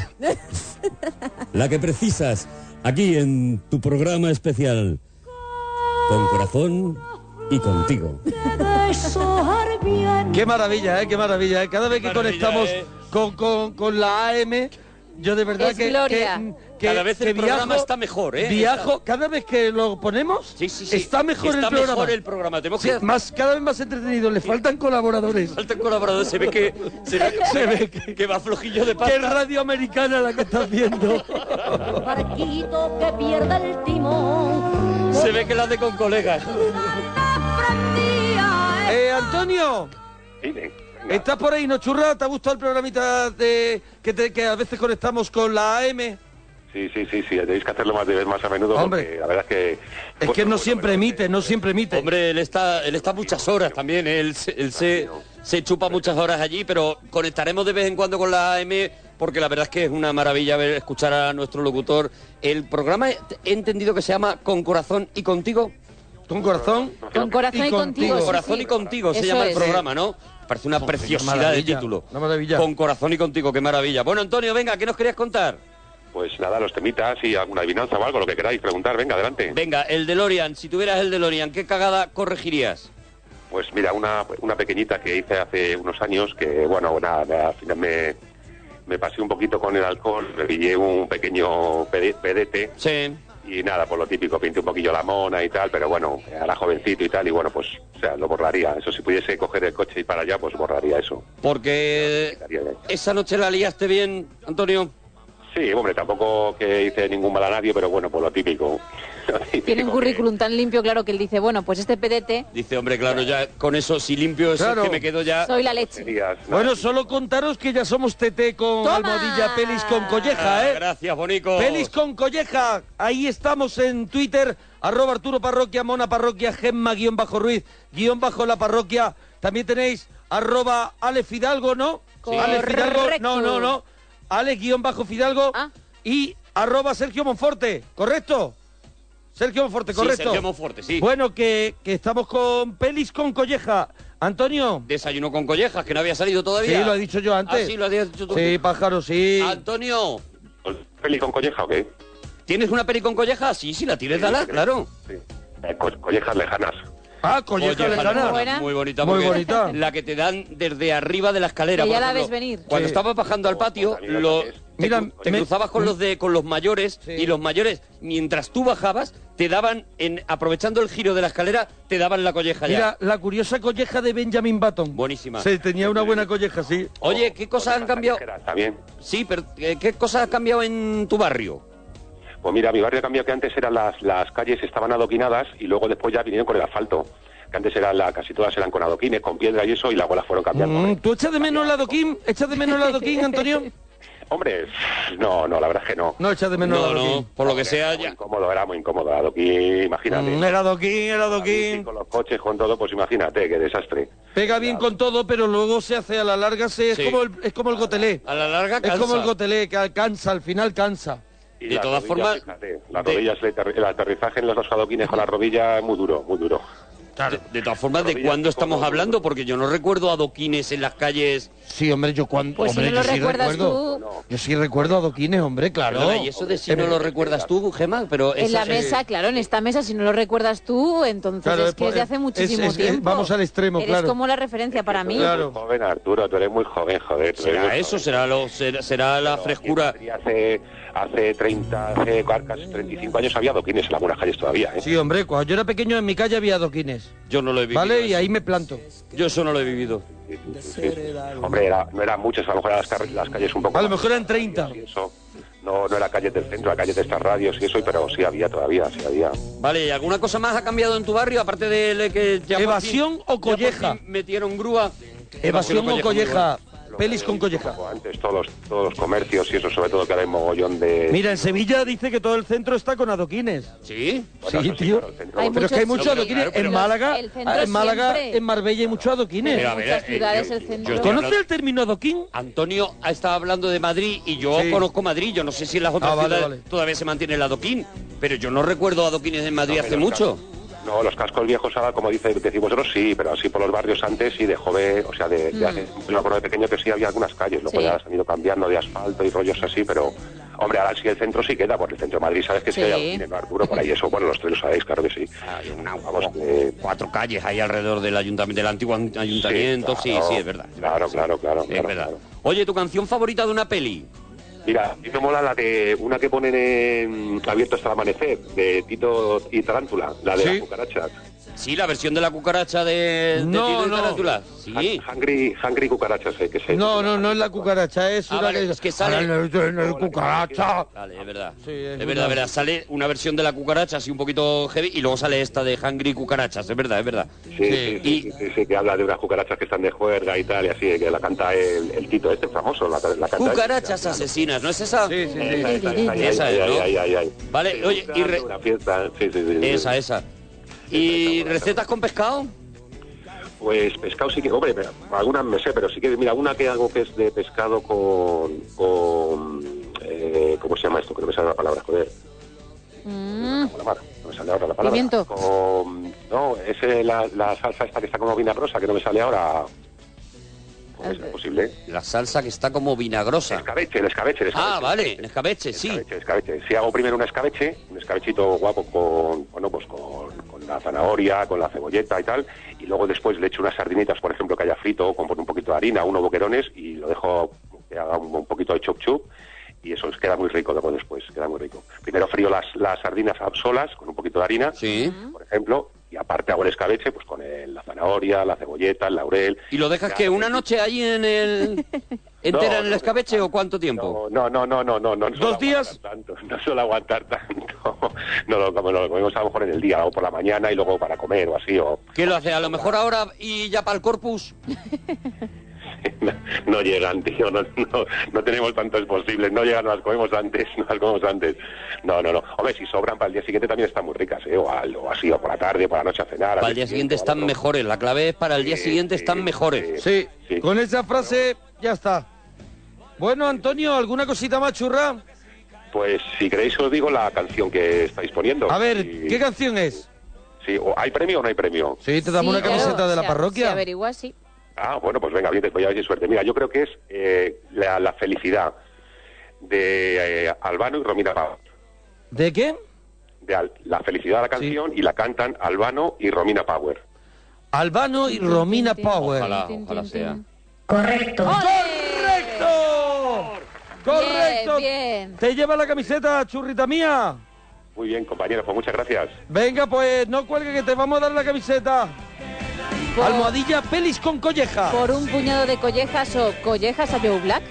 Speaker 5: la que precisas aquí en tu programa especial. Con corazón y contigo.
Speaker 2: de sojar bien.
Speaker 3: Qué maravilla, ¿eh? Qué maravilla, ¿eh? Cada vez que
Speaker 5: Maravilla,
Speaker 3: conectamos
Speaker 5: ¿eh?
Speaker 3: con, con- con la AM, yo de verdad
Speaker 6: Es
Speaker 3: que,
Speaker 6: gloria.
Speaker 3: que- que-
Speaker 5: Cada vez
Speaker 3: que
Speaker 5: el programa está mejor, ¿eh?
Speaker 3: Viajo, cada vez que lo ponemos,
Speaker 5: Sí, sí, sí.
Speaker 3: está mejor
Speaker 5: Está
Speaker 3: el programa.
Speaker 5: mejor el programa, tenemos
Speaker 3: Sí,
Speaker 5: que-
Speaker 3: más, cada vez más entretenido, le faltan colaboradores.
Speaker 5: Falta colaborador, se ve que se ve,
Speaker 3: (laughs) Se ve que,
Speaker 5: que va flojillo de
Speaker 3: qué
Speaker 5: pata.
Speaker 3: radio americana la que estás viendo.
Speaker 2: Barquito que pierde el timón.
Speaker 5: Se ve que la hace con colegas.
Speaker 2: Prendía
Speaker 3: eh, Antonio.
Speaker 12: Dime.
Speaker 3: ¿Estás por ahí, no churra? ¿Te ha gustado el programita de, que, te- que a veces conectamos con la AM?
Speaker 12: Sí, sí, sí, sí, tenéis que hacerlo más, de- más a menudo
Speaker 3: Hombre.
Speaker 12: porque la verdad es que...
Speaker 3: Es que no siempre emite, no siempre emite.
Speaker 5: Hombre, él está, él está muchas horas también, ¿eh? él, se- él se, se chupa muchas horas allí, pero conectaremos de vez en cuando con la AM porque la verdad es que es una maravilla ver escuchar a nuestro locutor. El programa he entendido que se llama Con Corazón y Contigo.
Speaker 3: Con corazón.
Speaker 6: Con corazón y, contigo. sí,
Speaker 5: Corazón
Speaker 6: sí.
Speaker 5: y contigo se
Speaker 6: Eso
Speaker 5: llama el
Speaker 6: es.
Speaker 5: programa, ¿no? Parece una preciosidad de
Speaker 3: maravilla,
Speaker 5: título.
Speaker 3: una maravilla.
Speaker 5: Con corazón y contigo, qué maravilla. Bueno, Antonio, venga, ¿qué nos querías contar?
Speaker 12: Pues nada, los temitas y alguna adivinanza o algo, lo que queráis preguntar, venga, adelante.
Speaker 5: Venga, el DeLorean, si tuvieras el DeLorean, ¿qué cagada corregirías?
Speaker 12: Pues mira, una, una pequeñita que hice hace unos años que, bueno, nada, nada, al final me, me pasé un poquito con el alcohol, me pillé un pequeño pede- pedete.
Speaker 5: Sí.
Speaker 12: Y nada, por lo típico, pinté un poquillo la mona y tal, pero bueno, era jovencito y tal, y bueno, pues, o sea, lo borraría. Eso, si pudiese coger el coche y para allá, pues borraría eso.
Speaker 5: Porque esa noche la liaste bien, Antonio.
Speaker 12: Sí, hombre, tampoco que hice ningún mal a nadie, pero bueno, por lo típico. Lo típico.
Speaker 6: Tiene un currículum tan limpio, claro, que él dice, bueno, pues este pedete
Speaker 5: Dice, hombre, claro, ya con eso, si limpio eso,
Speaker 3: Claro.
Speaker 5: es que me quedo ya...
Speaker 6: soy la leche.
Speaker 3: Bueno, solo contaros que ya somos TT con Almohadilla Pelis con Colleja, ¿eh?
Speaker 5: Gracias, Bonico.
Speaker 3: Pelis con Colleja, ahí estamos en Twitter, arroba Arturo Parroquia, Mona Parroquia, Gemma, guión bajo Ruiz, guión bajo la parroquia. También tenéis arroba Ale Fidalgo, ¿no?
Speaker 2: Sí.
Speaker 3: Ale Fidalgo, no,
Speaker 2: Correcto. Ah.
Speaker 3: no, no. Ale guión bajo Fidalgo y arroba Sergio Monforte, ¿correcto? Sergio Monforte,
Speaker 5: Sí,
Speaker 3: correcto.
Speaker 5: Sergio Monforte, sí.
Speaker 3: Bueno, que, que estamos con Pelis con Colleja. Antonio.
Speaker 5: Desayuno con collejas, que no había salido todavía.
Speaker 3: Sí, lo he dicho yo antes.
Speaker 5: Ah, sí, lo habías dicho tú.
Speaker 3: Sí, pájaro, sí.
Speaker 5: Antonio,
Speaker 12: ¿Peli con colleja o qué?
Speaker 5: ¿tienes una peli con colleja? Sí, sí, la tienes, dala, claro.
Speaker 12: Eh, co- collejas lejanas.
Speaker 3: Ah,
Speaker 5: Collejas lejanas, Muy bonita,
Speaker 12: Muy
Speaker 5: porque
Speaker 12: bonita.
Speaker 5: La que te dan desde arriba de la escalera.
Speaker 6: Que ya
Speaker 5: por
Speaker 6: la
Speaker 5: ejemplo.
Speaker 6: ves venir.
Speaker 5: Cuando
Speaker 6: Sí.
Speaker 5: estabas bajando
Speaker 12: Oh,
Speaker 5: al
Speaker 12: pues
Speaker 5: patio, lo- te, cru- te cruzabas con los de con los mayores y los mayores, mientras tú bajabas, te daban, en, aprovechando el giro de la escalera, te daban la colleja ya.
Speaker 3: Mira, la curiosa colleja de Benjamin Button.
Speaker 5: Buenísima.
Speaker 3: Sí, tenía una buena colleja, sí.
Speaker 5: Oye,
Speaker 12: Oh,
Speaker 5: ¿qué cosas han cambiado? Sí, pero eh, ¿qué cosas han cambiado en tu barrio?
Speaker 12: Pues mira, mi barrio ha cambiado que antes eran las, las calles estaban adoquinadas y luego después ya vinieron con el asfalto. Que antes eran la, casi todas eran con adoquines, con piedra y eso, y luego las fueron cambiando.
Speaker 3: Mm, ¿Tú echas de menos el adoquín? ¿Echas de menos el adoquín,
Speaker 5: (laughs)
Speaker 3: Antonio?
Speaker 12: Hombre, no, no, la verdad es que no.
Speaker 3: No echas de menos el adoquín.
Speaker 5: por lo que sea
Speaker 12: Era muy incómodo, era muy incómodo el adoquín, imagínate.
Speaker 3: Mm, el adoquín, el
Speaker 12: adoquín. Con los coches, con todo, pues imagínate, qué desastre.
Speaker 3: Pega bien con todo, pero luego se hace a la larga, se, es,
Speaker 12: Sí.
Speaker 3: como el, es como el gotelé.
Speaker 5: A la larga
Speaker 3: Es como
Speaker 12: cansa.
Speaker 3: el gotelé, que alcanza, al final cansa.
Speaker 12: Y
Speaker 5: De
Speaker 12: las
Speaker 5: todas
Speaker 12: rodillas,
Speaker 5: formas,
Speaker 12: fíjate, las rodillas, el aterri- el aterrizaje en los dos adoquines con las rodillas, muy duro, muy duro.
Speaker 5: De, de todas formas, ¿de cuándo estamos hablando? Porque yo no recuerdo adoquines en las calles.
Speaker 3: Sí, hombre, yo cuando...
Speaker 5: Pues si
Speaker 3: hombre,
Speaker 5: no lo
Speaker 3: yo sí
Speaker 5: recuerdas
Speaker 3: recuerdo, Yo sí recuerdo adoquines, hombre, claro.
Speaker 5: Perdona, y eso de si no lo recuerdas tú, Gemma, pero...
Speaker 6: En
Speaker 5: esa-
Speaker 6: la mesa, claro, en esta mesa, si no lo recuerdas tú, entonces
Speaker 12: Claro,
Speaker 6: es
Speaker 12: es
Speaker 6: que
Speaker 12: por-
Speaker 6: es de hace
Speaker 12: es-
Speaker 6: muchísimo
Speaker 12: es- es-
Speaker 6: tiempo.
Speaker 12: vamos al extremo,
Speaker 6: Eres
Speaker 12: claro.
Speaker 6: como la referencia para mí.
Speaker 12: Tú eres muy joven, Arturo, tú eres muy joven, joder. tú eres muy
Speaker 5: Será eso, será, lo, será, será la frescura.
Speaker 12: hace, hace 30, hace casi 35 años había adoquines en algunas calles todavía, ¿eh?
Speaker 3: Sí, hombre, cuando yo era pequeño en mi calle había adoquines.
Speaker 5: Yo no lo he vivido.
Speaker 3: ¿Vale? Y ahí me planto.
Speaker 5: Yo eso no lo he vivido.
Speaker 12: Hombre, era- no eran muchas, a lo mejor eran las, car- las calles un poco...
Speaker 3: A lo mejor eran 30.
Speaker 12: más, eso. No, no era calles del centro, era calles de estas radios y eso, y- pero sí había todavía, sí había.
Speaker 5: Vale, ¿y ¿alguna cosa más ha cambiado en tu barrio, aparte de le- que... ya por
Speaker 3: ¿Evasión
Speaker 5: fin-
Speaker 3: o
Speaker 5: ya por
Speaker 3: colleja?
Speaker 5: fin metieron grúa.
Speaker 3: Evasión o colleja. Pelis con colleja.
Speaker 12: Antes todos los, todos los comercios y eso, sobre todo que era el mogollón de...
Speaker 3: Mira, en Sevilla dice que todo el centro está con adoquines.
Speaker 5: Sí,
Speaker 12: Bueno,
Speaker 3: sí,
Speaker 12: eso sí,
Speaker 3: tío.
Speaker 12: claro, el centro-
Speaker 3: pero es que hay muchos
Speaker 12: No, pero
Speaker 3: adoquines.
Speaker 12: claro, pero-
Speaker 3: en Málaga,
Speaker 6: El centro
Speaker 3: en Málaga,
Speaker 6: siempre.
Speaker 3: en Marbella hay muchos adoquines.
Speaker 5: Pero, a ver, eh,
Speaker 6: ciudades,
Speaker 5: yo-
Speaker 6: el
Speaker 5: yo
Speaker 6: centro.
Speaker 5: estoy
Speaker 3: ¿Conoce el término adoquín?
Speaker 5: Antonio ha estado hablando de Madrid y yo
Speaker 3: Sí.
Speaker 5: conozco Madrid. Yo no sé si en las otras
Speaker 3: Ah, vale,
Speaker 5: ciudades
Speaker 3: vale.
Speaker 5: todavía se mantiene el adoquín, pero yo no recuerdo adoquines en Madrid
Speaker 12: No,
Speaker 5: hace
Speaker 12: pero
Speaker 5: mucho.
Speaker 12: No, los cascos viejos ahora, como dice, decís vosotros, sí, pero así por los barrios antes y de joven, o sea, de, de
Speaker 5: Mm.
Speaker 12: hace- yo me acuerdo de pequeño que sí había algunas calles, luego
Speaker 5: Sí.
Speaker 12: ya se han ido cambiando de asfalto y rollos así, pero, hombre, ahora sí el centro sí queda, porque el centro de Madrid, sabes que sí,
Speaker 5: Sí.
Speaker 12: hay algún dinero, Arturo, por ahí eso, bueno, los tres lo sabéis, claro que sí. Vamos, eh, que-
Speaker 5: Cuatro calles ahí alrededor del ayuntamiento, del antiguo an- ayuntamiento. Sí,
Speaker 12: claro.
Speaker 5: sí, es verdad.
Speaker 12: Claro, claro, claro.
Speaker 5: Es verdad. Oye, tu canción favorita de una peli.
Speaker 12: Mira, a mí me mola la de una que ponen en abierto hasta el amanecer, de Tito y Tarántula, la de las cucarachas.
Speaker 5: Sí, la versión de la cucaracha de, de
Speaker 12: No,
Speaker 5: Tito y
Speaker 12: no.
Speaker 5: Tarántula. Sí.
Speaker 12: Hungry, hungry cucarachas, eh, que se...
Speaker 3: No, no, no es la cucaracha, es
Speaker 5: Ah,
Speaker 3: una
Speaker 5: vale, es que sale-
Speaker 3: Ahora no es- no es cucaracha.
Speaker 5: Vale, es verdad.
Speaker 3: es
Speaker 5: es,
Speaker 3: una-
Speaker 5: verdad, verdad. Sale una versión de la cucaracha así un poquito heavy y luego sale esta de Hungry Cucarachas, es verdad, es verdad.
Speaker 12: Sí, sí, sí, sí, sí, sí, que habla de unas cucarachas que están de juerga y tal, y así, que la canta el, el Tito, este famoso, la, la canta
Speaker 5: Cucarachas asesinas, ¿no es esa? Sí, sí,
Speaker 12: Esa, esa, esa, ahí,
Speaker 5: Esa
Speaker 12: ahí,
Speaker 5: es, ¿no?
Speaker 12: ahí, ahí, ahí.
Speaker 5: Vale, oye, y re-
Speaker 12: Una fiesta, sí, sí, sí, sí.
Speaker 5: esa, esa. ¿Y recetas con pescado?
Speaker 12: Pues pescado sí que, hombre, pero algunas me sé, pero sí que, mira, una que hago que es de pescado con, con eh, ¿cómo se llama esto? Que no me sale la palabra, joder.
Speaker 6: Mm.
Speaker 12: la mar, no me sale ahora la palabra.
Speaker 6: Pimiento.
Speaker 12: Con- no, es eh, la, la salsa esta que está como vinagrosa, que no me sale ahora. ¿Cómo es posible?
Speaker 5: La salsa que está como vinagrosa.
Speaker 12: Escabeche, el escabeche, el escabeche.
Speaker 5: Ah, vale, el escabeche, sí.
Speaker 12: Escabeche, escabeche. Si hago primero un escabeche, un escabechito guapo con, bueno, pues con, con la zanahoria, con la cebolleta y tal, y luego después le echo unas sardinitas, por ejemplo, que haya frito, con un poquito de harina, unos boquerones, y lo dejo que haga un, un poquito de chop chup, y eso es- queda muy rico luego después, queda muy rico. Primero frío las, las sardinas a- solas, con un poquito de harina, por ejemplo, y aparte hago el escabeche, pues con el- la zanahoria, la cebolleta, el laurel.
Speaker 5: ¿Y lo dejas
Speaker 12: la-
Speaker 5: que una noche ahí
Speaker 12: (laughs)
Speaker 5: en el... entera
Speaker 12: No,
Speaker 5: en el
Speaker 12: no,
Speaker 5: escabeche o cuánto tiempo?
Speaker 12: No, no, no, no, no. no ¿Dos días? Tanto, (laughs) no suelo aguantar tanto. (laughs) No lo, como lo comemos a lo mejor en el día, o por la mañana y luego para comer o así, o
Speaker 5: ¿Qué lo hace? A lo mejor ahora Ah, y ya para el corpus.
Speaker 12: no llegan, tío, (laughs) no, no, no tenemos tantos posibles, no llegan, no las comemos antes, (laughs) no las comemos antes. No, no, no. Hombre, si sobran para el día siguiente también están muy ricas, ¿eh? O, al- o así, o por la tarde, o por la noche a cenar.
Speaker 5: Para el día siguiente están mejores. La clave es para el día siguiente están mejores.
Speaker 3: Sí. Con esa frase ya está. Bueno, Antonio, ¿alguna cosita más churra?
Speaker 12: Pues si queréis os digo la canción que estáis poniendo.
Speaker 3: A ver,
Speaker 12: Y-
Speaker 3: ¿qué canción es?
Speaker 12: sí, o- ¿Hay premio o no hay premio?
Speaker 3: Sí, te damos
Speaker 6: Sí,
Speaker 3: una
Speaker 6: claro,
Speaker 3: camiseta de la
Speaker 6: se-
Speaker 3: parroquia.
Speaker 6: Se averigua, sí.
Speaker 12: Ah, bueno, pues venga, bien, te voy a ver si hay suerte. Mira, yo creo que es eh, la, la felicidad de eh, Albano y Romina Power.
Speaker 3: ¿De qué?
Speaker 12: De Al- la felicidad de la canción y la cantan Albano y Romina Power.
Speaker 3: Albano y Romina Power.
Speaker 5: Ojalá, ojalá sea.
Speaker 3: Correcto. ¡Correcto! ¡Correcto! ¿Te lleva la camiseta, churrita mía?
Speaker 12: Muy bien, compañero, pues muchas gracias.
Speaker 3: Venga, pues no cuelgue que te vamos a dar la camiseta. Almohadilla pelis con colleja.
Speaker 6: Por un puñado de collejas o collejas a Joe Black.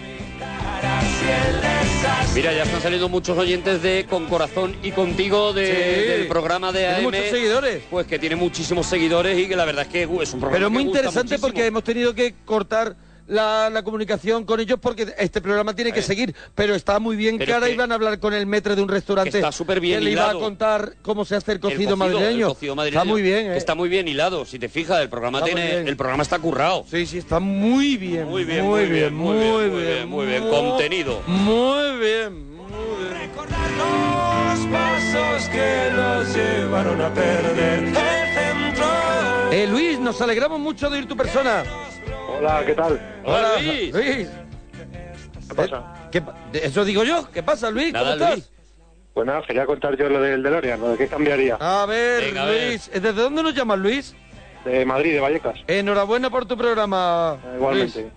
Speaker 5: Mira, ya se han salido muchos oyentes de Con Corazón y Contigo de-
Speaker 3: Sí.
Speaker 5: del programa de
Speaker 3: Tiene
Speaker 5: AM.
Speaker 3: muchos seguidores.
Speaker 5: Pues que tiene muchísimos seguidores y que la verdad es que uh, es un programa
Speaker 3: Pero
Speaker 5: que
Speaker 3: muy
Speaker 5: gusta
Speaker 3: interesante
Speaker 5: muchísimo.
Speaker 3: porque hemos tenido que cortar la, la comunicación con ellos porque este programa tiene que seguir. Pero está muy bien
Speaker 5: Eh. Pero
Speaker 3: que
Speaker 5: es
Speaker 3: ahora
Speaker 5: que-
Speaker 3: iban a hablar con el metre de un restaurante.
Speaker 5: está superbien
Speaker 3: Que le iba a
Speaker 5: hilado.
Speaker 3: contar cómo se hace el
Speaker 5: El
Speaker 3: cocido,
Speaker 5: cocido,
Speaker 3: madrileño.
Speaker 5: el cocido madrileño,
Speaker 3: Está muy bien,
Speaker 5: que
Speaker 3: ¿eh?
Speaker 5: Está muy bien hilado, si te fijas, el programa
Speaker 3: Está muy
Speaker 5: tiene
Speaker 3: bien.
Speaker 5: el programa está currado.
Speaker 3: Sí, sí, está muy bien.
Speaker 5: Muy bien, muy bien, muy bien, muy bien, muy bien, contenido.
Speaker 3: Muy bien.
Speaker 2: Los pasos que nos llevaron a perder el centro.
Speaker 3: Eh, Luis, nos alegramos mucho de oír tu persona.
Speaker 13: Hola, ¿qué tal?
Speaker 3: Hola, Luis. Eh, ¿Qué pasa? Eso digo yo. ¿Qué pasa, Luis?
Speaker 13: Nada,
Speaker 3: ¿Cómo estás?
Speaker 13: Luis. Pues nada, quería contar yo lo del DeLorean, lo de qué cambiaría.
Speaker 3: A ver, Luis, ¿desde dónde nos llamas, Luis?
Speaker 13: De Madrid, de Vallecas. Eh,
Speaker 3: Enhorabuena por tu programa.
Speaker 13: Ah, Igualmente.
Speaker 3: Luis.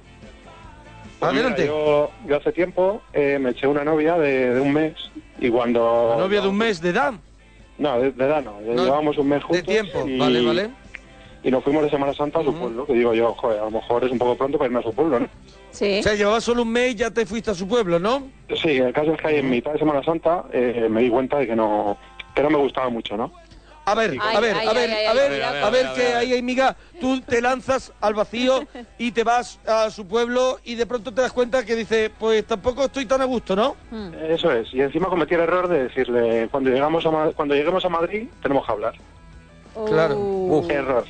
Speaker 13: Pues mira,
Speaker 3: Adelante.
Speaker 13: yo, yo hace tiempo eh, me eché una novia de, de un mes y cuando...
Speaker 3: La novia de un mes de edad.
Speaker 13: No, de, de edad no, de- llevábamos un mes juntos. De tiempo,
Speaker 3: vale, vale.
Speaker 13: Y nos fuimos de Semana Santa a su pueblo, que digo yo, joder, a lo mejor es un poco pronto para irme a su pueblo, ¿no?
Speaker 6: Sí.
Speaker 3: O sea, llevaba solo un mes y ya te fuiste a su pueblo, ¿no?
Speaker 13: Sí, el caso es que ahí en mitad de Semana Santa eh, me di cuenta de que no, que no me gustaba mucho, ¿no?
Speaker 3: A ver,
Speaker 13: Ay,
Speaker 3: a ver,
Speaker 13: ay,
Speaker 3: a
Speaker 13: ay,
Speaker 3: ver,
Speaker 13: ay,
Speaker 3: a
Speaker 13: ay,
Speaker 3: ver,
Speaker 13: cuidado,
Speaker 3: a ver
Speaker 13: cuidado,
Speaker 3: que
Speaker 13: cuidado.
Speaker 3: ahí, amiga, tú te lanzas al vacío y te vas a su pueblo y de pronto te das cuenta que dices, pues tampoco estoy tan a gusto, ¿no?
Speaker 13: Eso es, y encima cometí el error de decirle, cuando llegamos a Ma- cuando lleguemos a Madrid tenemos que hablar. Oh.
Speaker 3: Claro.
Speaker 13: Error.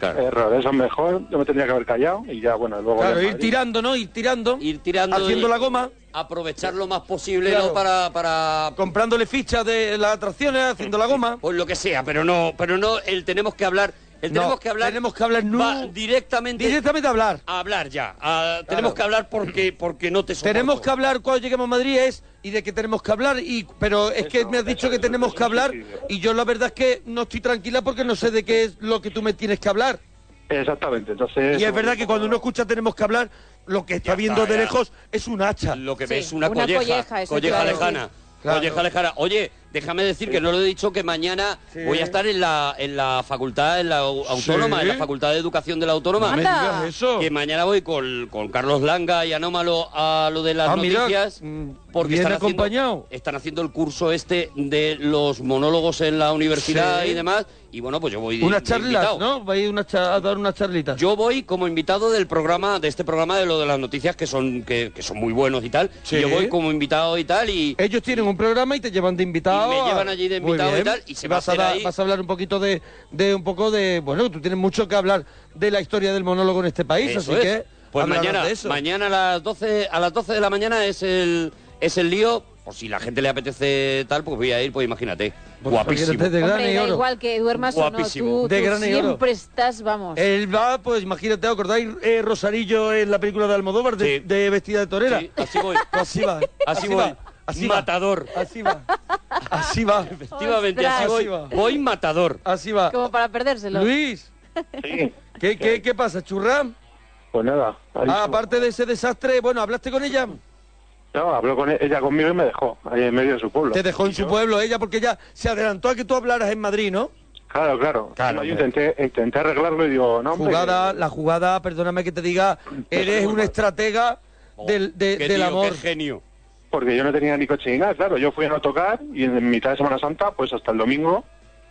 Speaker 13: Error, eso es mejor, yo me tendría que haber callado y ya, bueno, luego...
Speaker 3: Claro,
Speaker 13: ya en
Speaker 3: ir
Speaker 13: Madrid.
Speaker 3: tirando, ¿no? Ir tirando.
Speaker 5: Ir tirando.
Speaker 3: Haciendo
Speaker 5: y
Speaker 3: la goma.
Speaker 5: Aprovechar lo más posible
Speaker 3: Claro.
Speaker 5: ¿no? para, para
Speaker 3: Comprándole fichas de las atracciones, haciendo la goma.
Speaker 5: Pues lo que sea, pero no, pero no el tenemos que hablar, el
Speaker 3: No,
Speaker 5: tenemos que hablar
Speaker 3: tenemos que hablar nu-
Speaker 5: va directamente
Speaker 3: directamente a hablar.
Speaker 5: A hablar ya. a- tenemos que hablar porque porque no te soporto.
Speaker 3: Tenemos que hablar cuando lleguemos a Madrid es y de qué tenemos que hablar y pero es que me has dicho que tenemos que hablar y yo la verdad es que no estoy tranquila porque no sé de qué es lo que tú me tienes que hablar.
Speaker 13: Exactamente, entonces...
Speaker 3: Y es verdad que cuando uno escucha tenemos que hablar, lo que está viendo de
Speaker 5: ya.
Speaker 3: lejos es un hacha. Lo
Speaker 5: que ves una, colleja, colleja, lejana.
Speaker 3: Claro.
Speaker 5: Colleja lejana. Oye, déjame decir que no lo he dicho que mañana
Speaker 3: Sí.
Speaker 5: voy a estar en la en la facultad en la au- autónoma, en la facultad de educación de la autónoma.
Speaker 3: No me Anda. digas eso.
Speaker 5: Que mañana voy con, con Carlos Langa y Anómalo a lo de las
Speaker 3: Ah, mira,
Speaker 5: noticias. porque
Speaker 3: viene
Speaker 5: están haciendo, están haciendo el curso este de los monólogos en la universidad
Speaker 3: Sí.
Speaker 5: y demás. Y bueno, pues yo voy de-
Speaker 3: Unas
Speaker 5: de
Speaker 3: charlas,
Speaker 5: invitado.
Speaker 3: ¿no? Va a ir una cha- a dar unas charlitas.
Speaker 5: Yo voy como invitado del programa, de este programa de lo de las noticias que son, que, que son muy buenos y tal.
Speaker 3: Sí.
Speaker 5: Y Yo voy como invitado y tal y
Speaker 3: Ellos tienen un programa y te llevan de invitado.
Speaker 5: Y me
Speaker 3: a-
Speaker 5: llevan allí de
Speaker 3: Muy
Speaker 5: invitado y
Speaker 3: bien.
Speaker 5: tal, y se va
Speaker 3: vas
Speaker 5: a hacer
Speaker 3: dar-
Speaker 5: ahí-
Speaker 3: Vas a hablar un poquito de, de un poco de, bueno, tú tienes mucho que hablar de la historia del monólogo en este país,
Speaker 5: eso
Speaker 3: así
Speaker 5: es.
Speaker 3: que
Speaker 5: Pues
Speaker 3: háblanos
Speaker 5: mañana,
Speaker 3: de eso.
Speaker 5: mañana a las 12, a las 12 de la mañana es el es el lío, por si la gente le apetece tal, pues voy a ir, pues imagínate. Guapísimo.
Speaker 3: De gran
Speaker 6: Hombre,
Speaker 3: y
Speaker 6: da
Speaker 3: oro.
Speaker 6: igual que duermas
Speaker 3: Guapísimo.
Speaker 6: o no, tú,
Speaker 3: De
Speaker 6: tú
Speaker 3: gran y oro.
Speaker 6: siempre estás, vamos.
Speaker 3: Él va, pues imagínate, ¿os ¿acordáis eh, Rosarillo en la película de Almodóvar de, de vestida de torera? Pues
Speaker 5: Sí,
Speaker 3: (laughs)
Speaker 5: así voy.
Speaker 3: Así va.
Speaker 5: Así voy. Matador.
Speaker 3: Así va. Así va.
Speaker 5: Efectivamente, así voy. Voy matador.
Speaker 3: Así va.
Speaker 6: Como para perdérselo. (laughs)
Speaker 3: Luis. ¿Qué, qué, qué pasa, churra?
Speaker 13: Pues nada. ahí
Speaker 3: Ah,
Speaker 13: estuvo.
Speaker 3: aparte de ese desastre, bueno, ¿hablaste con ella?
Speaker 13: No, habló con e- ella conmigo y me dejó, ahí en medio de su pueblo.
Speaker 3: Te dejó en su pueblo ella porque ella se adelantó a que tú hablaras en Madrid, ¿no?
Speaker 13: Claro, claro. No, yo intenté, intenté arreglarlo y digo, no, hombre,
Speaker 3: jugada, la jugada, perdóname que te diga, eres un estratega del,
Speaker 5: Oh,
Speaker 3: de-
Speaker 13: qué
Speaker 3: del
Speaker 13: tío,
Speaker 3: amor.
Speaker 13: qué porque yo no tenía ni coche ni nada, claro. Yo fui a no tocar y en mitad de Semana Santa, pues hasta el domingo,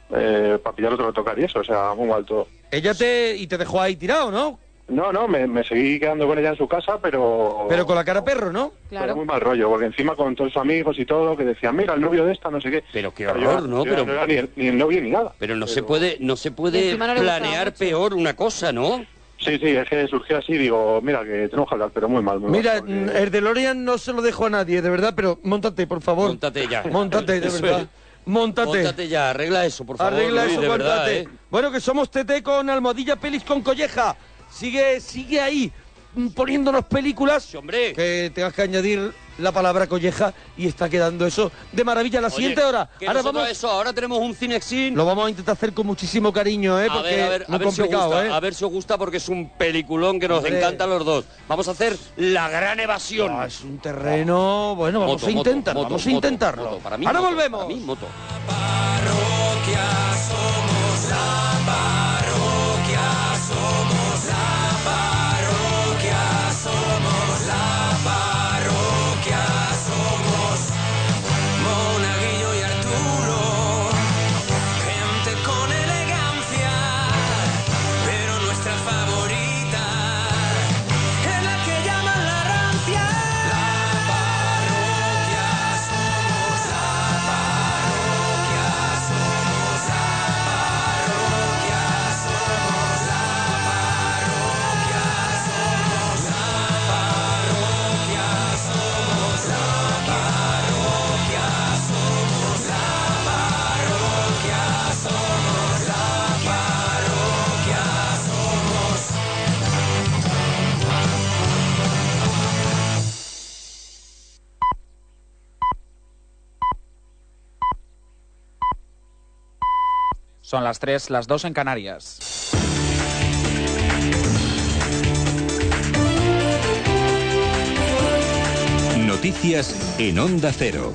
Speaker 13: eh, para pillar otro tocar y eso, o sea, muy alto.
Speaker 3: Ella te y te dejó ahí tirado, ¿no?
Speaker 13: No, no, me, me seguí quedando con ella en su casa, pero...
Speaker 3: Pero con la cara a perro, ¿no?
Speaker 13: Pero muy mal rollo, porque encima con todos sus amigos y todo, que decían, mira, el novio de esta, no sé qué.
Speaker 5: Pero qué
Speaker 13: Claro, yo-
Speaker 5: horror, ¿no?
Speaker 13: yo
Speaker 5: Pero-
Speaker 13: no era ni el, ni el novio ni nada.
Speaker 5: Pero no se puede, no se
Speaker 13: Y
Speaker 5: puede
Speaker 13: encima no le gustaba
Speaker 5: planear peor una cosa, ¿no?
Speaker 13: Sí, sí, es que surgió así, digo, mira, que tenemos que hablar, pero muy mal. Muy mal.
Speaker 3: Mira, el DeLorean no se lo dejo a nadie, de verdad, pero montate, por favor.
Speaker 5: Móntate ya.
Speaker 3: Móntate, de
Speaker 5: (laughs) Eso
Speaker 3: verdad.
Speaker 5: es.
Speaker 3: Móntate.
Speaker 5: Móntate ya, arregla eso, por favor.
Speaker 3: Arregla
Speaker 5: Luis,
Speaker 3: eso,
Speaker 5: de verdad,
Speaker 3: guárdate.
Speaker 5: ¿eh?
Speaker 3: Bueno, que somos TT con almohadilla, pelis con colleja. Sigue, sigue ahí mm, poniéndonos películas.
Speaker 5: hombre.
Speaker 3: Que tengas que añadir la palabra colleja y está quedando eso de maravilla. La
Speaker 5: Oye,
Speaker 3: siguiente hora.
Speaker 5: que
Speaker 3: Ahora
Speaker 5: nosotros
Speaker 3: vamos.
Speaker 5: eso, ahora tenemos un cinexin.
Speaker 3: Lo vamos a intentar hacer con muchísimo cariño, ¿eh?
Speaker 5: a
Speaker 3: Porque
Speaker 5: ver, a ver,
Speaker 3: muy
Speaker 5: a ver si os
Speaker 3: complicado,
Speaker 5: gusta,
Speaker 3: ¿eh?
Speaker 5: a ver si os gusta porque es un peliculón que nos
Speaker 3: Hombre. Ah,
Speaker 5: encanta a los dos. Vamos a hacer la gran evasión.
Speaker 3: es un terreno, bueno, vamos
Speaker 5: Moto,
Speaker 3: a
Speaker 5: moto,
Speaker 3: intentarlo,
Speaker 5: moto,
Speaker 3: vamos a
Speaker 5: moto,
Speaker 3: intentarlo.
Speaker 5: moto, para mí
Speaker 3: Ahora
Speaker 5: moto,
Speaker 3: volvemos.
Speaker 5: para mí moto.
Speaker 2: Parroquia somos la parroquia, somos la parroquia, somos la parroquia, somos Monaguillo y Arturo, gente con elegancia, pero nuestra favorita es la que llaman la rancia. La parroquia somos la parroquia, somos la parroquia, somos la parroquia, somos la parroquia, somos la parroquia, somos la parroquia, somos la parroquia, somos.
Speaker 14: Son las 3, las 2 en Canarias.
Speaker 1: Noticias en Onda Cero.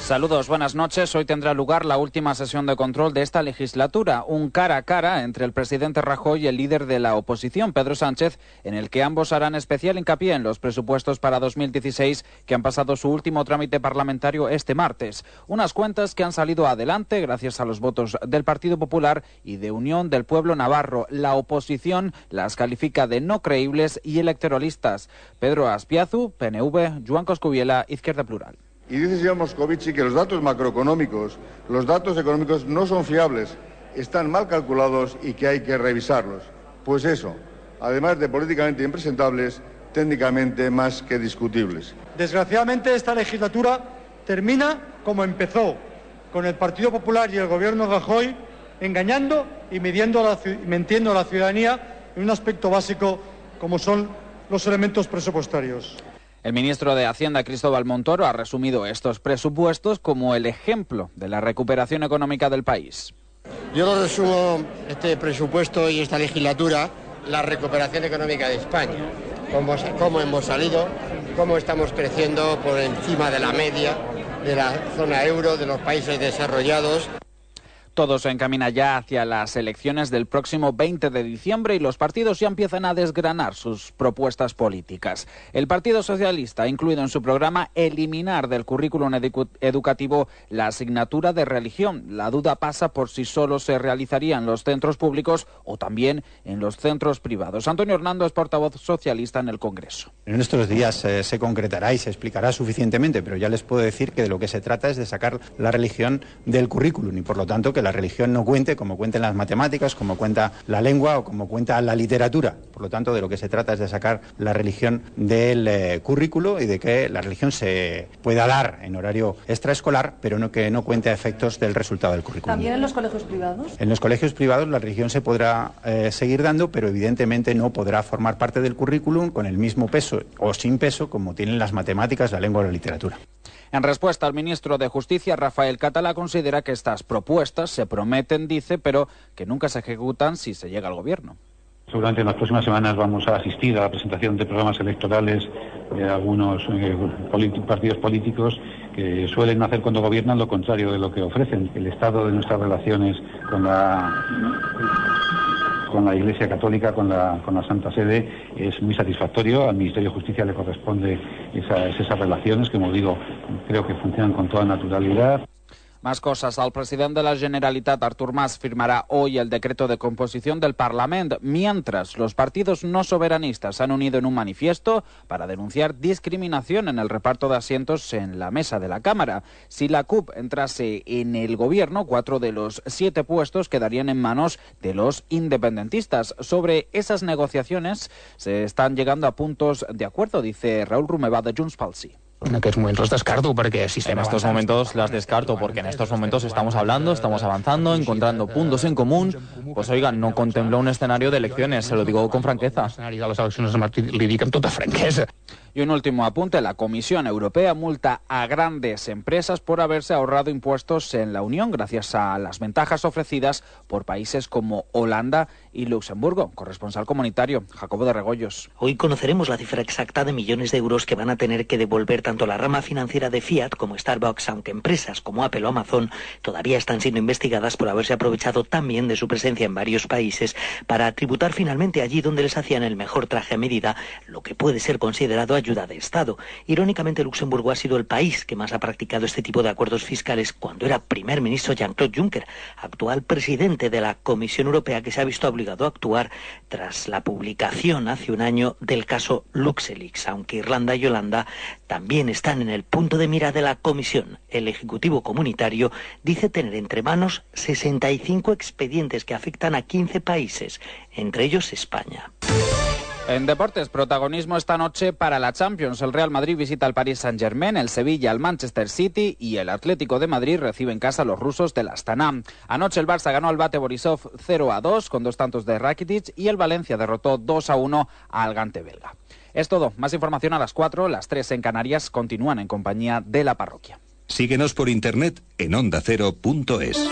Speaker 14: Saludos, buenas noches. Hoy tendrá lugar la última sesión de control de esta legislatura, un cara a cara entre el presidente Rajoy y el líder de la oposición, Pedro Sánchez, en el que ambos harán especial hincapié en los presupuestos para 2016 que han pasado su último trámite parlamentario este martes. Unas cuentas que han salido adelante gracias a los votos del Partido Popular y de Unión del Pueblo Navarro. La oposición las califica de no creíbles y electoralistas. Pedro Aspiazu, PNV, Juan Coscubiela, Izquierda Plural.
Speaker 15: Y dice el señor Moscovici que los datos macroeconómicos, los datos económicos no son fiables, están mal calculados y que hay que revisarlos. Pues eso, además de políticamente impresentables, técnicamente más que discutibles.
Speaker 16: Desgraciadamente esta legislatura termina como empezó, con el Partido Popular y el gobierno Rajoy engañando y midiendo a la ci- mintiendo a la ciudadanía en un aspecto básico como son los elementos presupuestarios.
Speaker 14: El ministro de Hacienda, Cristóbal Montoro, ha resumido estos presupuestos como el ejemplo de la recuperación económica del país.
Speaker 17: Yo lo resumo, este presupuesto y esta legislatura, la recuperación económica de España. Cómo, se- cómo hemos salido, cómo estamos creciendo por encima de la media de la zona euro, de los países desarrollados.
Speaker 14: Todo se encamina ya hacia las elecciones del próximo 20 de diciembre y los partidos ya empiezan a desgranar sus propuestas políticas. El Partido Socialista ha incluido en su programa eliminar del currículum edu- educativo la asignatura de religión. La duda pasa por si solo se realizaría en los centros públicos o también en los centros privados. Antonio Hernando es portavoz socialista en el Congreso.
Speaker 18: En estos días eh, se concretará y se explicará suficientemente, pero ya les puedo decir que de lo que se trata es de sacar la religión del currículum y por lo tanto que la religión no cuente como cuentan las matemáticas, como cuenta la lengua o como cuenta la literatura. Por lo tanto, de lo que se trata es de sacar la religión del eh, currículo y de que la religión se pueda dar en horario extraescolar, pero no que no cuente a efectos del resultado del currículum.
Speaker 19: ¿También en los colegios privados?
Speaker 18: En los colegios privados la religión se podrá eh, seguir dando, pero evidentemente no podrá formar parte del currículum con el mismo peso o sin peso como tienen las matemáticas, la lengua o la literatura.
Speaker 14: En respuesta, el ministro de Justicia, Rafael Catalá, considera que estas propuestas se prometen, dice, pero que nunca se ejecutan si se llega al gobierno.
Speaker 20: Seguramente en las próximas semanas vamos a asistir a la presentación de programas electorales de algunos eh, politi- partidos políticos que suelen hacer cuando gobiernan lo contrario de lo que ofrecen. El estado de nuestras relaciones con la con la Iglesia Católica, con la, con la Santa Sede, es muy satisfactorio. Al Ministerio de Justicia le corresponde esas, esas relaciones que, como digo, creo que funcionan con toda naturalidad.
Speaker 14: Más cosas. El president de la Generalitat, Artur Mas, firmará hoy el decreto de composición del Parlamento, mientras los partidos no soberanistas han unido en un manifiesto para denunciar discriminación en el reparto de asientos en la mesa de la Cámara. Si la CUP entrase en el gobierno, cuatro de los siete puestos quedarían en manos de los independentistas. Sobre esas negociaciones se están llegando a puntos de acuerdo, dice Raúl Rumeva de Junts pel Sí.
Speaker 21: En aquests moments les descarto perquè si
Speaker 22: En estos momentos las descarto porque en estos momentos estamos hablando, estamos avanzando, encontrando puntos en común. Pues oiga, no contemplo un escenario de elecciones, se lo digo con franqueza.
Speaker 14: Y un último apunte, la Comisión Europea multa a grandes empresas por haberse ahorrado impuestos en la Unión gracias a las ventajas ofrecidas por países como Holanda y Luxemburgo. Corresponsal comunitario, Jacobo de Regoyos.
Speaker 23: Hoy conoceremos la cifra exacta de millones de euros que van a tener que devolver tanto la rama financiera de Fiat como Starbucks, aunque empresas como Apple o Amazon todavía están siendo investigadas por haberse aprovechado también de su presencia en varios países para tributar finalmente allí donde les hacían el mejor traje a medida, lo que puede ser considerado ayuda de Estado. Irónicamente, Luxemburgo ha sido el país que más ha practicado este tipo de acuerdos fiscales cuando era primer ministro Jean-Claude Juncker, actual presidente de la Comisión Europea que se ha visto obligado a actuar tras la publicación hace un año del caso LuxLeaks, aunque Irlanda y Holanda también están en el punto de mira de la Comisión. El Ejecutivo Comunitario dice tener entre manos 65 expedientes que afectan a 15 países, entre ellos España.
Speaker 14: En deportes, protagonismo esta noche para la Champions. El Real Madrid visita al Paris Saint-Germain, el Sevilla al Manchester City y el Atlético de Madrid recibe en casa a los rusos del Astana. Anoche el Barça ganó al Bate Borisov 0 a 2 con dos tantos de Rakitic y el Valencia derrotó 2 a 1 al Gante belga. Es todo. Más información a las 4, las 3 en Canarias continúan en compañía de la parroquia.
Speaker 1: Síguenos por internet en ondacero.es.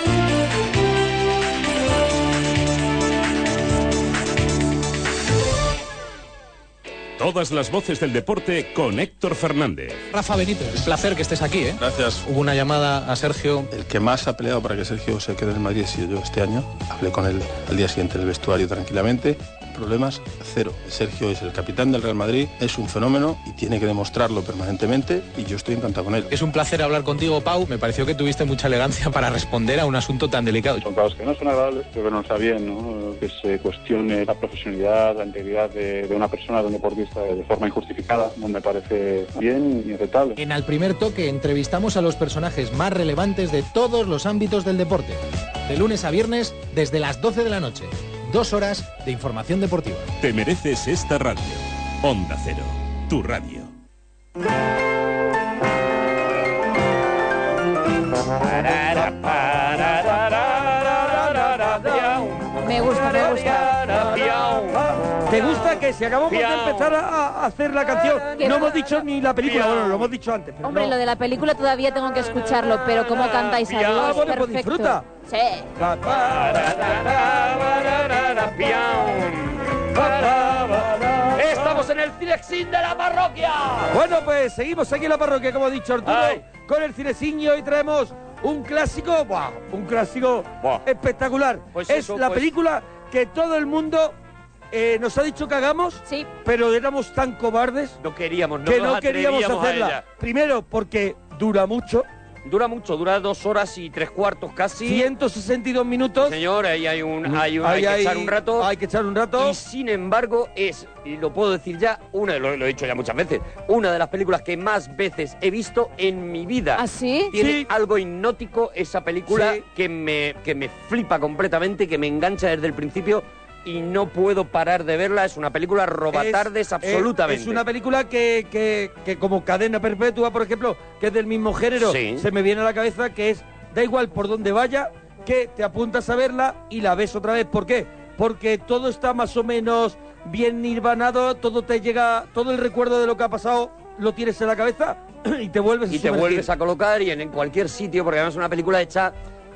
Speaker 24: Todas las voces del deporte con Héctor Fernández.
Speaker 25: Rafa Benítez, un placer que estés aquí, ¿eh?
Speaker 26: Gracias.
Speaker 25: Hubo una llamada a Sergio.
Speaker 26: El que más ha peleado para que Sergio se quede en el Madrid ha sido yo este año. Hablé con él al día siguiente en el vestuario tranquilamente. Problemas cero. Sergio es el capitán del Real Madrid, es un fenómeno y tiene que demostrarlo permanentemente y yo estoy encantado con él.
Speaker 25: Es un placer hablar contigo, Pau. Me pareció que tuviste mucha elegancia para responder a un asunto tan delicado.
Speaker 13: Son cosas que no son agradables, pero que no está bien, ¿no? Que se cuestione la profesionalidad, la integridad de, de una persona, de un deportista, de forma injustificada, no me parece bien ni aceptable.
Speaker 25: En Al Primer Toque entrevistamos a los personajes más relevantes de todos los ámbitos del deporte. De lunes a viernes, desde las 12 de la noche. Dos horas de información deportiva.
Speaker 24: Te mereces esta radio. Onda Cero, tu radio.
Speaker 6: Me gusta, me gusta.
Speaker 3: ¿Te gusta que si acabamos de
Speaker 6: Piau.
Speaker 3: empezar a a hacer la canción?
Speaker 6: Que
Speaker 3: No
Speaker 6: no-
Speaker 3: hemos dicho ni la película,
Speaker 6: Piau.
Speaker 3: bueno, lo hemos dicho antes. pero
Speaker 6: Hombre,
Speaker 3: no.
Speaker 6: lo de la película todavía tengo que escucharlo, pero como cantáis a
Speaker 3: Piau. Ah,
Speaker 6: Dios,
Speaker 3: bueno,
Speaker 6: perfecto.
Speaker 3: pues disfruta.
Speaker 6: Sí.
Speaker 3: Pa, pa,
Speaker 5: Estamos en el Cinexin de la parroquia.
Speaker 3: Bueno, pues seguimos aquí en la parroquia, como ha dicho Arturo, con el cineciño y traemos un clásico, ¡buah! un clásico espectacular.
Speaker 5: Pues
Speaker 3: es
Speaker 5: eso,
Speaker 3: la
Speaker 5: pues-
Speaker 3: película que todo el mundo eh, nos ha dicho que hagamos, pero éramos tan cobardes
Speaker 5: No queríamos, no
Speaker 3: que
Speaker 5: nos
Speaker 3: no queríamos
Speaker 5: atrevíamos a
Speaker 3: hacerla.
Speaker 5: ella.
Speaker 3: Primero, porque dura mucho.
Speaker 5: Dura mucho, dura dos horas y tres cuartos casi.
Speaker 3: 162 minutos.
Speaker 5: Señor, ahí hay un, hay, un-
Speaker 3: Ahí
Speaker 5: hay que
Speaker 3: hay-
Speaker 5: echar un rato.
Speaker 3: Hay que echar un rato.
Speaker 5: Y sin embargo es, y lo puedo decir ya, una, lo, lo he dicho ya muchas veces, una de las películas que más veces he visto en mi vida.
Speaker 6: ¿Ah, sí?
Speaker 5: Tiene
Speaker 6: Sí.
Speaker 5: algo hipnótico esa película
Speaker 6: Sí.
Speaker 5: que, me, que me flipa completamente, que me engancha desde el principio y no puedo parar de verla. Es una película robatardes
Speaker 3: Es-
Speaker 5: absolutamente.
Speaker 3: Es una película que, que- que como cadena perpetua, por ejemplo, que es del mismo género,
Speaker 5: Sí.
Speaker 3: se me viene a la cabeza que es, da igual por donde vaya, que te apuntas a verla y la ves otra vez. ¿Por qué? Porque todo está más o menos bien nirvanado, todo te llega, todo el recuerdo de lo que ha pasado lo tienes en la cabeza (clears throat) y te vuelves a (laughs)
Speaker 5: y te
Speaker 3: sumergir.
Speaker 5: vuelves a colocar y en, en cualquier sitio, porque además es una película hecha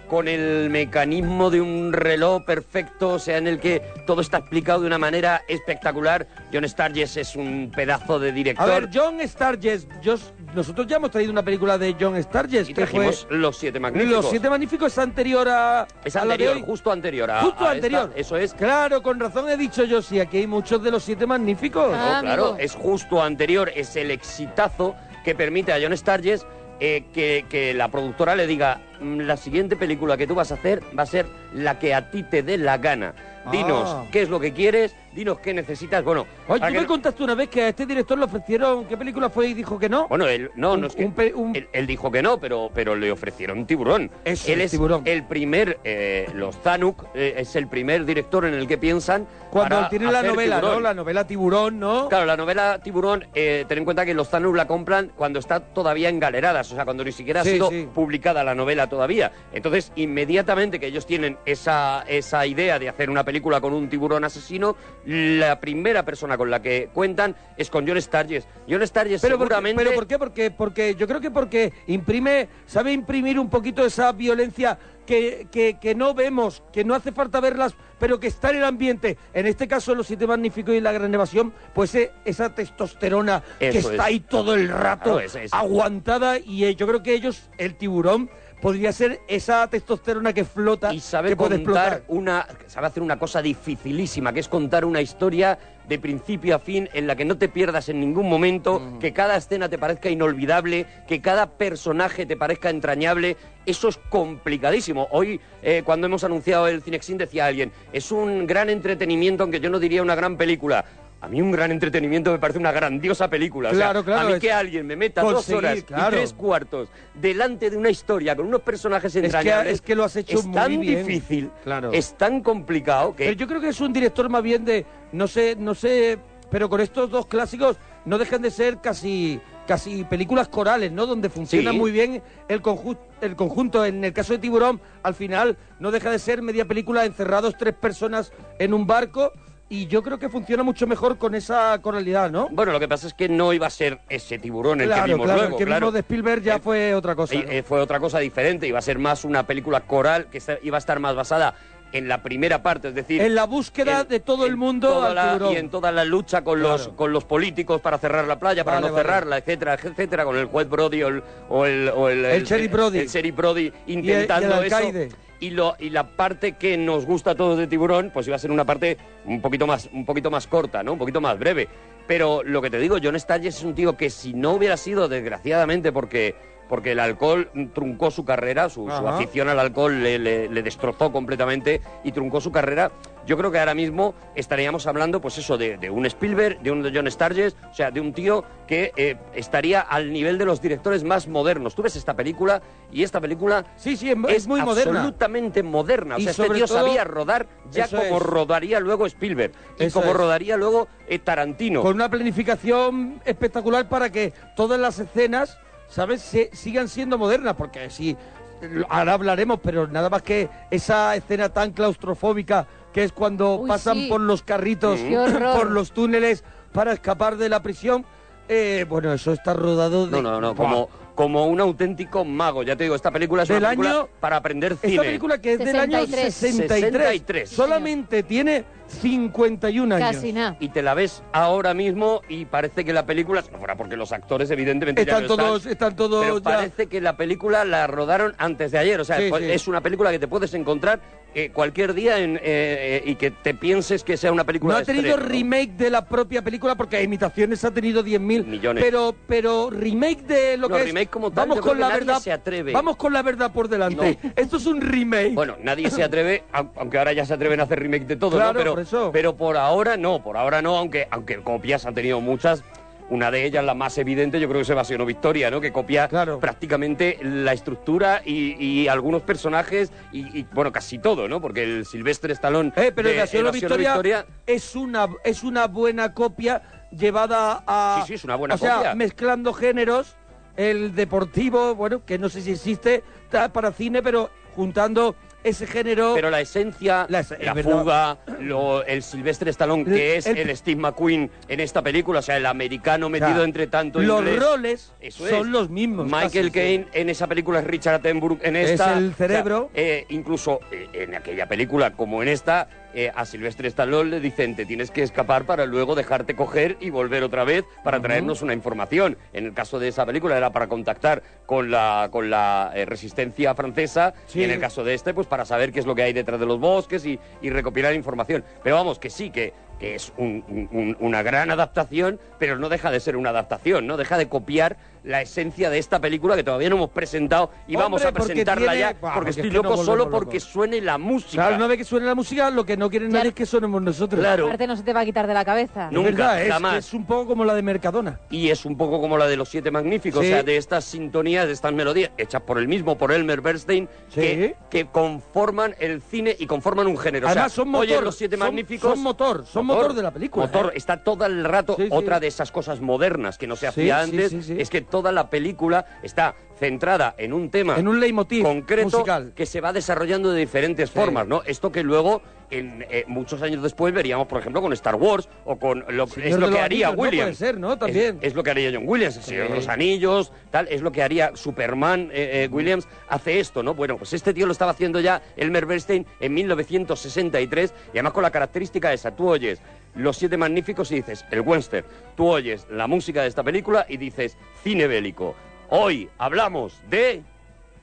Speaker 5: con el mecanismo de un reloj perfecto, o sea, en el que todo está explicado de una manera espectacular. John Sturges es un pedazo de
Speaker 3: A
Speaker 5: director.
Speaker 3: ver, John Sturges, yo s- nosotros ya hemos traído una película de John Sturges
Speaker 5: y
Speaker 3: que fue
Speaker 5: trajimos Los Siete Magníficos.
Speaker 3: Los Siete Magníficos es anterior a,
Speaker 5: es
Speaker 3: a la de
Speaker 5: anterior,
Speaker 3: hoy.
Speaker 5: justo anterior. a-
Speaker 3: Justo
Speaker 5: a
Speaker 3: anterior.
Speaker 5: esta, Ah, eso es.
Speaker 3: Claro, con razón he dicho yo, sí, aquí hay muchos de los siete magníficos.
Speaker 5: No, claro, es justo anterior, es el exitazo que permite a John Sturges eh, que, que la productora le diga, "Mm, la siguiente película que tú vas a hacer va a ser la que a ti te dé la gana. Dinos
Speaker 3: Ah.
Speaker 5: qué es lo que quieres, dinos qué necesitas. Bueno,
Speaker 3: Oye,
Speaker 5: para
Speaker 3: tú
Speaker 5: que
Speaker 3: me
Speaker 5: no-
Speaker 3: contaste una vez que a este director le ofrecieron, ¿qué película fue y dijo que no?
Speaker 5: Bueno, él, no, no es que- él, él dijo que no, pero, pero le ofrecieron tiburón.
Speaker 3: Eso
Speaker 5: él
Speaker 3: es,
Speaker 5: es el primer, eh, los Zanuck, eh, es el primer director en el que piensan.
Speaker 3: Cuando
Speaker 5: para
Speaker 3: tiene la
Speaker 5: hacer
Speaker 3: novela,
Speaker 5: Tiburón.
Speaker 3: ¿no? La novela Tiburón, ¿no?
Speaker 5: Claro, la novela Tiburón, eh, ten en cuenta que los Zanus la compran cuando está todavía en galeradas, o sea, cuando ni siquiera
Speaker 3: Sí,
Speaker 5: ha sido
Speaker 3: sí.
Speaker 5: publicada la novela todavía. Entonces, inmediatamente que ellos tienen esa, esa idea de hacer una película con un tiburón asesino, la primera persona con la que cuentan es con John Sturges. John Sturges
Speaker 3: Pero por,
Speaker 5: seguramente...
Speaker 3: pero ¿por qué? Porque, porque yo creo que porque imprime, sabe imprimir un poquito esa violencia que, que, que no vemos, que no hace falta verlas, pero que está en el ambiente. En este caso, Los Siete Magníficos y La Gran Evasión, pues eh, esa testosterona que
Speaker 5: Eso
Speaker 3: está
Speaker 5: es.
Speaker 3: ahí todo el rato,
Speaker 5: Claro, es- es-
Speaker 3: aguantada, y eh, yo creo que ellos, el tiburón, podría ser esa testosterona que flota, y
Speaker 5: sabe
Speaker 3: que puede
Speaker 5: contar
Speaker 3: explotar.
Speaker 5: una sabe hacer una cosa dificilísima que es contar una historia de principio a fin en la que no te pierdas en ningún momento
Speaker 3: Mm.
Speaker 5: que cada escena te parezca inolvidable que cada personaje te parezca entrañable eso es complicadísimo hoy eh, cuando hemos anunciado el Cinexin decía alguien es un gran entretenimiento aunque yo no diría una gran película a mí un gran entretenimiento me parece una grandiosa película. O sea,
Speaker 3: Claro, claro,
Speaker 5: A mí
Speaker 3: es-
Speaker 5: que alguien me meta dos
Speaker 3: conseguir,
Speaker 5: horas y
Speaker 3: claro.
Speaker 5: tres cuartos delante de una historia con unos personajes
Speaker 3: Es que,
Speaker 5: entrañables.
Speaker 3: es que lo has hecho
Speaker 5: es
Speaker 3: muy
Speaker 5: tan
Speaker 3: bien.
Speaker 5: difícil,
Speaker 3: Claro.
Speaker 5: es tan complicado que...
Speaker 3: Pero yo creo que es un director más bien de, no sé, no sé, pero con estos dos clásicos no dejan de ser casi casi películas corales, ¿no? Donde funciona
Speaker 5: Sí.
Speaker 3: muy bien el, conju- el conjunto. En el caso de Tiburón, al final no deja de ser media película encerrados tres personas en un barco y yo creo que funciona mucho mejor con esa coralidad, ¿no?
Speaker 5: Bueno, lo que pasa es que no iba a ser ese tiburón el que
Speaker 3: claro,
Speaker 5: vimos
Speaker 3: claro,
Speaker 5: luego,
Speaker 3: el que
Speaker 5: claro.
Speaker 3: vimos de Spielberg ya fue otra cosa.
Speaker 5: Y,
Speaker 3: ¿no?
Speaker 5: eh, fue otra cosa diferente, iba a ser más una película coral que esta- iba a estar más basada en la primera parte, es decir...
Speaker 3: En la búsqueda de todo el mundo
Speaker 5: toda
Speaker 3: al
Speaker 5: la-
Speaker 3: tiburón.
Speaker 5: y en toda la lucha con los con los políticos para cerrar la playa, para
Speaker 3: Vale,
Speaker 5: no
Speaker 3: vale.
Speaker 5: cerrarla, etcétera, etcétera, con el juez Brody o el o el o el,
Speaker 3: El sheriff Brody.
Speaker 5: el sheriff Brody intentando eso.
Speaker 3: alcaide.
Speaker 5: Y, lo, y la parte que nos gusta a todos de Tiburón, pues iba a ser una parte un poquito más, un poquito más corta, ¿no? Un poquito más breve. Pero lo que te digo, John Sturges es un tío que si no hubiera sido, desgraciadamente, porque, porque el alcohol mm, truncó su carrera, su, su
Speaker 3: Ajá.
Speaker 5: afición al alcohol le, le- le destrozó completamente y truncó su carrera, yo creo que ahora mismo estaríamos hablando, pues eso, de, de un Spielberg, de un John Sturges, o sea, de un tío que eh, estaría al nivel de los directores más modernos. Tú ves esta película y esta película
Speaker 3: Sí, sí, es, es muy moderna.
Speaker 5: absolutamente moderna. O
Speaker 3: Y
Speaker 5: sea, este
Speaker 3: sobre
Speaker 5: tío
Speaker 3: todo-
Speaker 5: sabía rodar ya
Speaker 3: eso
Speaker 5: como
Speaker 3: es.
Speaker 5: rodaría luego Spielberg y
Speaker 3: Eso
Speaker 5: como
Speaker 3: es.
Speaker 5: rodaría luego eh, Tarantino.
Speaker 3: Con una planificación espectacular para que todas las escenas, ¿sabes?, Se- sigan siendo modernas, porque sí, lo- ahora hablaremos, pero nada más que esa escena tan claustrofóbica que es cuando
Speaker 6: Uy,
Speaker 3: pasan
Speaker 6: sí.
Speaker 3: por los carritos,
Speaker 6: Qué horror.
Speaker 3: por los túneles para escapar de la prisión, eh, bueno, eso está rodado de...
Speaker 5: No, no, no,
Speaker 3: Buah.
Speaker 5: como, como un auténtico mago. Ya te digo, esta película es
Speaker 3: Del
Speaker 5: una película
Speaker 3: año-
Speaker 5: para aprender cine.
Speaker 3: Esta película que es del año 63,
Speaker 5: 63.
Speaker 3: solamente tiene 51 años.
Speaker 5: Y te la ves ahora mismo y parece que la película, no fuera porque los actores evidentemente ya
Speaker 3: Están
Speaker 5: no
Speaker 3: todos, están todos
Speaker 5: pero
Speaker 3: ya-
Speaker 5: parece que la película la rodaron antes de ayer. O sea,
Speaker 3: Sí,
Speaker 5: pues,
Speaker 3: sí.
Speaker 5: es una película que te puedes encontrar eh, cualquier día en, eh, eh, y que te pienses que sea una película
Speaker 3: No
Speaker 5: de
Speaker 3: ha tenido
Speaker 5: estreno, ¿no?
Speaker 3: remake de la propia película porque imitaciones ha tenido 10.000
Speaker 5: Millones.
Speaker 3: Pero, pero remake de lo
Speaker 5: No,
Speaker 3: que
Speaker 5: remake país como tal.
Speaker 3: Vamos
Speaker 5: yo creo
Speaker 3: con la
Speaker 5: que nadie
Speaker 3: verdad.
Speaker 5: se atreve.
Speaker 3: Vamos con la verdad por delante. Esto es un remake.
Speaker 5: Bueno, nadie se atreve, au- aunque ahora ya se atreven a hacer remake de todo,
Speaker 3: Claro,
Speaker 5: ¿no? Pero
Speaker 3: por eso.
Speaker 5: pero por ahora no, por ahora no, aunque aunque copias han tenido muchas. Una de ellas, la más evidente, yo creo que es Evasión o Victoria, ¿no? Que copia prácticamente la estructura y, y algunos personajes y, y, bueno, casi todo, ¿no? Porque el Silvestre Estalón.
Speaker 3: Eh, pero Evasión o Victoria, es una es una buena copia llevada a
Speaker 5: Sí, sí, es una buena
Speaker 3: o sea,
Speaker 5: copia.
Speaker 3: mezclando géneros, el deportivo, bueno, que no sé si existe ta- para cine, pero juntando ese género
Speaker 5: Pero la esencia, la,
Speaker 3: es verdad.
Speaker 5: fuga, lo- el Silvestre Stallone, que es el, Steve McQueen en esta película, o sea, el americano metido
Speaker 3: Claro.
Speaker 5: entre tanto
Speaker 3: Los
Speaker 5: inglés.
Speaker 3: roles
Speaker 5: Eso
Speaker 3: son
Speaker 5: es.
Speaker 3: los mismos.
Speaker 5: Michael
Speaker 3: casi, sí.
Speaker 5: Caine en esa película es Richard Attenborough en
Speaker 3: Es
Speaker 5: esta.
Speaker 3: el cerebro.
Speaker 5: O sea, eh, incluso eh, en aquella película, como en esta, eh, a Silvestre Stallone le dicen te tienes que escapar para luego dejarte coger y volver otra vez para traernos una información. En el caso de esa película era para contactar con la, con la eh, resistencia francesa
Speaker 3: Sí.
Speaker 5: y en el caso de este, pues para saber qué es lo que hay detrás de los bosques y, y recopilar información. Pero vamos, que sí, que, que es un- un- un- una gran adaptación, pero no deja de ser una adaptación, no deja de copiar la esencia de esta película que todavía no hemos presentado y
Speaker 3: Hombre,
Speaker 5: vamos a
Speaker 3: porque
Speaker 5: presentarla
Speaker 3: tiene-
Speaker 5: ya,
Speaker 3: Buah, porque
Speaker 5: porque
Speaker 3: es
Speaker 5: estoy
Speaker 3: que nos
Speaker 5: loco solo
Speaker 3: volvemos
Speaker 5: porque suene la música.
Speaker 3: Claro, no ve que suene la música, lo que no quieren nadie es que sonemos nosotros.
Speaker 6: Aparte no se te va a quitar de la cabeza.
Speaker 3: Es
Speaker 5: Nunca,
Speaker 3: verdad, es,
Speaker 5: jamás.
Speaker 3: que es un poco como la de Mercadona.
Speaker 5: Y es un poco como la de los Siete Magníficos,
Speaker 3: Sí.
Speaker 5: o sea, de estas sintonías, de estas melodías, hechas por el mismo, por Elmer Bernstein, que, que conforman el cine y conforman un género. O sea,
Speaker 3: Además, son motor,
Speaker 5: oye, los Siete
Speaker 3: son-
Speaker 5: Magníficos...
Speaker 3: son motor, son motor de la película,
Speaker 5: Motor,
Speaker 3: ¿eh?
Speaker 5: está todo el rato
Speaker 3: Sí, sí.
Speaker 5: otra de esas cosas modernas que no se
Speaker 3: Sí,
Speaker 5: hacía
Speaker 3: sí,
Speaker 5: antes,
Speaker 3: sí, sí.
Speaker 5: es que toda la película está centrada en un tema...
Speaker 3: En un leitmotiv
Speaker 5: concreto
Speaker 3: musical.
Speaker 5: que se va desarrollando de diferentes formas, ¿no? Esto que luego, en, eh, muchos años después, veríamos, por ejemplo, con Star Wars o con... Lo, es
Speaker 3: Señor
Speaker 5: lo
Speaker 3: de
Speaker 5: que
Speaker 3: los
Speaker 5: haría
Speaker 3: Anillos, no
Speaker 5: William.
Speaker 3: puede ser, ¿no?
Speaker 5: Es-
Speaker 3: También.
Speaker 5: es lo que haría John Williams, el Señor de los Anillos, tal, es lo que haría Superman eh, eh, Williams, hace esto, ¿no? Bueno, pues este tío lo estaba haciendo ya Elmer Bernstein en 1963 y además con la característica esa, tú oyes Los Siete Magníficos y dices, el western, tú oyes la música de esta película y dices, cine bélico. Hoy hablamos de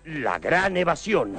Speaker 5: la gran evasión.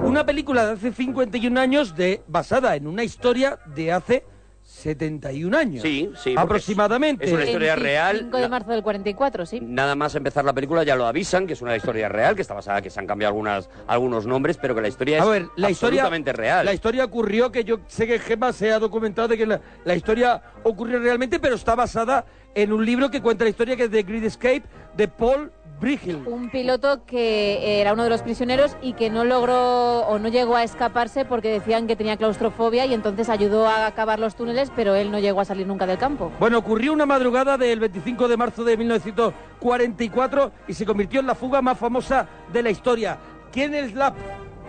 Speaker 3: Una película de hace 51 años de, basada en una historia de hace 71 años. Ah,
Speaker 5: Sí, sí, porque es-
Speaker 3: Aproximadamente.
Speaker 5: es una historia real,
Speaker 6: 5 de marzo del 44, sí.
Speaker 5: Nada más empezar la película ya lo avisan, que es una historia real, que está basada, que se han cambiado algunas, algunos nombres, pero que la historia es
Speaker 3: A ver, la historia,
Speaker 5: absolutamente real.
Speaker 3: La historia ocurrió, que yo sé que Gemma se ha documentado de que la, la historia ocurrió realmente, pero está basada en un libro que cuenta la historia que es The Great Escape de Paul Brighel.
Speaker 6: Un piloto que era uno de los prisioneros y que no logró o no llegó a escaparse porque decían que tenía claustrofobia y entonces ayudó a acabar los túneles, pero él no llegó a salir nunca del campo.
Speaker 3: Bueno, ocurrió una madrugada del 25 de marzo de 1944 y se convirtió en la fuga más famosa de la historia. ¿Quién es la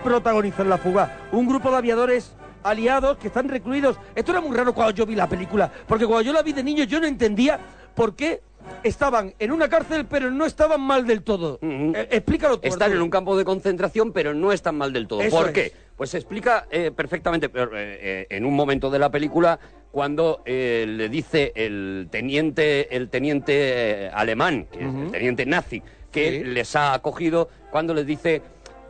Speaker 3: protagonista en la fuga? Un grupo de aviadores aliados que están recluidos. Esto era muy raro cuando yo vi la película, porque cuando yo la vi de niño yo no entendía por qué estaban en una cárcel pero no estaban mal del todo. Eh, explícalo tú.
Speaker 5: Están
Speaker 3: Arturo.
Speaker 5: en un campo de concentración, pero no están mal del todo.
Speaker 3: Eso
Speaker 5: ¿Por
Speaker 3: es.
Speaker 5: qué? Pues se explica eh, perfectamente pero, eh, eh, en un momento de la película cuando eh, le dice el teniente, el teniente eh, alemán, que es el teniente nazi, que les ha acogido, cuando les dice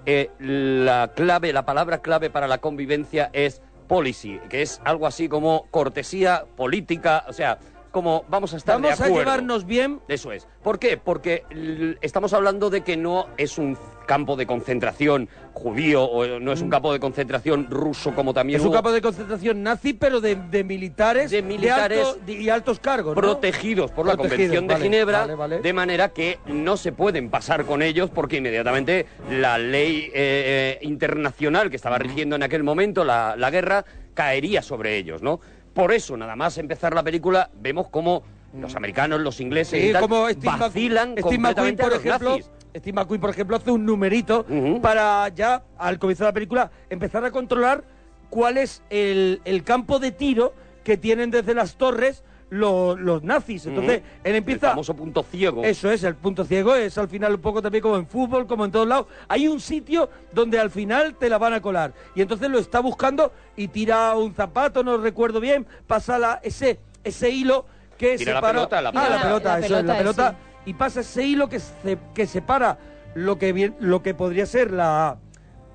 Speaker 5: eh, la clave, la palabra clave para la convivencia es policy, que es algo así como cortesía política, o sea, como vamos a estar de
Speaker 3: Vamos a
Speaker 5: acuerdo.
Speaker 3: llevarnos bien.
Speaker 5: Eso es. ¿Por qué? Porque l- estamos hablando de que no es un campo de concentración judío o no es un campo de concentración ruso como también
Speaker 3: Es un
Speaker 5: hubo,
Speaker 3: campo de concentración nazi, pero de, de militares, de
Speaker 5: militares
Speaker 3: alto- de- y altos cargos. ¿no?
Speaker 5: protegidos por la
Speaker 3: Protegidos,
Speaker 5: Convención de
Speaker 3: vale,
Speaker 5: Ginebra,
Speaker 3: vale, vale.
Speaker 5: de manera que no se pueden pasar con ellos porque inmediatamente la ley eh, eh, internacional que estaba rigiendo en aquel momento la, la guerra caería sobre ellos, ¿no? Por eso, nada más empezar la película, vemos cómo los americanos, los ingleses
Speaker 3: Mm. Sí,
Speaker 5: y tal,
Speaker 3: como Steve Mc-
Speaker 5: vacilan
Speaker 3: Steve McQueen,
Speaker 5: completamente a
Speaker 3: por
Speaker 5: los
Speaker 3: ejemplo.
Speaker 5: nazis.
Speaker 3: Steve McQueen, por ejemplo, hace un numerito para ya, al comienzo de la película, empezar a controlar cuál es el, el campo de tiro que tienen desde las torres lo- los nazis. Entonces,
Speaker 5: Ujú.
Speaker 3: él empieza...
Speaker 5: El famoso punto ciego.
Speaker 3: Eso es, el punto ciego es al final un poco también como en fútbol, como en todos lados. Hay un sitio donde al final te la van a colar. Y entonces lo está buscando y tira un zapato, no recuerdo bien, pasa la, ese, ese hilo que
Speaker 5: Tira la
Speaker 3: separa...
Speaker 5: pelota, la
Speaker 3: Ah,
Speaker 5: pelota.
Speaker 3: pelota, eso
Speaker 5: La
Speaker 3: es, la
Speaker 5: pelota,
Speaker 3: pelota. Y pasa ese hilo que, se- que separa lo que, bien- lo que podría ser la...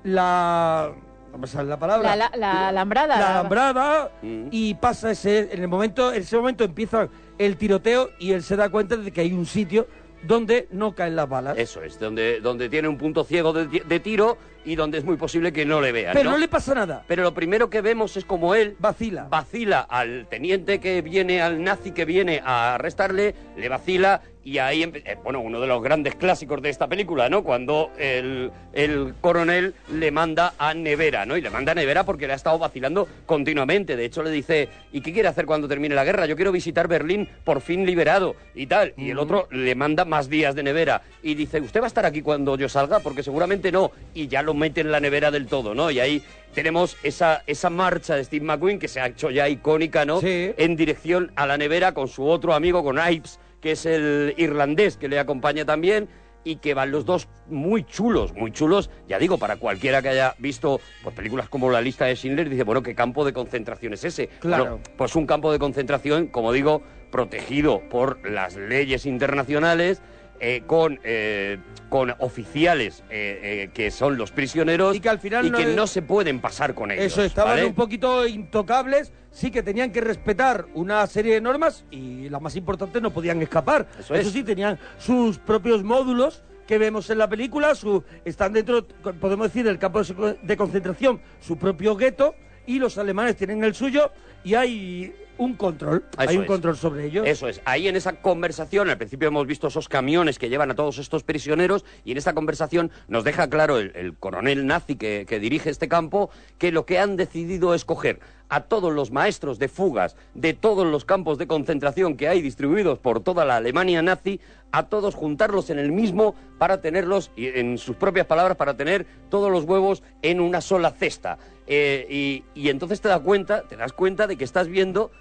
Speaker 3: la no me sale la palabra
Speaker 6: La, la- la alambrada.
Speaker 3: la alambrada
Speaker 5: Mm.
Speaker 3: y pasa ese en el momento en ese momento empieza el tiroteo y él se da cuenta de que hay un sitio donde no caen las balas
Speaker 5: Eso es, donde, donde tiene un punto ciego de, de tiro y donde es muy posible que no le vean.
Speaker 3: pero no le pasa nada
Speaker 5: Pero lo primero que vemos es como él
Speaker 3: vacila.
Speaker 5: Vacila al teniente que viene, al nazi que viene a arrestarle, le vacila y ahí, empe- eh, bueno, uno de los grandes clásicos de esta película, ¿no? Cuando el, el coronel le manda a Nevera, ¿no? Y le manda a Nevera porque le ha estado vacilando continuamente. De hecho, le dice, ¿y qué quiere hacer cuando termine la guerra? Yo quiero visitar Berlín por fin liberado y tal. Y el otro le manda más días de Nevera y dice, ¿usted va a estar aquí cuando yo salga? Porque seguramente no. Y ya lo mete en la nevera del todo, ¿no? Y ahí tenemos esa, esa marcha de Steve McQueen que se ha hecho ya icónica, ¿no? En dirección a la nevera con su otro amigo, con Ives, que es el irlandés que le acompaña también. Y que van los dos muy chulos, muy chulos. Ya digo, para cualquiera que haya visto pues, películas como La lista de Schindler, dice, bueno, ¿qué campo de concentración es ese?
Speaker 3: Claro.
Speaker 5: Bueno, pues un campo de concentración, como digo, protegido por las leyes internacionales, eh, con, eh, con oficiales eh, eh, que son los prisioneros y que, al
Speaker 3: final no
Speaker 5: no,
Speaker 3: le-
Speaker 5: se pueden pasar con ellos.
Speaker 3: eso estaban
Speaker 5: ¿vale?
Speaker 3: un poquito intocables sí que tenían que respetar una serie de normas y las más importantes no podían escapar
Speaker 5: Eso es.
Speaker 3: sí tenían sus propios módulos que vemos en la película su- están dentro podemos decir del campo de- de concentración su propio gueto y los alemanes tienen el suyo y hay un control
Speaker 5: Eso
Speaker 3: hay un
Speaker 5: es.
Speaker 3: control sobre ellos
Speaker 5: Eso es. Ahí en esa conversación, al principio hemos visto esos camiones que llevan a todos estos prisioneros y en esta conversación nos deja claro el, el coronel nazi que, que dirige este campo que lo que han decidido es coger a todos los maestros de fugas de todos los campos de concentración que hay distribuidos por toda la Alemania nazi, a todos juntarlos en el mismo para tenerlos, y en sus propias palabras, para tener todos los huevos en una sola cesta. Eh, y, y entonces te das cuenta, te das cuenta de que estás viendo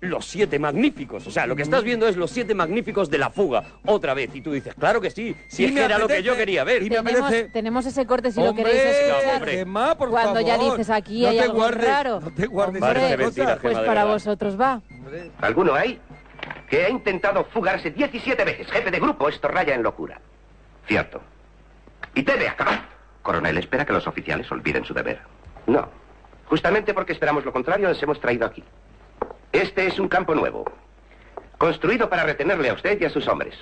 Speaker 5: los siete magníficos. O sea, lo que estás viendo es los siete magníficos de la fuga, otra vez. Y tú dices, claro que sí, si
Speaker 3: Y
Speaker 5: es
Speaker 3: me
Speaker 5: que era lo que
Speaker 3: apetece,
Speaker 5: yo quería ver.
Speaker 6: tenemos, tenemos ese corte si
Speaker 5: Hombre,
Speaker 6: lo queréis escuchar.
Speaker 5: hombre.
Speaker 3: Gemma, por
Speaker 6: Cuando ya
Speaker 3: favor,
Speaker 6: dices aquí
Speaker 3: no
Speaker 6: hay
Speaker 3: te
Speaker 6: algo
Speaker 3: guardes,
Speaker 6: raro.
Speaker 3: no te guardes
Speaker 6: Hombre,
Speaker 4: esas mentiras,
Speaker 6: pues
Speaker 4: Gemma, de
Speaker 6: para
Speaker 4: verdad.
Speaker 6: vosotros va.
Speaker 4: ¿Alguno hay? Que ha intentado fugarse 17 veces. Jefe de grupo, esto raya en locura. Cierto. Y debe acabar. Coronel, espera que los oficiales olviden su deber. No. Justamente porque esperamos lo contrario, les hemos traído aquí. Este es un campo nuevo. Construido para retenerle a usted y a sus hombres.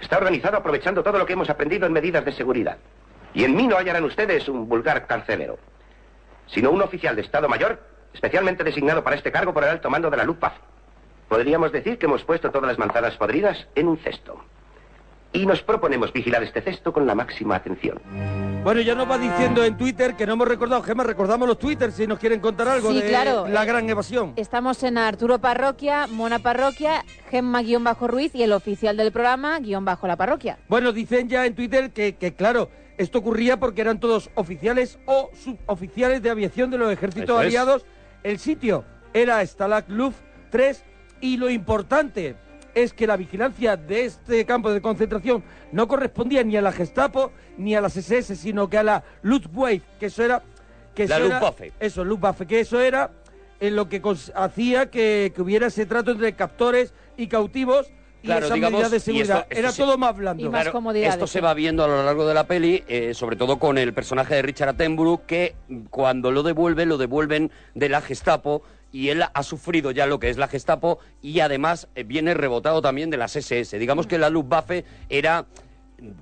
Speaker 4: Está organizado aprovechando todo lo que hemos aprendido en medidas de seguridad. Y en mí no hallarán ustedes un vulgar carcelero, sino un oficial de Estado Mayor especialmente designado para este cargo por el alto mando de la Luftwaffe. Podríamos decir que hemos puesto todas las manzanas podridas en un cesto. Y nos proponemos vigilar este cesto con la máxima atención.
Speaker 3: Bueno, ya nos va diciendo en Twitter que no hemos recordado, Gemma, recordamos los Twitter si nos quieren contar algo
Speaker 6: Sí,
Speaker 3: de
Speaker 6: claro.
Speaker 3: la gran evasión.
Speaker 6: Estamos en Arturo Parroquia, Mona Parroquia, Gemma-Ruiz y el oficial del programa, guión bajo la parroquia.
Speaker 3: Bueno, dicen ya en Twitter que, que, claro, esto ocurría porque eran todos oficiales o suboficiales de aviación de los ejércitos
Speaker 5: Eso es.
Speaker 3: aliados. El sitio era Stalag Luft 3 y lo importante es que la vigilancia de este campo de concentración no correspondía ni a la Gestapo ni a las SS, sino que a la Luftwaffe, que eso era... Que
Speaker 5: La
Speaker 3: eso era-
Speaker 5: Luftwaffe.
Speaker 3: eso, Luftwaffe, que eso era en lo que cons- hacía que, que hubiera ese trato entre captores y cautivos y
Speaker 5: Claro,
Speaker 3: esa
Speaker 5: digamos,
Speaker 3: medida de
Speaker 5: y esto-
Speaker 3: seguridad.
Speaker 5: esto
Speaker 3: era
Speaker 5: se-
Speaker 3: todo más blando.
Speaker 5: Claro, Esto se va viendo a lo largo de la peli, eh, sobre todo con el personaje de Richard Attenborough, que cuando lo devuelve, lo devuelven de la Gestapo. Y él ha sufrido ya lo que es la Gestapo y además eh, viene rebotado también de las SS. Digamos que la Luftwaffe era,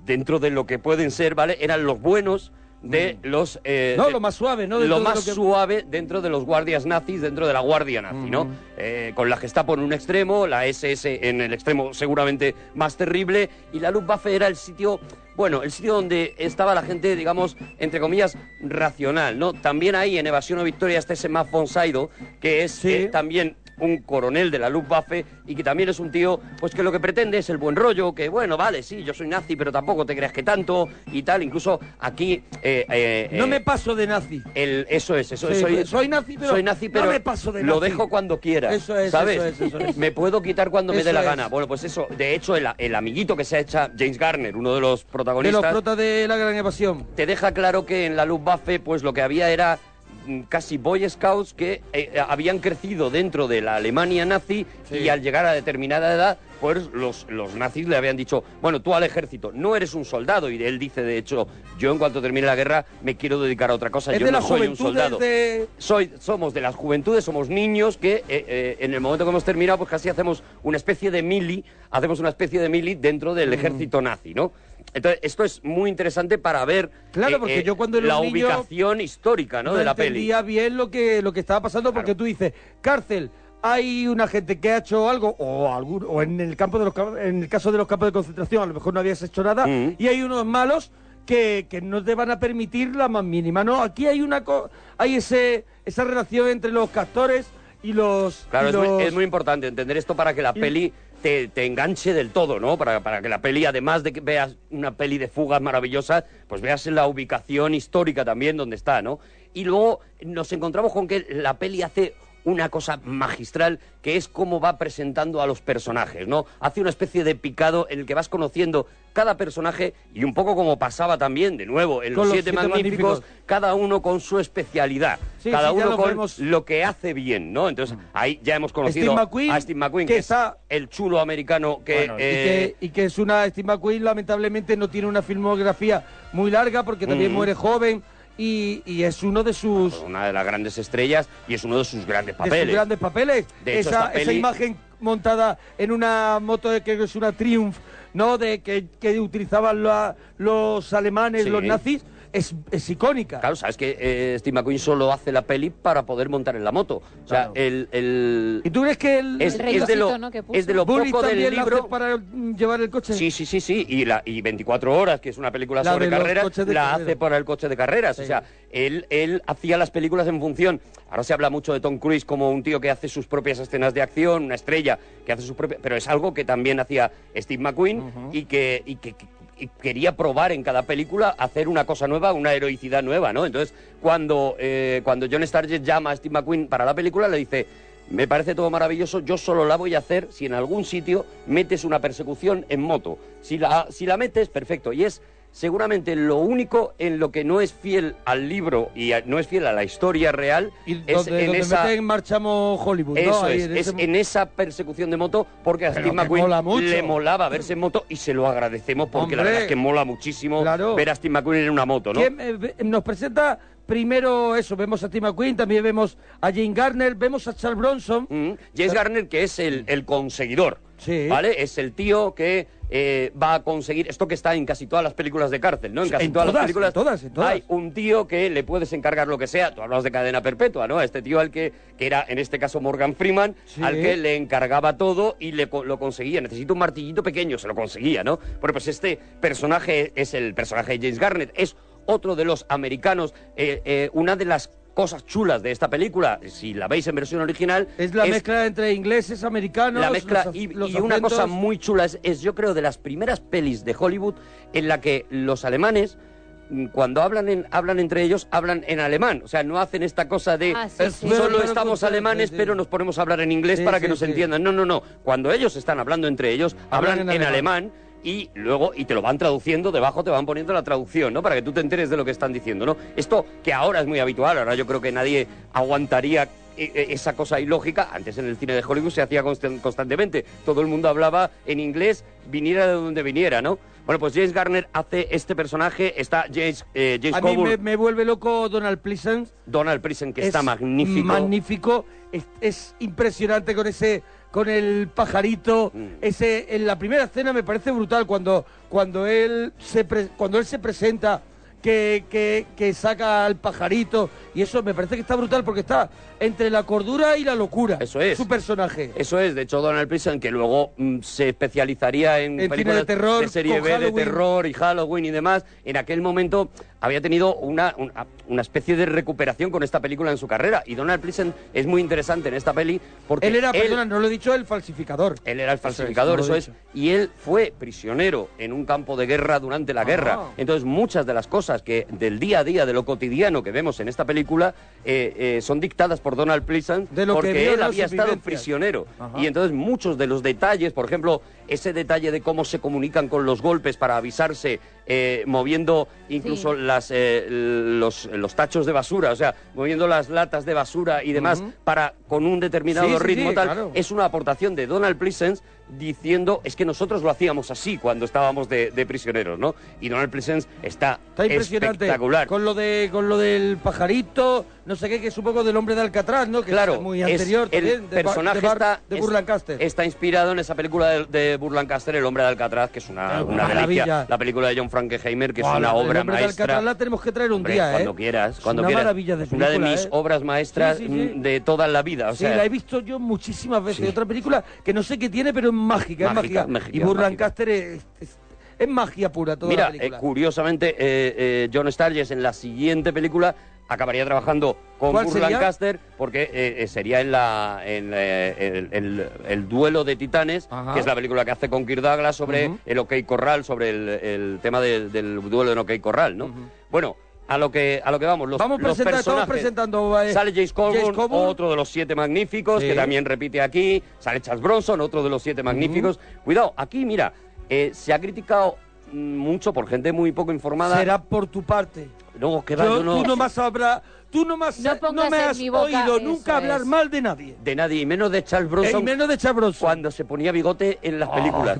Speaker 5: dentro de lo que pueden ser, ¿vale? Eran los buenos de los... eh,
Speaker 3: Mm. No,
Speaker 5: de-
Speaker 3: lo más suave, ¿no? Dentro
Speaker 5: Lo
Speaker 3: de
Speaker 5: más
Speaker 3: que-
Speaker 5: suave dentro de los guardias nazis, dentro de la guardia nazi, ¿no? Eh, con la Gestapo en un extremo, la SS en el extremo seguramente más terrible, y la Luftwaffe era el sitio, bueno, el sitio donde estaba la gente, digamos, entre comillas, este racional, ¿no? También ahí en Evasión o Victoria está ese Matt von Sydow, que es eh, también un coronel de la Luftwaffe y que también es un tío, pues que lo que pretende es el buen rollo, que bueno, vale, sí, yo soy nazi, pero tampoco te creas que tanto y tal. Incluso aquí. eh,
Speaker 3: No me paso de nazi.
Speaker 5: eso es, eso es.
Speaker 3: Sí, pues,
Speaker 5: Soy,
Speaker 3: soy nazi, pero
Speaker 5: soy nazi,
Speaker 3: no
Speaker 5: pero
Speaker 3: me paso de
Speaker 5: lo
Speaker 3: nazi.
Speaker 5: dejo cuando quiera.
Speaker 3: Eso es,
Speaker 5: ¿sabes?
Speaker 3: eso es, eso es.
Speaker 5: Me puedo quitar cuando me
Speaker 3: Eso
Speaker 5: dé la
Speaker 3: es.
Speaker 5: gana. Bueno, pues eso, de hecho, el, el amiguito que se ha hecho James Garner, uno de los
Speaker 3: De los
Speaker 5: protagonistas
Speaker 3: protas de la gran evasión.
Speaker 5: te deja claro que en la Luftwaffe pues lo que había era mm, casi Boy Scouts que eh, eh, habían crecido dentro de la Alemania nazi y al llegar a determinada edad pues los, los nazis le habían dicho, bueno, tú al ejército no eres un soldado y él dice de hecho, yo en cuanto termine la guerra me quiero dedicar a otra cosa,
Speaker 3: Es
Speaker 5: yo
Speaker 3: de
Speaker 5: no
Speaker 3: las
Speaker 5: soy un
Speaker 3: juventudes
Speaker 5: soldado.
Speaker 3: de-
Speaker 5: Soy, somos de las juventudes, somos niños que eh, eh, en el momento que hemos terminado pues casi hacemos una especie de mili, hacemos una especie de mili dentro
Speaker 3: Mm.
Speaker 5: del ejército nazi, ¿no? Entonces, esto es muy interesante para ver eh,
Speaker 3: Claro, porque yo cuando era
Speaker 5: la
Speaker 3: un niño
Speaker 5: ubicación histórica ¿no?
Speaker 3: no
Speaker 5: de la peli.
Speaker 3: entendía bien lo que, lo que estaba pasando porque tú dices, cárcel, hay una gente que ha hecho algo, o, algún, o en, el campo de los, cam- en el caso de los campos de concentración a lo mejor no habías hecho nada,
Speaker 5: Mm.
Speaker 3: y hay unos malos que, que no te van a permitir la más mínima. No, aquí hay una co- hay ese, esa relación entre los castores y los... y
Speaker 5: Claro, es muy,
Speaker 3: los-
Speaker 5: es muy importante entender esto para que la
Speaker 3: y-
Speaker 5: peli te, te enganche del todo, ¿no? Para, para que la peli, además de que veas una peli de fugas maravillosa, pues veas la ubicación histórica también donde está, ¿no? Y luego nos encontramos con que la peli hace una cosa magistral que es cómo va presentando a los personajes, ¿no? Hace una especie de picado en el que vas conociendo cada personaje y un poco como pasaba también, de nuevo, en
Speaker 3: Con
Speaker 5: los, siete, magníficos, cada uno con su especialidad,
Speaker 3: Sí,
Speaker 5: cada
Speaker 3: sí, ya
Speaker 5: uno
Speaker 3: lo
Speaker 5: con
Speaker 3: veremos.
Speaker 5: lo que hace bien, ¿no? Entonces ahí ya hemos conocido
Speaker 3: Steve McQueen,
Speaker 5: a Steve McQueen,
Speaker 3: que
Speaker 5: que, está es el chulo americano que,
Speaker 3: Bueno,
Speaker 5: eh,
Speaker 3: y, que, y que es una Steve McQueen, lamentablemente no tiene una filmografía muy larga porque también
Speaker 5: Mm.
Speaker 3: muere joven y, y es uno de sus, de
Speaker 5: una de las grandes estrellas y es uno de sus grandes
Speaker 3: sus
Speaker 5: papeles.
Speaker 3: grandes papeles.
Speaker 5: De hecho,
Speaker 3: esa,
Speaker 5: esta
Speaker 3: esa
Speaker 5: peli-
Speaker 3: imagen montada en una moto de que es una Triumph, ¿no? De que, que utilizaban la- los alemanes,
Speaker 5: Sí.
Speaker 3: los nazis, es, es icónica.
Speaker 5: Claro, sabes que eh, Steve McQueen solo hace la peli para poder montar en la moto. O sea, el, el-
Speaker 3: ¿Y tú crees que el,
Speaker 5: Es- El es de lo- relojito, ¿no? que puso. es de lo
Speaker 3: Bullitt
Speaker 5: poco del
Speaker 3: también la hace
Speaker 5: libro-
Speaker 3: para mm, llevar el coche?
Speaker 5: Sí, sí, sí, sí. Y, la, y 24 horas, que es una película
Speaker 3: La
Speaker 5: sobre
Speaker 3: de los
Speaker 5: carreras, la
Speaker 3: coches de carreras.
Speaker 5: hace para el coche de carreras. O sea, él, él hacía las películas en función. Ahora se habla mucho de Tom Cruise como un tío que hace sus propias escenas de acción, una estrella que hace sus propias. Pero es algo que también hacía Steve McQueen y que. y que- y quería probar en cada película hacer una cosa nueva, una heroicidad nueva, ¿no? Entonces, cuando, eh, cuando John Stargett llama a Steve McQueen para la película, le dice, me parece todo maravilloso, yo solo la voy a hacer si en algún sitio metes una persecución en moto. Si la, si la metes, perfecto. Y es seguramente lo único en lo que no es fiel al libro y a- no es fiel a la historia real. es
Speaker 3: donde,
Speaker 5: en
Speaker 3: donde
Speaker 5: esa...
Speaker 3: meten marchamos Hollywood, ¿no?
Speaker 5: Eso
Speaker 3: Ahí
Speaker 5: es,
Speaker 3: en
Speaker 5: es
Speaker 3: ese mo-
Speaker 5: en esa persecución de moto porque a
Speaker 3: Pero
Speaker 5: Steve
Speaker 3: que
Speaker 5: McQueen
Speaker 3: mola mucho.
Speaker 5: le molaba verse en moto y se lo agradecemos porque la
Speaker 3: Hombre,
Speaker 5: verdad es que mola muchísimo
Speaker 3: claro.
Speaker 5: ver a Steve McQueen en una moto, ¿no?
Speaker 3: ¿Quién, eh, ve- nos presenta primero eso, vemos a Tim McQueen, también vemos a Jane Garner, vemos a Charles Bronson.
Speaker 5: James Garner, que es el, el conseguidor, ¿vale? Es el tío que eh, va a conseguir esto que está en casi todas las películas de cárcel, ¿no? En casi
Speaker 3: En
Speaker 5: todas, las
Speaker 3: todas,
Speaker 5: películas.
Speaker 3: en todas, en todas.
Speaker 5: Hay un tío que le puedes encargar lo que sea. Tú hablas de cadena perpetua, ¿no? A Este tío al que, que era, en este caso, Morgan Freeman,
Speaker 3: Sí.
Speaker 5: al que le encargaba todo y le, co- lo conseguía. Necesito un martillito pequeño, se lo conseguía, ¿no? Bueno, pues este personaje es el personaje de James Garnett, es otro de los americanos, eh, eh, una de las cosas chulas de esta película, si la veis en versión original,
Speaker 3: Es la mezcla entre ingleses, americanos.
Speaker 5: la mezcla
Speaker 3: los af-
Speaker 5: y,
Speaker 3: los
Speaker 5: y una
Speaker 3: acentos.
Speaker 5: cosa muy chula es, es, yo creo, de las primeras pelis de Hollywood en la que los alemanes, mm, cuando hablan, en- hablan entre ellos, hablan en alemán. O sea, no hacen esta cosa de
Speaker 3: Ah, sí,
Speaker 5: "Es-
Speaker 3: sí. Pero-
Speaker 5: solo
Speaker 3: pero
Speaker 5: estamos
Speaker 3: funciona,
Speaker 5: alemanes,
Speaker 3: sí, sí.
Speaker 5: pero nos ponemos a hablar en inglés
Speaker 3: Sí,
Speaker 5: para que
Speaker 3: sí,
Speaker 5: nos
Speaker 3: sí.
Speaker 5: entiendan. No, no, no. Cuando ellos están hablando entre ellos, hablan,
Speaker 3: Hablan en
Speaker 5: en alemán. y luego y te lo van traduciendo debajo te van poniendo la traducción no para que tú te enteres de lo que están diciendo no esto que ahora es muy habitual ahora yo creo que nadie aguantaría e- e- esa cosa ilógica, antes en el cine de Hollywood se hacía constan- constantemente. Todo el mundo hablaba en inglés, viniera de donde viniera, ¿no? Bueno, pues James Garner hace este personaje, está James, eh, James
Speaker 3: A mí
Speaker 5: Coburn,
Speaker 3: me, me vuelve loco Donald Pleasence.
Speaker 5: Donald Prison, que
Speaker 3: Es
Speaker 5: está magnífico.
Speaker 3: Magnífico. Es, es impresionante con ese con el pajarito.
Speaker 5: Mm.
Speaker 3: Ese en la primera escena me parece brutal cuando cuando él se pre- cuando él se presenta que, que- que saca al pajarito. Y eso me parece que está brutal porque está entre la cordura y la locura. Eso
Speaker 5: es.
Speaker 3: Su personaje.
Speaker 5: Eso es, de hecho Donald Pleasant, que luego mm, se especializaría en,
Speaker 3: En
Speaker 5: películas
Speaker 3: cine de terror,
Speaker 5: serie
Speaker 3: con
Speaker 5: B de
Speaker 3: Halloween.
Speaker 5: terror y Halloween y demás, en aquel momento había tenido una, una, una especie de recuperación con esta película en su carrera. Y Donald Pleasant es muy interesante en esta peli porque
Speaker 3: Él era, perdona, no lo he dicho, el falsificador.
Speaker 5: Él era el falsificador,
Speaker 3: Eso
Speaker 5: eso
Speaker 3: es,
Speaker 5: es,
Speaker 3: no lo
Speaker 5: Y él fue prisionero en un campo de guerra durante la guerra.
Speaker 3: Ah.
Speaker 5: Entonces, muchas de las cosas que del día a día, de lo cotidiano que vemos en esta película, eh, eh, son dictadas por Donald Pleasant
Speaker 3: lo que
Speaker 5: porque
Speaker 3: vio
Speaker 5: él
Speaker 3: en
Speaker 5: había
Speaker 3: sus
Speaker 5: estado
Speaker 3: vivencias.
Speaker 5: prisionero.
Speaker 3: Ajá.
Speaker 5: Y entonces, muchos de los detalles, por ejemplo, ese detalle de cómo se comunican con los golpes para avisarse, eh, moviendo incluso las, eh, los, los tachos de basura, o sea, moviendo las latas de basura y demás,
Speaker 3: Ujú.
Speaker 5: para con un determinado
Speaker 3: Sí, sí,
Speaker 5: ritmo
Speaker 3: sí,
Speaker 5: tal,
Speaker 3: claro.
Speaker 5: es una aportación de Donald Pleasence diciendo es que nosotros lo hacíamos así cuando estábamos de, de prisioneros, ¿no? Y Donald Pleasence está,
Speaker 3: Está impresionante.
Speaker 5: espectacular.
Speaker 3: Con lo de con lo del pajarito, no sé qué, que es un poco del hombre de Alcatraz, ¿no? Que
Speaker 5: claro,
Speaker 3: es muy
Speaker 5: es-
Speaker 3: anterior
Speaker 5: el
Speaker 3: también, de Bar-
Speaker 5: personaje
Speaker 3: de Bar-
Speaker 5: está,
Speaker 3: de
Speaker 5: es-
Speaker 3: Burl Lancaster.
Speaker 5: está inspirado en esa película de, de Burl Lancaster, El hombre de Alcatraz, que es una, una
Speaker 3: maravilla.
Speaker 5: delicia. La película de John Frankenheimer, que
Speaker 3: Guau,
Speaker 5: es una
Speaker 3: la- el
Speaker 5: obra
Speaker 3: hombre
Speaker 5: maestra.
Speaker 3: de Alcatraz la tenemos que traer un
Speaker 5: Hombre,
Speaker 3: día, ¿eh?
Speaker 5: cuando quieras, cuando
Speaker 3: una
Speaker 5: quieras.
Speaker 3: maravilla de
Speaker 5: Es una de
Speaker 3: película,
Speaker 5: mis
Speaker 3: ¿eh?
Speaker 5: obras maestras
Speaker 3: Sí, sí, sí.
Speaker 5: mm, de toda la vida. O sea,
Speaker 3: sí, la he visto yo muchísimas veces. Otra película que no sé qué tiene, pero es mágica,
Speaker 5: Mágica,
Speaker 3: es mágica.
Speaker 5: mágica,
Speaker 3: y Burl
Speaker 5: mágica.
Speaker 3: Lancaster es, es- es magia pura toda
Speaker 5: Mira,
Speaker 3: la película.
Speaker 5: eh, curiosamente, eh, eh, John Sturges en la siguiente película acabaría trabajando con
Speaker 3: ¿Cuál
Speaker 5: Burr
Speaker 3: sería?
Speaker 5: Lancaster porque eh, eh, sería en la en, eh, el, el- el duelo de titanes,
Speaker 3: Ajá.
Speaker 5: que es la película que hace con Kirk Douglas sobre
Speaker 3: Ujú.
Speaker 5: el OK Corral, sobre el, el tema del, del duelo en OK Corral, ¿no? Bueno, a lo que a lo que vamos, los,
Speaker 3: Vamos
Speaker 5: los
Speaker 3: presentando, estamos
Speaker 5: personajes-
Speaker 3: presentando. eh,
Speaker 5: Sale James Coburn,
Speaker 3: James Coburn.
Speaker 5: otro de los siete magníficos,
Speaker 3: Sí.
Speaker 5: que también repite aquí. Sale Charles Bronson, otro de los siete magníficos. Cuidado, aquí, mira, eh, se ha criticado mm, mucho por gente muy poco informada.
Speaker 3: Será por tu parte.
Speaker 5: No, que va,
Speaker 3: Yo-
Speaker 5: yo no-
Speaker 3: Tú no más habrá- tú no más- no
Speaker 5: pongas
Speaker 3: me
Speaker 5: en
Speaker 3: has
Speaker 5: mi boca,
Speaker 3: oído
Speaker 5: eso
Speaker 3: nunca hablar
Speaker 5: es.
Speaker 3: mal de nadie.
Speaker 5: De nadie, y menos de Charles Bronson.
Speaker 3: Y menos de Charles Bronson. Ah,
Speaker 5: Cuando se ponía bigote en las películas.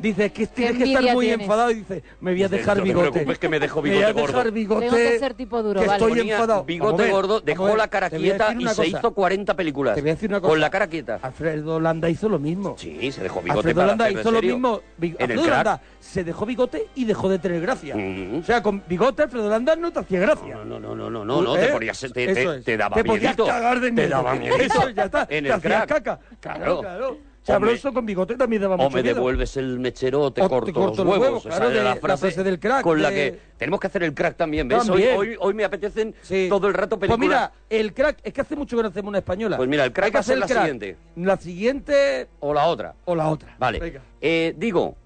Speaker 3: Dices que tienes que
Speaker 6: envidia
Speaker 3: estar muy
Speaker 6: tienes.
Speaker 3: enfadado y dices, me voy a
Speaker 5: Dice,
Speaker 3: dejar
Speaker 5: "No te
Speaker 3: bigote.
Speaker 5: preocupes que me dejo
Speaker 3: voy a
Speaker 5: bigote gordo".
Speaker 3: dejar bigote.
Speaker 6: Tengo que ser tipo duro,
Speaker 3: que
Speaker 6: vale.
Speaker 3: estoy
Speaker 5: Ponía
Speaker 3: enfadado. Vamos a
Speaker 5: Bigote
Speaker 3: ver,
Speaker 5: gordo,
Speaker 3: vamos a
Speaker 5: dejó
Speaker 3: ver,
Speaker 5: la cara
Speaker 3: te voy a
Speaker 5: quieta
Speaker 3: decir
Speaker 5: y
Speaker 3: una
Speaker 5: se
Speaker 3: cosa.
Speaker 5: hizo 40 películas.
Speaker 3: Te voy a decir una
Speaker 5: Con
Speaker 3: cosa.
Speaker 5: la cara quieta.
Speaker 3: Alfredo Landa hizo lo mismo.
Speaker 5: Sí, se dejó bigote
Speaker 3: Alfredo
Speaker 5: para
Speaker 3: Landa
Speaker 5: hacerlo
Speaker 3: hizo
Speaker 5: en
Speaker 3: lo
Speaker 5: serio.
Speaker 3: mismo. Bi-
Speaker 5: En el
Speaker 3: Alfredo
Speaker 5: crack.
Speaker 3: Landa se dejó bigote y dejó de tener gracia.
Speaker 5: Mm.
Speaker 3: O sea, con bigote Alfredo Landa no te hacía gracia.
Speaker 5: No, no, no, no, no, no, te
Speaker 3: ¿Eh?
Speaker 5: ponías, te, te,
Speaker 3: Eso es.
Speaker 5: te daba
Speaker 3: Te podías
Speaker 5: miedito.
Speaker 3: cagar de
Speaker 5: te
Speaker 3: miedo.
Speaker 5: daba miedito.
Speaker 3: Eso, ya está.
Speaker 5: En
Speaker 3: Te
Speaker 5: el
Speaker 3: hacías
Speaker 5: crack.
Speaker 3: caca. Claro,
Speaker 5: Claro.
Speaker 3: claro.
Speaker 5: Hombre.
Speaker 3: Chabroso con bigote también daba
Speaker 5: O
Speaker 3: mucho
Speaker 5: me
Speaker 3: miedo.
Speaker 5: devuelves el mechero o te,
Speaker 3: O te
Speaker 5: corto,
Speaker 3: corto los
Speaker 5: los huevos.
Speaker 3: huevos, claro,
Speaker 5: era
Speaker 3: de- la frase del crack,
Speaker 5: Con la
Speaker 3: de-
Speaker 5: que tenemos que hacer el crack también, ¿ves? Hoy-
Speaker 3: También.
Speaker 5: Hoy, hoy, me apetecen todo el rato
Speaker 3: Pues
Speaker 5: películas.
Speaker 3: mira, el crack, es que hace mucho que no hacemos una española.
Speaker 5: Pues mira, el crack
Speaker 3: Hay que
Speaker 5: va a ser
Speaker 3: hacer
Speaker 5: la
Speaker 3: crack.
Speaker 5: siguiente.
Speaker 3: La siguiente
Speaker 5: O la otra.
Speaker 3: o la otra.
Speaker 5: Vale.
Speaker 3: Este- Venga.
Speaker 5: Eh, digo,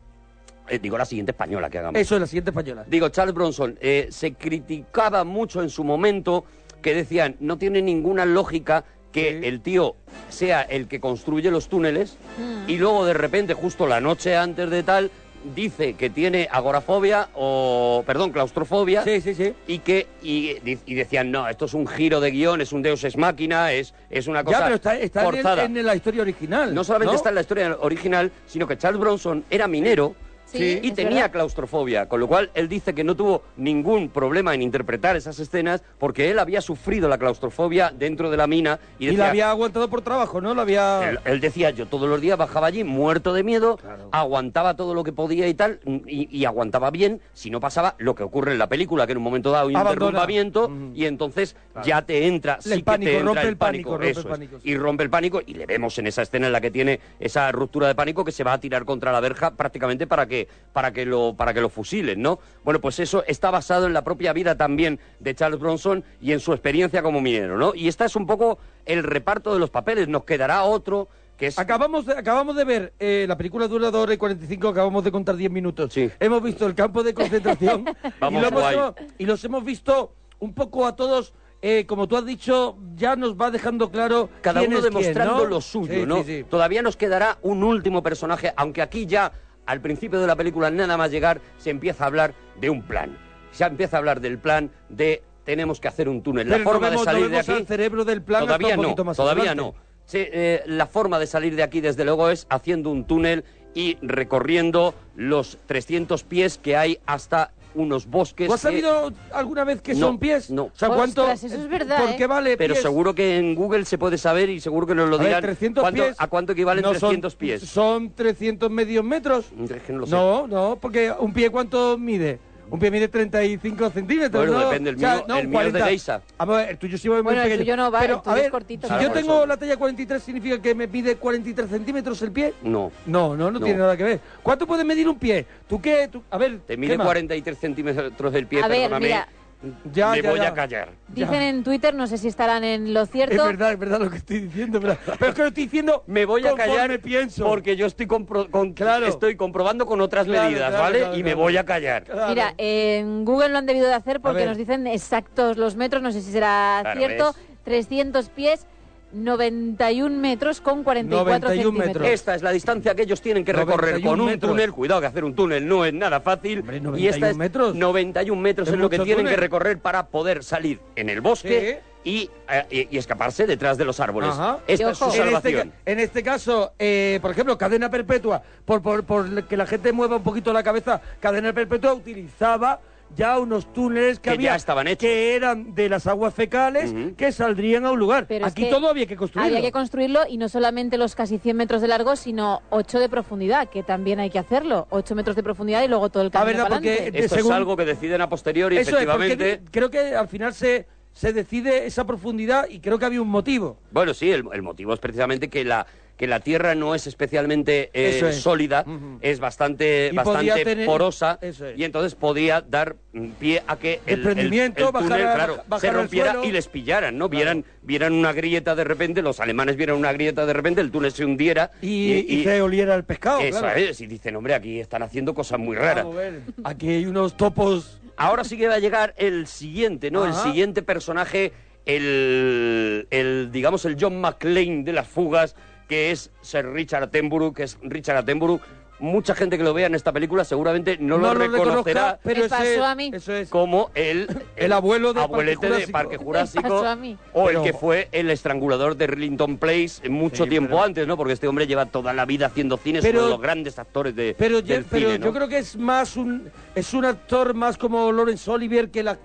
Speaker 5: eh, digo la siguiente española que hagamos.
Speaker 3: Eso es la siguiente española.
Speaker 5: Digo, Charles Bronson, eh, se criticaba mucho en su momento que decían, no tiene ninguna lógica que el tío sea el que construye los túneles
Speaker 6: Mm.
Speaker 5: y luego de repente, justo la noche antes de tal, dice que tiene agorafobia o, perdón, claustrofobia.
Speaker 3: Sí, sí, sí.
Speaker 5: Y que y, di- y decían, no, esto es un giro de guión, es un deus ex máquina, es, es una cosa
Speaker 3: ya, pero está, está en, el-
Speaker 5: forzada.
Speaker 3: en la historia original.
Speaker 5: No solamente
Speaker 3: ¿no?
Speaker 5: está en la historia original, sino que Charles Bronson era minero
Speaker 3: Sí,
Speaker 5: y
Speaker 3: es
Speaker 5: tenía
Speaker 3: verdad.
Speaker 5: claustrofobia, con lo cual él dice que no tuvo ningún problema en interpretar esas escenas porque él había sufrido la claustrofobia dentro de la mina y,
Speaker 3: Y,
Speaker 5: decía,
Speaker 3: la había aguantado por trabajo, ¿no? La había...
Speaker 5: él, él decía, yo todos los días bajaba allí muerto de miedo, aguantaba todo lo que podía y tal, y, y aguantaba bien si no pasaba lo que ocurre en la película, que en un momento dado hay un
Speaker 3: Abandona.
Speaker 5: derrumbamiento y entonces ya te entra,
Speaker 3: El
Speaker 5: sí que
Speaker 3: pánico,
Speaker 5: te entra
Speaker 3: rompe
Speaker 5: el
Speaker 3: el pánico,
Speaker 5: pánico,
Speaker 3: rompe
Speaker 5: eso
Speaker 3: el
Speaker 5: es.
Speaker 3: pánico,
Speaker 5: y rompe el pánico y le vemos en esa escena en la que tiene esa ruptura de pánico que se va a tirar contra la verja prácticamente para que, para que, lo, para que lo fusilen, ¿no? Bueno, pues eso está basado en la propia vida también de Charles Bronson y en su experiencia como minero, ¿no? Y esta es un poco el reparto de los papeles, nos quedará otro que es...
Speaker 3: Acabamos de, acabamos de ver eh, la película dura 2 horas y 45, acabamos de contar 10 minutos. Hemos visto el campo de concentración
Speaker 5: (laughs) Vamos,
Speaker 3: y, lo hemos-
Speaker 5: guay.
Speaker 3: y los hemos visto un poco a todos, eh, como tú has dicho, ya nos va dejando claro
Speaker 5: cada
Speaker 3: quién
Speaker 5: uno
Speaker 3: es quién,
Speaker 5: demostrando
Speaker 3: ¿no?
Speaker 5: lo suyo,
Speaker 3: Sí,
Speaker 5: ¿no?
Speaker 3: sí, sí.
Speaker 5: Todavía nos quedará un último personaje, aunque aquí ya al principio de la película nada más llegar se empieza a hablar de un plan. Se empieza a hablar del plan de tenemos que hacer un túnel, la
Speaker 3: Pero no
Speaker 5: forma
Speaker 3: vemos-
Speaker 5: de
Speaker 3: no
Speaker 5: salir de
Speaker 3: vemos
Speaker 5: aquí.
Speaker 3: al cerebro del plan hasta
Speaker 5: todavía
Speaker 3: un
Speaker 5: no,
Speaker 3: poquito más
Speaker 5: todavía
Speaker 3: adelante.
Speaker 5: no. Sí, eh, la forma de salir de aquí, desde luego, es haciendo un túnel y recorriendo los 300 pies que hay hasta unos bosques.
Speaker 3: ¿Tú has
Speaker 5: que-
Speaker 3: sabido alguna vez que
Speaker 5: No,
Speaker 3: son pies?
Speaker 5: No.
Speaker 3: O sea, ¿cuánto? ¿Por
Speaker 6: ¿eh?
Speaker 3: qué vale
Speaker 5: Pero
Speaker 3: pies?
Speaker 5: seguro que en Google se puede saber y seguro que nos lo
Speaker 3: A ver,
Speaker 5: dirán.
Speaker 3: 300
Speaker 5: ¿Cuánto-
Speaker 3: pies
Speaker 5: ¿A cuánto equivalen
Speaker 3: no son-
Speaker 5: 300 pies? Mm,
Speaker 3: Son 300 medios metros.
Speaker 5: Es que no lo sé.
Speaker 3: No, no, porque un pie cuánto mide. Un pie mide 35 centímetros.
Speaker 5: Bueno,
Speaker 3: ¿no?
Speaker 5: depende, el
Speaker 3: O sea,
Speaker 5: mío-
Speaker 3: no,
Speaker 5: el mío es de
Speaker 3: 40.
Speaker 5: Geisa.
Speaker 3: A ver, el tuyo sí va a
Speaker 6: Bueno, el
Speaker 3: pequeño.
Speaker 6: tuyo no va, el
Speaker 3: Pero,
Speaker 6: tuyo
Speaker 3: a
Speaker 6: es
Speaker 3: ver,
Speaker 6: cortito.
Speaker 3: Si
Speaker 5: Claro,
Speaker 3: yo
Speaker 5: por
Speaker 3: tengo la talla 43, ¿significa que me mide 43 centímetros el pie?
Speaker 5: No.
Speaker 3: No, no, no,
Speaker 5: Mm. No.
Speaker 3: tiene nada que ver. ¿Cuánto puede medir un pie? ¿Tú qué? Tú- a ver,
Speaker 5: Te mide 43 centímetros del pie,
Speaker 6: A ver,
Speaker 5: perdóname.
Speaker 6: mira.
Speaker 3: Ya,
Speaker 5: me
Speaker 3: ya,
Speaker 5: voy
Speaker 3: ya.
Speaker 5: a callar.
Speaker 6: Dicen en Twitter, no sé si estarán en lo cierto.
Speaker 3: Es verdad, es verdad lo que estoy diciendo. es verdad. Pero es que lo estoy diciendo.
Speaker 5: Me voy a
Speaker 3: conforme
Speaker 5: callar
Speaker 3: pienso.
Speaker 5: porque yo estoy, compro- con- estoy comprobando con otras
Speaker 3: Claro,
Speaker 5: medidas,
Speaker 3: claro,
Speaker 5: ¿vale?
Speaker 3: claro,
Speaker 5: y me
Speaker 3: claro.
Speaker 5: voy a callar.
Speaker 6: Mira, en Google lo han debido de hacer porque
Speaker 5: ver.
Speaker 6: nos dicen exactos los metros, no sé si será
Speaker 5: Claro,
Speaker 6: cierto.
Speaker 5: ¿ves?
Speaker 6: 300 pies, 91 metros con 44 centímetros.
Speaker 5: Esta es la distancia que ellos tienen que recorrer
Speaker 3: 91
Speaker 5: con un
Speaker 3: metros.
Speaker 5: túnel. Cuidado que hacer un túnel no es nada fácil. y esta
Speaker 3: 91
Speaker 5: es 91 metros
Speaker 3: Es
Speaker 5: es, lo que
Speaker 3: mucho
Speaker 5: tienen
Speaker 3: túnel.
Speaker 5: que recorrer para poder salir en el bosque y, eh, y- y escaparse detrás de los árboles.
Speaker 3: Ajá.
Speaker 5: Esta es su
Speaker 3: en, este,
Speaker 5: salvación.
Speaker 3: ca- en este caso, eh, por ejemplo, cadena perpetua, por, por- por que la gente mueva un poquito la cabeza, cadena perpetua utilizaba ya unos túneles que,
Speaker 5: Que
Speaker 3: había
Speaker 5: ya estaban hechos.
Speaker 3: que eran de las aguas fecales que saldrían a un lugar.
Speaker 6: Pero es
Speaker 3: Aquí
Speaker 6: que
Speaker 3: todo había que construirlo.
Speaker 6: Había que construirlo y no solamente los casi 100 metros de largo, sino 8 de profundidad, que también hay que hacerlo. 8 metros de profundidad y luego todo el camino para adelante.
Speaker 5: Esto es algo que deciden a posteriori,
Speaker 3: Eso es, porque
Speaker 5: efectivamente.
Speaker 3: creo que al final se, se decide esa profundidad y creo que había un motivo.
Speaker 5: Bueno, sí, el, el motivo es precisamente que la que la tierra no es especialmente eh,
Speaker 3: Eso es.
Speaker 5: sólida, es bastante,
Speaker 3: Y podía
Speaker 5: bastante
Speaker 3: tener-
Speaker 5: porosa
Speaker 3: Eso es.
Speaker 5: y entonces podía dar mm, pie a que el, el-
Speaker 3: Desprendimiento,
Speaker 5: el túnel
Speaker 3: bajara-
Speaker 5: claro,
Speaker 3: bajara
Speaker 5: se
Speaker 3: al
Speaker 5: rompiera
Speaker 3: suelo.
Speaker 5: y les pillaran, ¿no? Vieran, vieran una grieta de repente, los alemanes vieran una grieta de repente, el túnel se hundiera
Speaker 3: Y, y se oliera el pescado.
Speaker 5: eso
Speaker 3: claro.
Speaker 5: es, y dicen, hombre, aquí están haciendo cosas muy raras.
Speaker 3: Vamos a ver, Aquí hay unos topos.
Speaker 5: Ahora sí que va a llegar el siguiente, ¿no? El
Speaker 3: Ajá.
Speaker 5: siguiente personaje, el, el, digamos, el John McClane de las fugas, que es Sir Richard Attenborough, que es Richard Attenborough. Mucha gente que lo vea en esta película seguramente no,
Speaker 3: No
Speaker 5: lo
Speaker 3: lo
Speaker 5: reconocerá
Speaker 3: reconozca, pero Me pasó ese- a
Speaker 6: mí.
Speaker 3: eso es.
Speaker 5: como
Speaker 3: (laughs)
Speaker 5: el,
Speaker 3: El abuelo de
Speaker 5: abuelete
Speaker 3: Parque Jurásico.
Speaker 5: de Parque
Speaker 3: Me
Speaker 5: Jurásico
Speaker 6: pasó a mí.
Speaker 5: o
Speaker 6: Pero-
Speaker 5: el que fue el estrangulador de Rillington Place mucho
Speaker 3: Sí,
Speaker 5: tiempo
Speaker 3: pero-
Speaker 5: antes, ¿no? Porque este hombre lleva toda la vida haciendo cine, es
Speaker 3: Pero-
Speaker 5: uno de los grandes actores de,
Speaker 3: Pero,
Speaker 5: del
Speaker 3: yo, pero
Speaker 5: cine, ¿no?
Speaker 3: yo creo que es más un es un actor más como Laurence Olivier que la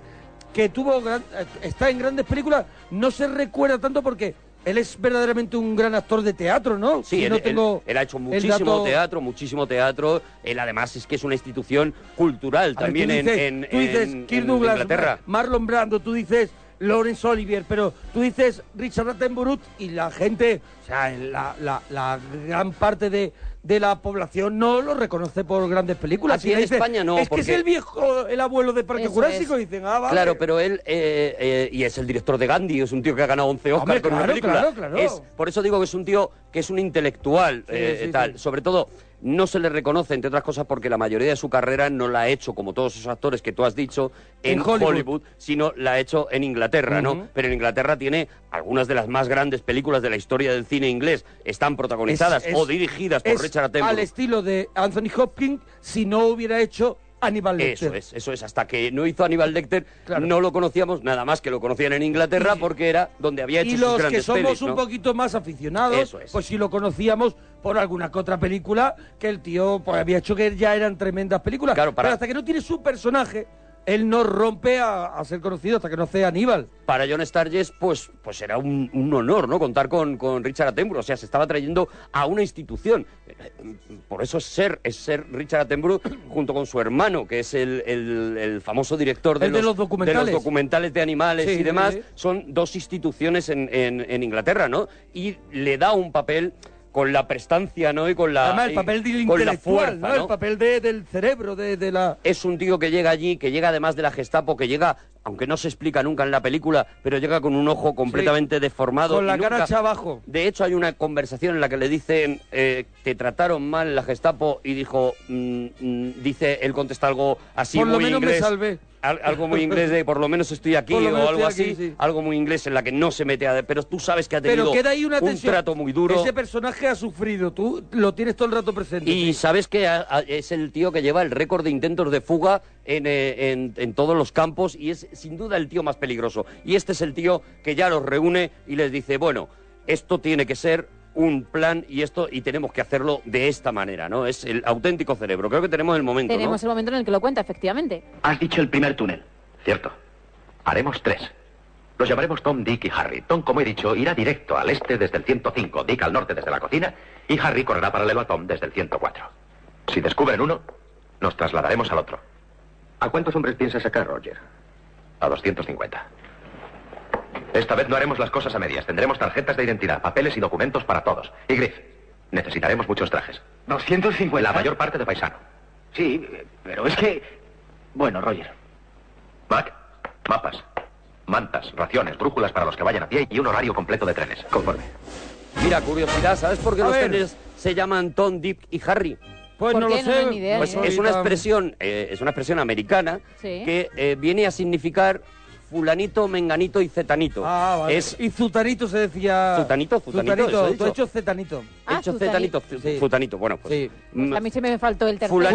Speaker 3: que tuvo gran- eh, está en grandes películas no se recuerda tanto porque él es verdaderamente un gran actor de teatro, ¿no?
Speaker 5: Sí,
Speaker 3: Si
Speaker 5: él,
Speaker 3: no
Speaker 5: él-
Speaker 3: tengo
Speaker 5: él ha hecho
Speaker 3: el
Speaker 5: muchísimo
Speaker 3: dato-
Speaker 5: teatro, muchísimo teatro. Él además es que es una institución cultural
Speaker 3: A ver,
Speaker 5: también
Speaker 3: tú dices-
Speaker 5: en, en-
Speaker 3: tú dices
Speaker 5: en-
Speaker 3: Kirk
Speaker 5: en
Speaker 3: Douglas,
Speaker 5: Inglaterra.
Speaker 3: Mar- Marlon Brando, tú dices Laurence Olivier, pero tú dices Richard Attenborough y la gente, o sea, la, la- la gran parte de, de la población no lo reconoce por grandes películas.
Speaker 5: Aquí
Speaker 3: Y
Speaker 5: Ah, en
Speaker 3: dice,
Speaker 5: España no,
Speaker 3: Es que
Speaker 5: porque-
Speaker 3: es el viejo, el abuelo de Parque
Speaker 6: Eso
Speaker 3: Jurásico,
Speaker 6: es.
Speaker 3: y dicen, ah, vale.
Speaker 5: Claro, pero él, eh, eh, y es el director de Gandhi, es un tío que ha ganado 11 Oscars
Speaker 3: Hombre,
Speaker 5: con una
Speaker 3: claro,
Speaker 5: película.
Speaker 3: claro, claro.
Speaker 5: Es- por eso digo que es un tío que es un intelectual,
Speaker 3: Sí,
Speaker 5: eh,
Speaker 3: sí,
Speaker 5: tal.
Speaker 3: sí.
Speaker 5: Sobre todo, no se le reconoce, entre otras cosas, porque la mayoría de su carrera no la ha hecho, como todos esos actores que tú has dicho, en,
Speaker 3: En Hollywood.
Speaker 5: sino la ha hecho en Inglaterra,
Speaker 3: Ujú.
Speaker 5: ¿no? Pero en Inglaterra tiene algunas de las más grandes películas de la historia del cine inglés. Están protagonizadas
Speaker 3: Es- es-
Speaker 5: o dirigidas por
Speaker 3: es
Speaker 5: Richard
Speaker 3: al
Speaker 5: Attenborough.
Speaker 3: estilo de Anthony Hopkins si no hubiera hecho Aníbal Lecter.
Speaker 5: Eso es, eso es. Hasta que no hizo Aníbal Lecter, no lo conocíamos, nada más que lo conocían en Inglaterra porque era donde había hecho
Speaker 3: y
Speaker 5: sus
Speaker 3: los que
Speaker 5: grandes
Speaker 3: somos
Speaker 5: pelis,
Speaker 3: un
Speaker 5: ¿no?
Speaker 3: poquito más aficionados,
Speaker 5: Eso es.
Speaker 3: pues si lo conocíamos por alguna que otra película que el tío pues, había hecho que ya eran tremendas películas.
Speaker 5: Claro, para-
Speaker 3: Pero hasta que no tiene su personaje, él no rompe a, a ser conocido hasta que no sea Aníbal.
Speaker 5: Para John Sturges, pues, pues era un, un honor, ¿no? Contar con, con Richard Attenborough. O sea, se estaba trayendo a una institución. Por eso es ser, es ser Richard Attenborough junto con su hermano, que es el, el- el famoso director de,
Speaker 3: El de los documentales.
Speaker 5: de los documentales de animales
Speaker 3: Sí,
Speaker 5: y demás.
Speaker 3: sí, sí.
Speaker 5: Son dos instituciones en, en- en Inglaterra, ¿no? Y le da un papel con la prestancia, ¿no? Y con la,
Speaker 3: Además, el
Speaker 5: Ah, y
Speaker 3: papel del
Speaker 5: con la
Speaker 3: intelectual,
Speaker 5: fuerza,
Speaker 3: ¿no? El papel de- del cerebro, de, de la...
Speaker 5: es un tío que llega allí, que llega además de la Gestapo, que llega, aunque no se explica nunca en la película, pero llega con un ojo completamente deformado.
Speaker 3: Con
Speaker 5: y
Speaker 3: la
Speaker 5: nunca-
Speaker 3: cara hacia abajo.
Speaker 5: De hecho, hay una conversación en la que le dicen, eh, te trataron mal en la Gestapo, y dijo, mm, mm, dice, él contesta algo así
Speaker 3: por lo
Speaker 5: muy
Speaker 3: menos
Speaker 5: inglés.
Speaker 3: me salvé.
Speaker 5: Al- algo muy inglés de por lo menos estoy aquí
Speaker 3: Por lo menos
Speaker 5: o algo
Speaker 3: estoy aquí,
Speaker 5: así,
Speaker 3: sí.
Speaker 5: algo muy inglés en la que no se mete a... Pero tú sabes que ha tenido
Speaker 3: Pero queda ahí una
Speaker 5: un
Speaker 3: tensión.
Speaker 5: trato muy duro.
Speaker 3: Ese personaje ha sufrido, tú lo tienes todo el rato presente.
Speaker 5: Y sabes que a- a- es el tío que lleva el récord de intentos de fuga en, eh, en- en todos los campos y es sin duda el tío más peligroso. Y este es el tío que ya los reúne y les dice, bueno, esto tiene que ser un plan y esto y tenemos que hacerlo de esta manera, ¿no? Es el auténtico cerebro. Creo que tenemos el momento, ¿no?
Speaker 6: Tenemos el momento en el que lo cuenta, efectivamente.
Speaker 4: Has dicho el primer túnel. Cierto. Haremos tres. Los llamaremos Tom, Dick y Harry. Tom, como he dicho, irá directo al este desde el 105, Dick al norte desde la cocina y Harry correrá paralelo a Tom desde el 104. Si descubren uno, nos trasladaremos al otro. ¿A cuántos hombres piensas sacar, Roger? A 250. Esta vez no haremos las cosas a medias. Tendremos tarjetas de identidad, papeles y documentos para todos. Y Griff, necesitaremos muchos trajes. 250. La mayor parte de paisano. Sí, pero es que... Bueno, Roger. Mac, mapas, mantas, raciones, brújulas para los que vayan a pie y un horario completo de trenes. Conforme.
Speaker 5: Mira, curiosidad, ¿sabes por qué
Speaker 4: A
Speaker 5: los
Speaker 4: ver.
Speaker 5: trenes se llaman Tom, Dick y Harry?
Speaker 6: Pues ¿Por no lo qué? No sé. tengo ni idea,
Speaker 5: Pues
Speaker 6: ¿eh?
Speaker 5: es una expresión, eh, es una expresión americana
Speaker 6: Sí.
Speaker 5: que eh, viene a significar fulanito, menganito y zetanito.
Speaker 3: Ah, vale.
Speaker 5: Es
Speaker 3: Y Zutanito se decía...
Speaker 5: Zutanito, zutanito, eso he
Speaker 3: tú
Speaker 5: dicho.
Speaker 3: has hecho Zetanito.
Speaker 6: Ah,
Speaker 5: hecho zetanito, zu- zutanito. Bueno, pues mm,
Speaker 6: A mí se me faltó el tercero.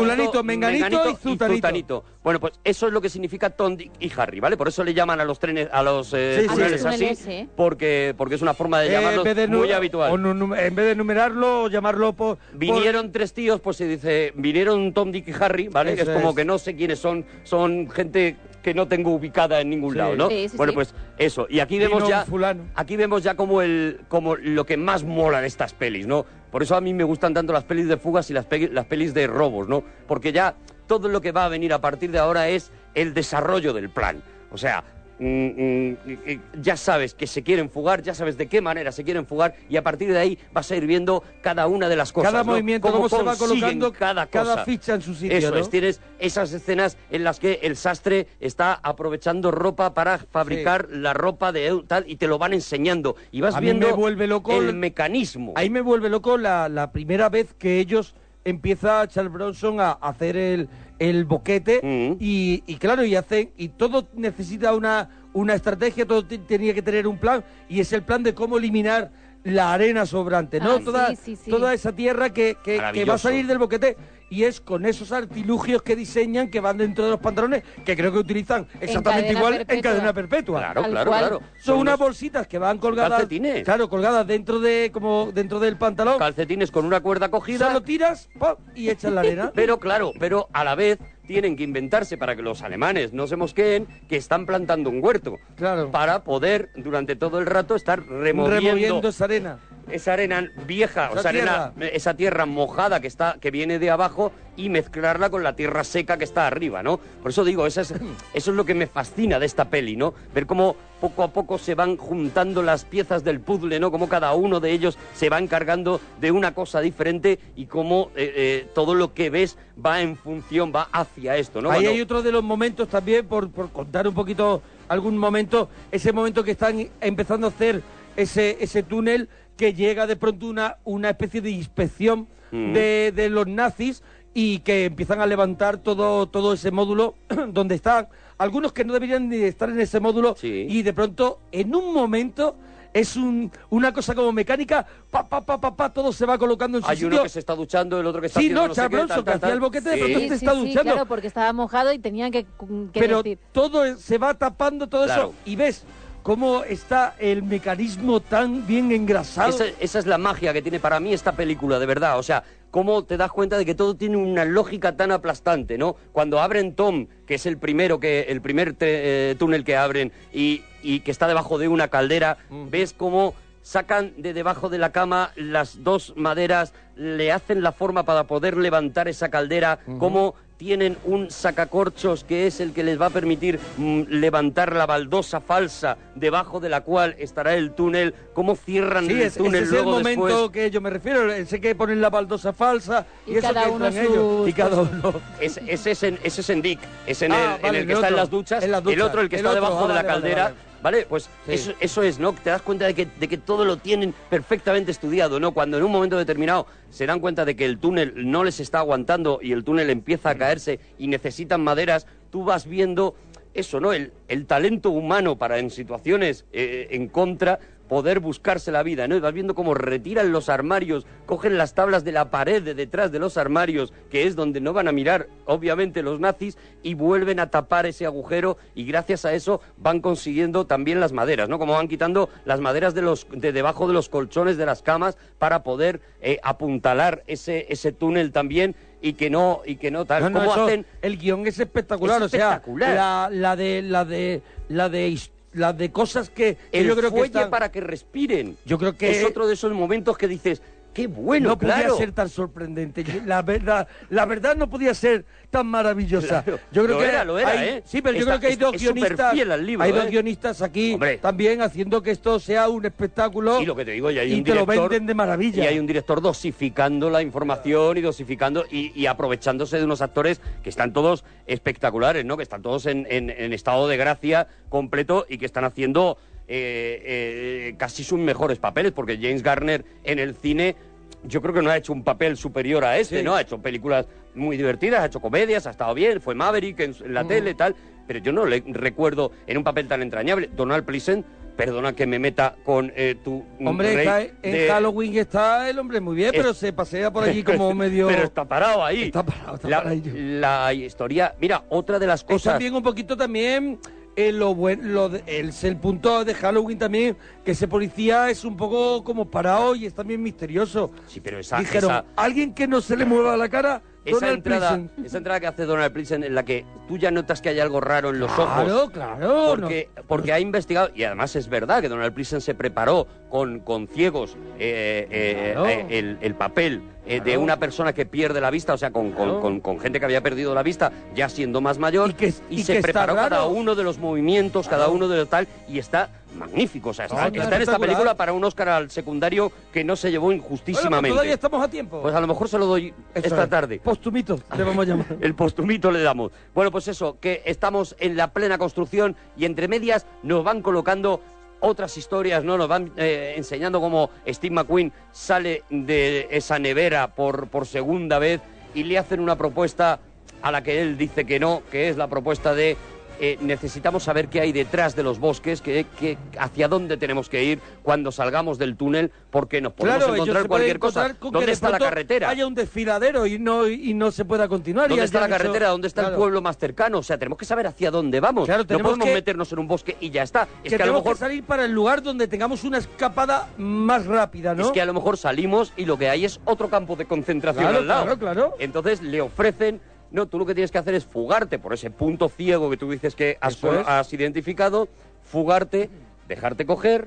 Speaker 5: zutanito. Bueno, pues eso es lo que significa Tom, Dick y Harry, ¿vale? Por eso le llaman a los trenes, a los eh,
Speaker 3: Sí, sí,
Speaker 5: túneles
Speaker 3: sí. Túneles,
Speaker 5: así,
Speaker 3: sí.
Speaker 5: porque, porque es una forma de
Speaker 3: Eh, en
Speaker 5: llamarlos
Speaker 3: vez de nu-
Speaker 5: muy habitual.
Speaker 3: o nu- nu- en vez de numerarlo o llamarlo por...
Speaker 5: Vinieron tres tíos, pues se dice, vinieron Tom, Dick y Harry, ¿vale?
Speaker 3: Eso
Speaker 5: es como
Speaker 3: es.
Speaker 5: que no sé quiénes son, son gente que no tengo ubicada en ningún
Speaker 3: Sí.
Speaker 5: lado, ¿no?
Speaker 3: Sí, sí,
Speaker 5: bueno,
Speaker 3: sí.
Speaker 5: pues eso. Y aquí
Speaker 3: Vino
Speaker 5: vemos ya,
Speaker 3: un fulano.
Speaker 5: aquí vemos ya como el, como lo que más mola de estas pelis, ¿no? Por eso a mí me gustan tanto las pelis de fugas y las, pe- las pelis de robos, ¿no? Porque ya todo lo que va a venir a partir de ahora es el desarrollo del plan. O sea, mm, mm, eh, ya sabes que se quieren fugar, ya sabes de qué manera se quieren fugar y a partir de ahí vas a ir viendo cada una de las cosas.
Speaker 3: Cada
Speaker 5: ¿no?
Speaker 3: movimiento, cómo se va
Speaker 5: consiguen
Speaker 3: colocando
Speaker 5: cada,
Speaker 3: cada
Speaker 5: cosa.
Speaker 3: ficha en su sitio,
Speaker 5: Eso
Speaker 3: ¿no?
Speaker 5: es, tienes esas escenas en las que el sastre está aprovechando ropa para fabricar la ropa de eu- tal y te lo van enseñando y vas
Speaker 3: A mí
Speaker 5: viendo
Speaker 3: me vuelve loco
Speaker 5: el
Speaker 3: el-
Speaker 5: mecanismo.
Speaker 3: Ahí me vuelve loco la, la primera vez que ellos empieza Charles Bronson a hacer el, el boquete
Speaker 5: Mm.
Speaker 3: y, y claro, y hacen, y todo necesita una, una estrategia, todo te- tenía que tener un plan, y es el plan de cómo eliminar la arena sobrante, ¿no?
Speaker 6: Ah, sí,
Speaker 3: toda,
Speaker 6: sí, sí.
Speaker 3: toda esa tierra que, que- que va a
Speaker 5: Maravilloso.
Speaker 3: salir del boquete. Y es con esos artilugios que diseñan que van dentro de los pantalones, que creo que utilizan exactamente
Speaker 5: cadena
Speaker 3: igual en
Speaker 5: perpetua.
Speaker 3: cadena perpetua.
Speaker 5: Claro, Tal claro, cual. claro.
Speaker 3: Son
Speaker 5: Son
Speaker 3: unas
Speaker 5: unos-
Speaker 3: bolsitas que van colgadas.
Speaker 5: Calcetines.
Speaker 3: Claro, colgadas dentro de como dentro del pantalón.
Speaker 5: Calcetines con una cuerda cogida.
Speaker 3: Solo tiras ¡pop! y echas la arena.
Speaker 5: (laughs) Pero claro, pero a la vez tienen que inventarse para que los alemanes no se mosqueen que están plantando un huerto.
Speaker 3: Claro.
Speaker 5: Para poder durante todo el rato estar removiendo,
Speaker 3: Removiendo esa arena.
Speaker 5: esa arena vieja, o
Speaker 3: Esa
Speaker 5: esa, arena, esa tierra mojada que está que viene de abajo y mezclarla con la tierra seca que está arriba, ¿no? Por eso digo,
Speaker 3: (laughs)
Speaker 5: esa es- eso es lo que me fascina de esta peli, ¿no? Ver cómo poco a poco se van juntando las piezas del puzzle, ¿no? Cómo cada uno de ellos se va encargando de una cosa diferente y cómo eh, eh, todo lo que ves va en función, va hacia esto, ¿no?
Speaker 3: Ahí
Speaker 5: Cuando-
Speaker 3: hay otro de los momentos también, por, por contar un poquito algún momento, ese momento que están empezando a hacer ese, ese túnel que llega de pronto una, una especie de inspección
Speaker 5: Mm.
Speaker 3: de, de los nazis y que empiezan a levantar todo, todo ese módulo (clears throat) donde están algunos que no deberían ni estar en ese módulo y de pronto en un momento... Es un- una cosa como mecánica, pa, pa, pa, pa, pa, todo se va colocando en su
Speaker 5: hay
Speaker 3: sitio.
Speaker 5: uno que se está duchando, el otro que está
Speaker 3: Sí,
Speaker 5: haciendo
Speaker 3: no,
Speaker 5: sé qué,
Speaker 3: Charles
Speaker 5: tal,
Speaker 3: Bronson, que
Speaker 5: tal,
Speaker 3: hacía
Speaker 5: tal.
Speaker 3: el boquete, de
Speaker 5: Sí.
Speaker 3: pronto te está duchando.
Speaker 6: claro, porque estaba mojado y tenían que, que
Speaker 3: pero
Speaker 6: decir.
Speaker 3: todo es- se va tapando todo
Speaker 5: Claro.
Speaker 3: eso y ves cómo está el mecanismo tan bien engrasado.
Speaker 5: Esa, esa es la magia que tiene para mí esta película, de verdad. O sea, cómo te das cuenta de que todo tiene una lógica tan aplastante, ¿no? Cuando abren Tom, que es el primero que el primer tre- eh, túnel que abren y, y que está debajo de una caldera, ves cómo sacan de debajo de la cama las dos maderas, le hacen la forma para poder levantar esa caldera, cómo tienen un sacacorchos que es el que les va a permitir mm, levantar la baldosa falsa debajo de la cual estará el túnel, cómo cierran
Speaker 3: Sí,
Speaker 5: el
Speaker 3: es- ese
Speaker 5: túnel
Speaker 3: es el
Speaker 5: luego
Speaker 3: momento
Speaker 5: después.
Speaker 3: que yo me refiero. Sé que ponen la baldosa falsa y,
Speaker 6: Y
Speaker 3: eso
Speaker 6: cada
Speaker 3: que
Speaker 6: uno
Speaker 3: entran
Speaker 6: sus
Speaker 3: ellos. Y cada
Speaker 6: cosas.
Speaker 3: uno.
Speaker 5: Es- ese, es en, ese es en Dick, es en,
Speaker 3: Ah,
Speaker 5: el,
Speaker 3: vale,
Speaker 5: en el
Speaker 3: el
Speaker 5: que está en
Speaker 3: otro,
Speaker 5: las, duchas,
Speaker 3: en las duchas.
Speaker 5: el otro el que
Speaker 3: El
Speaker 5: está
Speaker 3: otro,
Speaker 5: debajo
Speaker 3: ah,
Speaker 5: de la
Speaker 3: vale, vale,
Speaker 5: caldera. Vale,
Speaker 3: vale.
Speaker 5: pues
Speaker 3: Sí.
Speaker 5: eso, eso es, ¿no? Te das cuenta de que, de que todo lo tienen perfectamente estudiado, ¿no? Cuando en un momento determinado se dan cuenta de que el túnel no les está aguantando y el túnel empieza a caerse y necesitan maderas, tú vas viendo eso, ¿no? El, el talento humano para en situaciones eh, en contra poder buscarse la vida, ¿no? Y vas viendo cómo retiran los armarios, cogen las tablas de la pared de detrás de los armarios, que es donde no van a mirar, obviamente, los nazis, y vuelven a tapar ese agujero, y gracias a eso van consiguiendo también las maderas, ¿no? Como van quitando las maderas de, los, de debajo de los colchones de las camas para poder eh, apuntalar ese, ese túnel también y que no, y que no tal.
Speaker 3: No, no,
Speaker 5: ¿Cómo
Speaker 3: eso-
Speaker 5: hacen?
Speaker 3: El guión es espectacular,
Speaker 5: Es
Speaker 3: o
Speaker 5: espectacular.
Speaker 3: sea, la, la de la de la de his- la de cosas que, que
Speaker 5: el
Speaker 3: yo creo que
Speaker 5: fuelle
Speaker 3: están-
Speaker 5: para que respiren.
Speaker 3: Yo creo que-
Speaker 5: es otro de esos momentos que dices, Qué bueno,
Speaker 3: No
Speaker 5: claro.
Speaker 3: podía ser tan sorprendente. La verdad, la verdad no podía ser tan maravillosa.
Speaker 5: Claro.
Speaker 3: Yo creo
Speaker 5: Lo
Speaker 3: que
Speaker 5: era, lo era,
Speaker 3: hay-
Speaker 5: ¿eh?
Speaker 3: Sí, pero yo
Speaker 5: Está-
Speaker 3: creo que hay
Speaker 5: es-
Speaker 3: dos
Speaker 5: es
Speaker 3: guionistas.
Speaker 5: superfiel al libro,
Speaker 3: hay dos
Speaker 5: ¿eh?
Speaker 3: guionistas aquí también haciendo que esto sea un espectáculo.
Speaker 5: Y lo que te digo, y hay un
Speaker 3: te lo
Speaker 5: director-
Speaker 3: venden de maravilla.
Speaker 5: Y hay un director dosificando la información y dosificando y, y aprovechándose de unos actores que están todos espectaculares, ¿no? Que están todos en, en- en estado de gracia completo y que están haciendo eh, eh, casi sus mejores papeles, porque James Garner en el cine yo creo que no ha hecho un papel superior a este,
Speaker 3: Sí.
Speaker 5: ¿no? Ha hecho películas muy divertidas, ha hecho comedias, ha estado bien, fue Maverick en,
Speaker 3: Mm.
Speaker 5: en la tele, tal, pero yo no le recuerdo en un papel tan entrañable. Donald Pleasant, perdona que me meta con eh, tu
Speaker 3: Hombre,
Speaker 5: rey
Speaker 3: está- en
Speaker 5: de-
Speaker 3: Halloween está el hombre muy bien,
Speaker 5: Es-
Speaker 3: pero se pasea por allí como medio.
Speaker 5: (laughs) Pero está parado ahí.
Speaker 3: Está parado, está
Speaker 5: la,
Speaker 3: parado ahí.
Speaker 5: la historia, mira, otra de las
Speaker 3: Es
Speaker 5: cosas.
Speaker 3: también un poquito también eh, lo buen- lo de- el, el punto de Halloween también, que ese policía es un poco como parado y es también misterioso.
Speaker 5: Sí, pero esa-
Speaker 3: Dijeron,
Speaker 5: esa-
Speaker 3: alguien que no se le mueva la cara,
Speaker 5: esa
Speaker 3: Donald
Speaker 5: entrada,
Speaker 3: Pleasant.
Speaker 5: esa entrada que hace Donald Pleasant en la que tú ya notas que hay algo raro en los
Speaker 3: Claro,
Speaker 5: ojos.
Speaker 3: claro.
Speaker 5: Porque, porque ha investigado, y además es verdad que Donald Pleasant se preparó con, con ciegos eh, eh,
Speaker 3: Claro.
Speaker 5: eh, el, el papel eh, de
Speaker 3: Claro.
Speaker 5: una persona que pierde la vista, o sea, con, con-
Speaker 3: Claro.
Speaker 5: con- con gente que había perdido la vista, ya siendo más mayor, y,
Speaker 3: y que
Speaker 5: se
Speaker 3: está
Speaker 5: preparó cada
Speaker 3: raro.
Speaker 5: uno de los movimientos, cada uno de lo tal, y está magnífico. O sea, está,
Speaker 3: No, está
Speaker 5: está en esta
Speaker 3: espectacular.
Speaker 5: película para un Oscar al secundario que no se llevó
Speaker 3: Bueno, pues
Speaker 5: injustísimamente.
Speaker 3: todavía estamos a tiempo.
Speaker 5: Pues a lo mejor se lo doy
Speaker 3: Eso
Speaker 5: esta
Speaker 3: es.
Speaker 5: tarde.
Speaker 3: Postumito, le vamos a llamar.
Speaker 5: (laughs) El postumito le damos. Bueno, pues eso, que estamos en la plena construcción y entre medias nos van colocando otras historias, ¿no? Nos van eh, enseñando cómo Steve McQueen sale de esa nevera por, por segunda vez y le hacen una propuesta a la que él dice que no, que es la propuesta de eh, necesitamos saber qué hay detrás de los bosques, que, que- hacia dónde tenemos que ir cuando salgamos del túnel, porque nos podemos
Speaker 3: Claro, ellos
Speaker 5: encontrar
Speaker 3: se pueden
Speaker 5: cualquier cosa.
Speaker 3: encontrar con que
Speaker 5: ¿Dónde
Speaker 3: de
Speaker 5: está la
Speaker 3: pronto
Speaker 5: carretera?
Speaker 3: Haya un desfiladero y no, y no se pueda continuar. y
Speaker 5: ¿Dónde
Speaker 3: hayan
Speaker 5: está la
Speaker 3: hecho-
Speaker 5: carretera? ¿Dónde está el
Speaker 3: Claro.
Speaker 5: pueblo más cercano? O sea, tenemos que saber hacia dónde vamos.
Speaker 3: Claro,
Speaker 5: no
Speaker 3: tenemos
Speaker 5: podemos
Speaker 3: que-
Speaker 5: meternos en un bosque y ya está.
Speaker 3: que,
Speaker 5: Es que, a lo
Speaker 3: tenemos
Speaker 5: mejor
Speaker 3: que salir para el lugar donde tengamos una escapada más rápida, ¿no?
Speaker 5: es que a lo mejor salimos y lo que hay es otro campo de concentración
Speaker 3: Claro,
Speaker 5: al lado.
Speaker 3: claro, claro.
Speaker 5: Entonces le ofrecen, no, tú lo que tienes que hacer es fugarte por ese punto ciego que tú dices que has,
Speaker 3: Eso es.
Speaker 5: has identificado, fugarte, dejarte coger.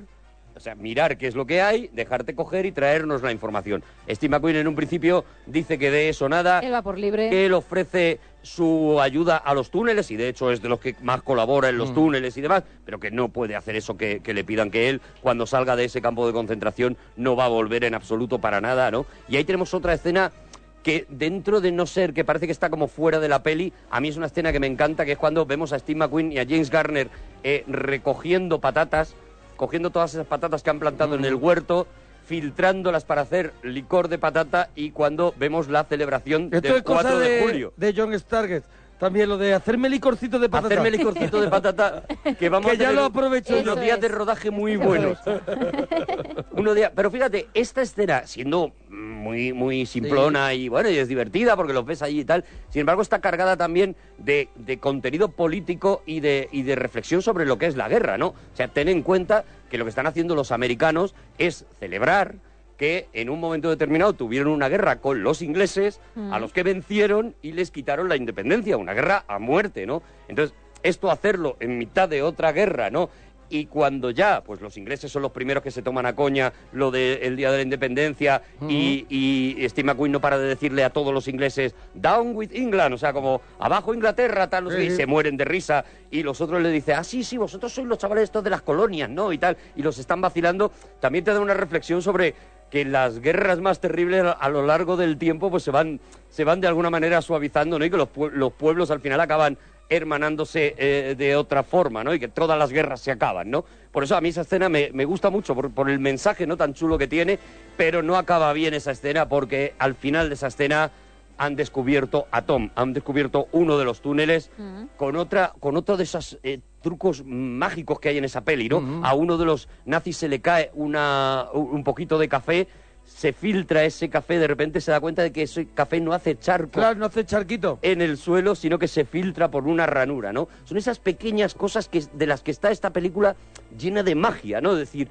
Speaker 5: O sea, mirar qué es lo que hay, dejarte coger y traernos la información. Steve McQueen en un principio dice que de eso nada.
Speaker 6: Él va por libre.
Speaker 5: que él ofrece su ayuda a los túneles y de hecho es de los que más colabora en los túneles y demás, pero que no puede hacer eso que, que le pidan que él cuando salga de ese campo de concentración no va a volver en absoluto para nada, ¿no? Y ahí tenemos otra escena que dentro de no ser que parece que está como fuera de la peli, a mí es una escena que me encanta, que es cuando vemos a Steve McQueen y a James Garner eh, recogiendo patatas, cogiendo todas esas patatas que han plantado en el
Speaker 3: Mm.
Speaker 5: huerto, filtrándolas para hacer licor de patata y cuando vemos la celebración
Speaker 3: Esto
Speaker 5: del
Speaker 3: es cosa
Speaker 5: 4 de,
Speaker 3: de,
Speaker 5: julio.
Speaker 3: de John Stargett. También lo de hacerme licorcito de patata.
Speaker 5: Hacerme licorcito de patata, (laughs) que vamos
Speaker 3: (laughs) Que
Speaker 5: a
Speaker 3: ya
Speaker 5: tener
Speaker 3: lo aprovecho yo.
Speaker 5: unos días de rodaje muy buenos. (laughs) Unos días, pero fíjate, esta escena, siendo muy, muy simplona y bueno, y es divertida porque los ves allí y tal, sin embargo está cargada también de, de contenido político y de, y de reflexión sobre lo que es la guerra, ¿no? O sea, ten en cuenta que lo que están haciendo los americanos es celebrar que en un momento determinado tuvieron una guerra con los ingleses,
Speaker 4: Mm.
Speaker 5: a los que vencieron y les quitaron la independencia, una guerra a muerte, ¿no? Entonces, esto hacerlo en mitad de otra guerra, ¿no? Y cuando ya, pues los ingleses son los primeros que se toman a coña lo del Día de la Independencia y, y Steve McQueen no para de decirle a todos los ingleses, down with England, o sea, como abajo Inglaterra, tal, no sé qué, y
Speaker 4: Sí.
Speaker 5: se mueren de risa. Y los otros le dicen, ah, sí, sí, vosotros sois los chavales estos de las colonias, ¿no? Y tal, y los están vacilando. También te da una reflexión sobre que las guerras más terribles a- a lo largo del tiempo pues se van, se van de alguna manera suavizando, ¿no? Y que los, pue- los pueblos al final acaban hermanándose eh, de otra forma, ¿no? Y que todas las guerras se acaban, ¿no? Por eso a mí esa escena me, me gusta mucho, por, por el mensaje no tan chulo que tiene, pero no acaba bien esa escena porque al final de esa escena han descubierto a Tom, han descubierto uno de los túneles con otra con otro de esos eh, trucos mágicos que hay en esa peli, ¿no? A uno de los nazis se le cae una un poquito de café, se filtra ese café, de repente se da cuenta de que ese café no hace charco.
Speaker 3: Claro, no hace charquito.
Speaker 5: En el suelo, sino que se filtra por una ranura, ¿no? Son esas pequeñas cosas que de las que está esta película llena de magia, ¿no? Es decir,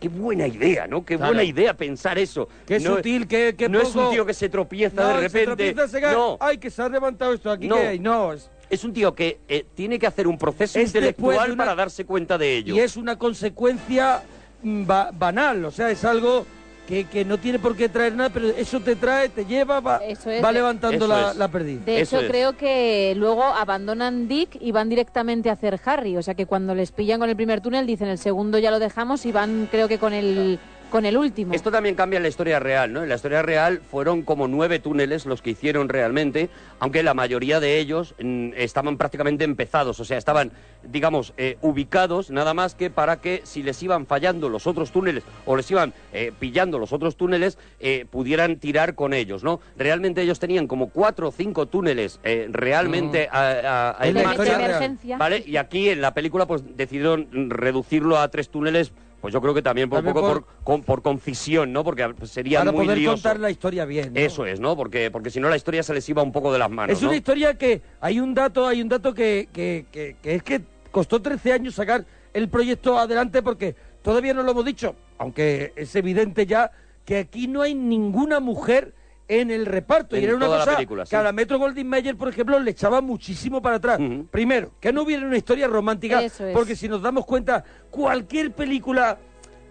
Speaker 5: qué buena idea, ¿no? Qué
Speaker 3: Claro.
Speaker 5: buena idea pensar eso.
Speaker 3: Qué
Speaker 5: No-
Speaker 3: sutil, qué, qué
Speaker 5: no es un
Speaker 3: poco-
Speaker 5: tío que se tropieza
Speaker 3: No,
Speaker 5: de
Speaker 3: se
Speaker 5: repente.
Speaker 3: tropieza, se cae.
Speaker 5: no.
Speaker 3: Ay, que se ha levantado esto aquí.
Speaker 5: No.
Speaker 3: que hay. no es...
Speaker 5: Es un tío que eh, tiene que hacer un proceso
Speaker 3: Es después
Speaker 5: intelectual
Speaker 3: de una-
Speaker 5: para darse cuenta de ello.
Speaker 3: Y es una consecuencia mm, ba- banal, o sea, es algo que, que no tiene por qué traer nada, pero eso te trae, te lleva, va,
Speaker 6: Eso es.
Speaker 3: va levantando
Speaker 6: Eso
Speaker 3: la,
Speaker 6: es.
Speaker 3: la perdiz.
Speaker 6: De hecho, creo que luego abandonan Dick y van directamente a hacer Harry. O sea que cuando les pillan con el primer túnel, dicen el segundo ya lo dejamos y van, creo que con el, con el
Speaker 3: Eh,
Speaker 6: último.
Speaker 5: Esto también cambia en la historia real, ¿no? En la historia real fueron como nueve túneles los que hicieron realmente, aunque la mayoría de ellos mm, estaban prácticamente empezados, o sea, estaban, digamos, eh, ubicados nada más que para que si les iban fallando los otros túneles o les iban eh, pillando los otros túneles, eh, pudieran tirar con ellos, ¿no? Realmente ellos tenían como cuatro o cinco túneles eh, realmente a, a- a-
Speaker 6: De
Speaker 5: en marcha,
Speaker 6: emergencia.
Speaker 5: ¿vale? Y aquí en la película pues decidieron mm, reducirlo a tres túneles. Pues yo creo que también por un
Speaker 3: También
Speaker 5: poco
Speaker 3: por-
Speaker 5: por, con- por concisión, ¿no? Porque pues, sería
Speaker 3: Para
Speaker 5: muy
Speaker 3: poder
Speaker 5: lioso.
Speaker 3: contar la historia bien. ¿eh? ¿no?
Speaker 5: Eso es, ¿no? Porque, porque si no la historia se les iba un poco de las manos,
Speaker 3: es una
Speaker 5: ¿no?
Speaker 3: historia que hay un dato, hay un dato que, que- que- que es que costó 13 años sacar el proyecto adelante porque todavía no lo hemos dicho, aunque es evidente ya que aquí no hay ninguna mujer en el reparto y
Speaker 5: En
Speaker 3: era una
Speaker 5: toda la
Speaker 3: cosa
Speaker 5: película, sí.
Speaker 3: que a la Metro Goldwyn Mayer, por ejemplo, le echaba muchísimo para atrás. Primero, que no hubiera una historia romántica,
Speaker 6: Eso es.
Speaker 3: porque si nos damos cuenta, cualquier película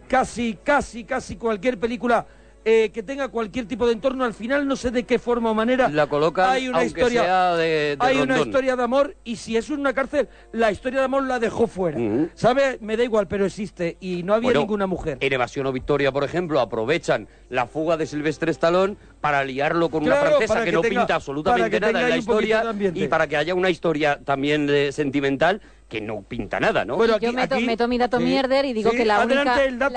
Speaker 3: casi, casi, casi cualquier película eh, que tenga cualquier tipo de entorno, al final no sé de qué forma o manera la
Speaker 5: colocan,
Speaker 3: hay una
Speaker 5: aunque
Speaker 3: historia,
Speaker 5: sea de- de
Speaker 3: hay una
Speaker 5: rondón.
Speaker 3: historia de amor y si es una cárcel, la historia de amor la dejó fuera. ¿Sabe? Me da igual, pero existe y no había
Speaker 5: Bueno,
Speaker 3: ninguna mujer.
Speaker 5: En Evasión o Victoria, por ejemplo, aprovechan la fuga de Silvestre Stallone para liarlo con una
Speaker 3: Claro,
Speaker 5: francesa
Speaker 3: para
Speaker 5: que,
Speaker 3: que
Speaker 5: no
Speaker 3: tenga-
Speaker 5: pinta
Speaker 3: para que
Speaker 5: absolutamente
Speaker 3: tenga
Speaker 5: nada en la
Speaker 3: ahí un poquito de
Speaker 5: historia
Speaker 3: ambiente.
Speaker 5: y para que haya una historia también de- sentimental que no pinta nada, ¿no?
Speaker 6: Y yo meto, meto mi dato mierder y digo que la única... la-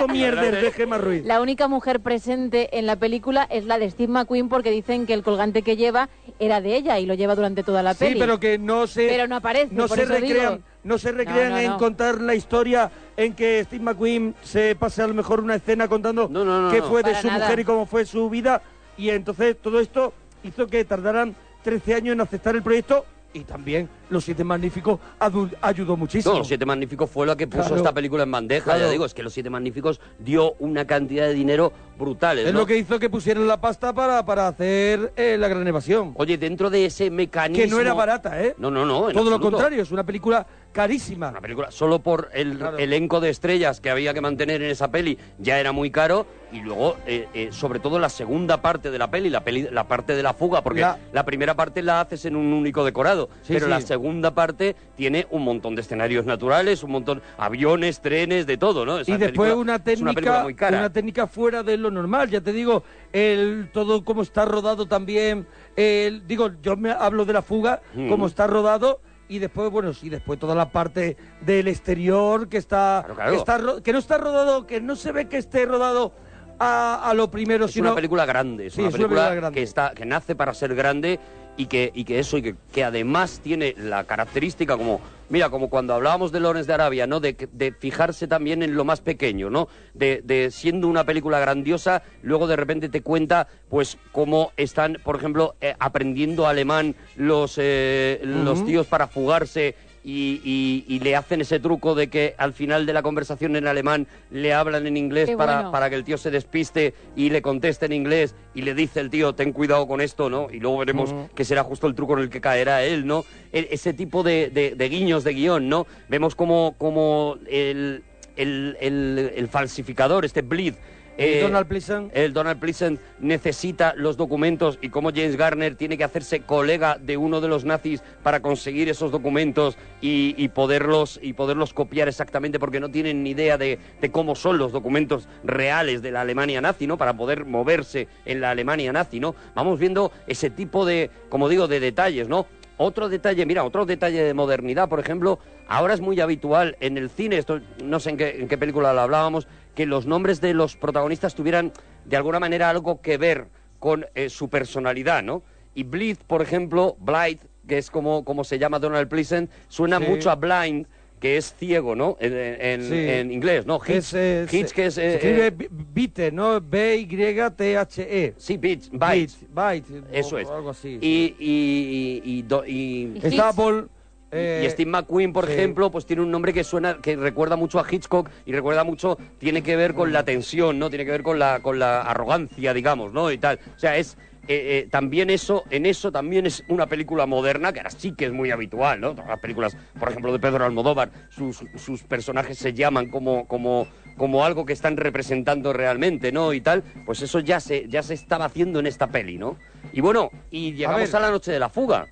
Speaker 3: Gemma Ruiz.
Speaker 6: La única mujer presente en la película es la de Steve McQueen porque dicen que el colgante que lleva era de ella y lo lleva durante toda la
Speaker 3: sí,
Speaker 6: peli.
Speaker 3: pero que no se
Speaker 6: Pero no aparece,
Speaker 3: no
Speaker 6: por
Speaker 3: se
Speaker 6: eso digo.
Speaker 3: recrean, no se recrean
Speaker 6: No, no,
Speaker 3: en
Speaker 6: no.
Speaker 3: contar la historia en que Steve McQueen se pase a lo mejor una escena contando
Speaker 5: no,
Speaker 3: qué
Speaker 5: no.
Speaker 3: fue de
Speaker 5: Para
Speaker 3: su
Speaker 5: nada.
Speaker 3: mujer y cómo fue su vida y entonces todo esto hizo que tardaran 13 años en aceptar el proyecto y también los siete magníficos adu- ayudó muchísimo.
Speaker 5: No, Los Siete Magníficos fue la que puso
Speaker 3: Claro.
Speaker 5: esta película en bandeja.
Speaker 3: Claro.
Speaker 5: Ya digo, es que Los Siete Magníficos dio una cantidad de dinero brutales.
Speaker 3: es
Speaker 5: ¿no?
Speaker 3: lo que hizo que pusieran la pasta para, para hacer eh, la gran evasión.
Speaker 5: Oye, dentro de ese mecanismo...
Speaker 3: Que no era barata, ¿eh?
Speaker 5: No, no, no. en
Speaker 3: Todo lo
Speaker 5: absoluto.
Speaker 3: contrario, es una película carísima.
Speaker 5: Una película solo por el
Speaker 3: Claro.
Speaker 5: elenco de estrellas que había que mantener en esa peli ya era muy caro y luego eh, eh, sobre todo la segunda parte de la peli la peli la parte de la fuga porque
Speaker 3: La-
Speaker 5: la, primera parte la haces en un único decorado
Speaker 3: Sí,
Speaker 5: pero
Speaker 3: sí.
Speaker 5: la segunda parte tiene un montón de escenarios naturales un montón aviones trenes de todo no Esa
Speaker 3: y después
Speaker 5: película
Speaker 3: una
Speaker 5: es
Speaker 3: técnica,
Speaker 5: una película muy cara
Speaker 3: una técnica fuera de lo normal. Ya te digo, el todo como está rodado también. el- digo, yo me hablo de la fuga,
Speaker 5: Mm.
Speaker 3: como está rodado. Y después, bueno, sí, después toda la parte del exterior que está.
Speaker 5: claro.
Speaker 3: Que, está ro- que no está rodado, que no se ve que esté rodado a, a lo primero,
Speaker 5: es
Speaker 3: sino.
Speaker 5: una película grande, es
Speaker 3: Sí,
Speaker 5: una
Speaker 3: es una
Speaker 5: película,
Speaker 3: película grande.
Speaker 5: que está, que nace para ser grande y que, y que eso, y que, que además tiene la característica como, mira, como cuando hablábamos de Lawrence de Arabia, ¿no? De, que- de fijarse también en lo más pequeño, ¿no? De, de siendo una película grandiosa, luego de repente te cuenta, pues, cómo están, por ejemplo, eh, aprendiendo alemán los, eh, los
Speaker 3: Ujú.
Speaker 5: tíos para fugarse y, y- y le hacen ese truco de que al final de la conversación en alemán le hablan en inglés
Speaker 3: Qué
Speaker 5: para,
Speaker 3: bueno.
Speaker 5: para que el tío se despiste y le conteste en inglés y le dice el tío, ten cuidado con esto, ¿no? Y luego veremos
Speaker 3: Ujú.
Speaker 5: que será justo el truco en el que caerá él, ¿no? E- ese tipo de, de- de guiños de guión, ¿no? Vemos como, como el, el- el- el falsificador, este Bleed, eh,
Speaker 3: Donald Pleasant.
Speaker 5: el Donald Pleasant necesita los documentos y cómo James Garner tiene que hacerse colega de uno de los nazis para conseguir esos documentos y, y poderlos y poderlos copiar exactamente porque no tienen ni idea de, de cómo son los documentos reales de la Alemania nazi, ¿no? Para poder moverse en la Alemania nazi, ¿no? Vamos viendo ese tipo de, como digo, de detalles, ¿no? Otro detalle, mira, otro detalle de modernidad, por ejemplo, ahora es muy habitual en el cine, esto no sé en qué, en qué película lo hablábamos, que los nombres de los protagonistas tuvieran de alguna manera algo que ver con eh, su personalidad, ¿no? Y Blythe, por ejemplo, Blythe, que es como, como se llama Donald Pleasant, suena
Speaker 3: Sí.
Speaker 5: mucho a blind, que es ciego, ¿no? En, en-
Speaker 3: Sí.
Speaker 5: en inglés, ¿no? Hitch,
Speaker 3: Es, eh,
Speaker 5: Hitch,
Speaker 3: se-
Speaker 5: que es...
Speaker 3: se
Speaker 5: eh,
Speaker 3: escribe
Speaker 5: eh,
Speaker 3: B- Bite, ¿no? B-Y-T-H-E.
Speaker 5: Sí, Bite,
Speaker 3: Bite. Bite.
Speaker 5: Eso
Speaker 3: o
Speaker 5: es.
Speaker 3: Algo así.
Speaker 5: y, y, y, y do- y-
Speaker 3: Y Está Hitch. Paul, eh,
Speaker 5: y Steve McQueen, por
Speaker 3: sí.
Speaker 5: ejemplo, pues tiene un nombre que suena, que recuerda mucho a Hitchcock y recuerda mucho, tiene que ver con la tensión, ¿no? Tiene que ver con la, con la arrogancia, digamos, ¿no? Y tal. O sea, es, eh, también eso, en eso también es una película moderna, que ahora sí que es muy habitual, ¿no? Todas las películas, por ejemplo, de Pedro Almodóvar, sus, sus personajes se llaman como, como, como algo que están representando realmente, ¿no? Y tal, pues eso ya se, ya se estaba haciendo en esta peli, ¿no? Y bueno, y llegamos
Speaker 27: ver.
Speaker 5: a, la noche de la fuga.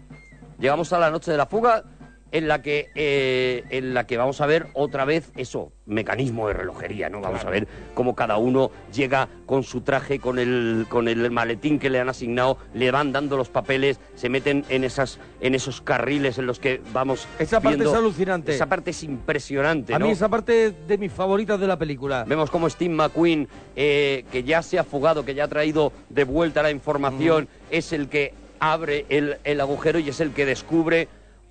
Speaker 5: Llegamos a la noche de la fuga en la que, eh, en la que vamos a ver otra vez eso, mecanismo de relojería, ¿no? Vamos
Speaker 27: Claro.
Speaker 5: a ver cómo cada uno llega con su traje, con el, con el maletín que le han asignado, le van dando los papeles, se meten en, esas, en esos carriles en los que vamos
Speaker 3: Esa parte
Speaker 5: viendo-
Speaker 3: es alucinante.
Speaker 5: Esa parte es impresionante,
Speaker 3: A
Speaker 5: ¿no?
Speaker 3: mí esa parte es de mis favoritas de la película.
Speaker 5: Vemos como Steve McQueen, eh, que ya se ha fugado, que ya ha traído de vuelta la información, es el que abre el, el agujero y es el que descubre,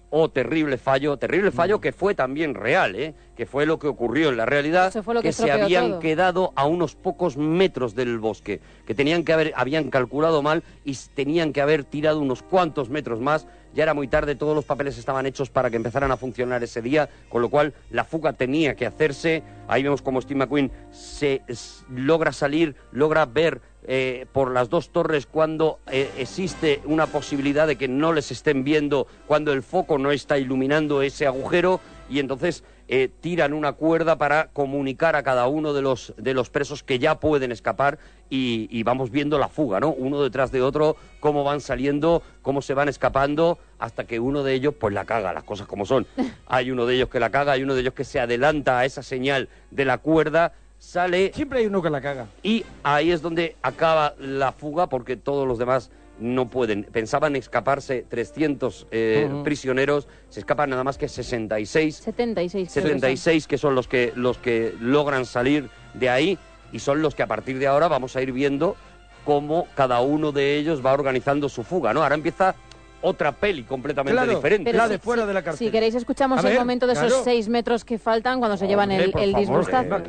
Speaker 5: oh, terrible fallo, terrible
Speaker 6: Mm.
Speaker 5: fallo que fue también real, ¿eh? que fue lo que ocurrió en la realidad,
Speaker 6: Eso fue lo que
Speaker 5: se
Speaker 6: estropeó
Speaker 5: habían
Speaker 6: todo.
Speaker 5: quedado a unos pocos metros del bosque, que tenían que haber, habían calculado mal y s- tenían que haber tirado unos cuantos metros más. Ya era muy tarde, todos los papeles estaban hechos para que empezaran a funcionar ese día, con lo cual la fuga tenía que hacerse. Ahí vemos como Steve McQueen se s- logra salir, logra ver eh, por las dos torres cuando eh, existe una posibilidad de que no les estén viendo, cuando el foco no está iluminando ese agujero y entonces eh, tiran una cuerda para comunicar a cada uno de los, de los presos que ya pueden escapar y, y vamos viendo la fuga, ¿no? Uno detrás de otro, cómo van saliendo, cómo se van escapando, hasta que uno de ellos pues la caga, las cosas como son. Hay uno de ellos que la caga, hay uno de ellos que se adelanta a esa señal de la cuerda, sale...
Speaker 3: Siempre hay uno que la caga.
Speaker 5: Y ahí es donde acaba la fuga porque todos los demás no pueden. Pensaban escaparse 300 eh,
Speaker 6: Ujú.
Speaker 5: prisioneros, se escapan nada más que 66.
Speaker 6: 76. creo que son.
Speaker 5: 76 que son los que los que logran salir de ahí y son los que a partir de ahora vamos a ir viendo cómo cada uno de ellos va organizando su fuga, ¿no? Ahora empieza otra peli completamente
Speaker 3: Claro,
Speaker 5: diferente.
Speaker 6: Pero si- si- Si queréis, escuchamos
Speaker 5: A
Speaker 6: el
Speaker 5: ver,
Speaker 6: momento de
Speaker 5: claro.
Speaker 6: esos seis metros que faltan cuando se llevan el,
Speaker 4: por
Speaker 6: el
Speaker 4: favor,
Speaker 6: disgustazo.
Speaker 4: eh,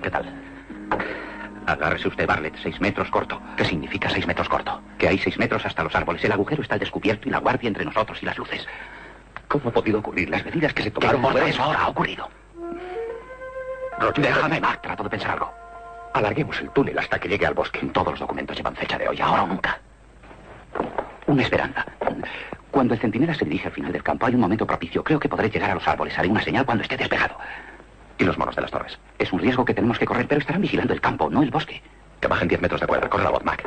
Speaker 4: ¿Qué tal? Agárrese usted, Barlet. Seis metros corto. ¿Qué significa seis metros corto? Que hay seis metros hasta los árboles. El agujero está al descubierto y la guardia entre nosotros y las luces. ¿Cómo ha podido ocurrir? Las medidas que se tomaron por eso ahora ha ocurrido. Déjame, Mark. Trato de pensar algo. Alarguemos el túnel hasta que llegue al bosque. En todos los documentos llevan fecha de hoy, ahora o nunca. Una esperanza. Cuando el centinela se dirige al final del campo, hay un momento propicio. Creo que podré llegar a los árboles. Haré una señal cuando esté despejado. Y los monos de las torres. Es un riesgo que tenemos que correr, pero estarán vigilando el campo, no el bosque. Que bajen 10 metros de cuerda. Corre la voz, Mac.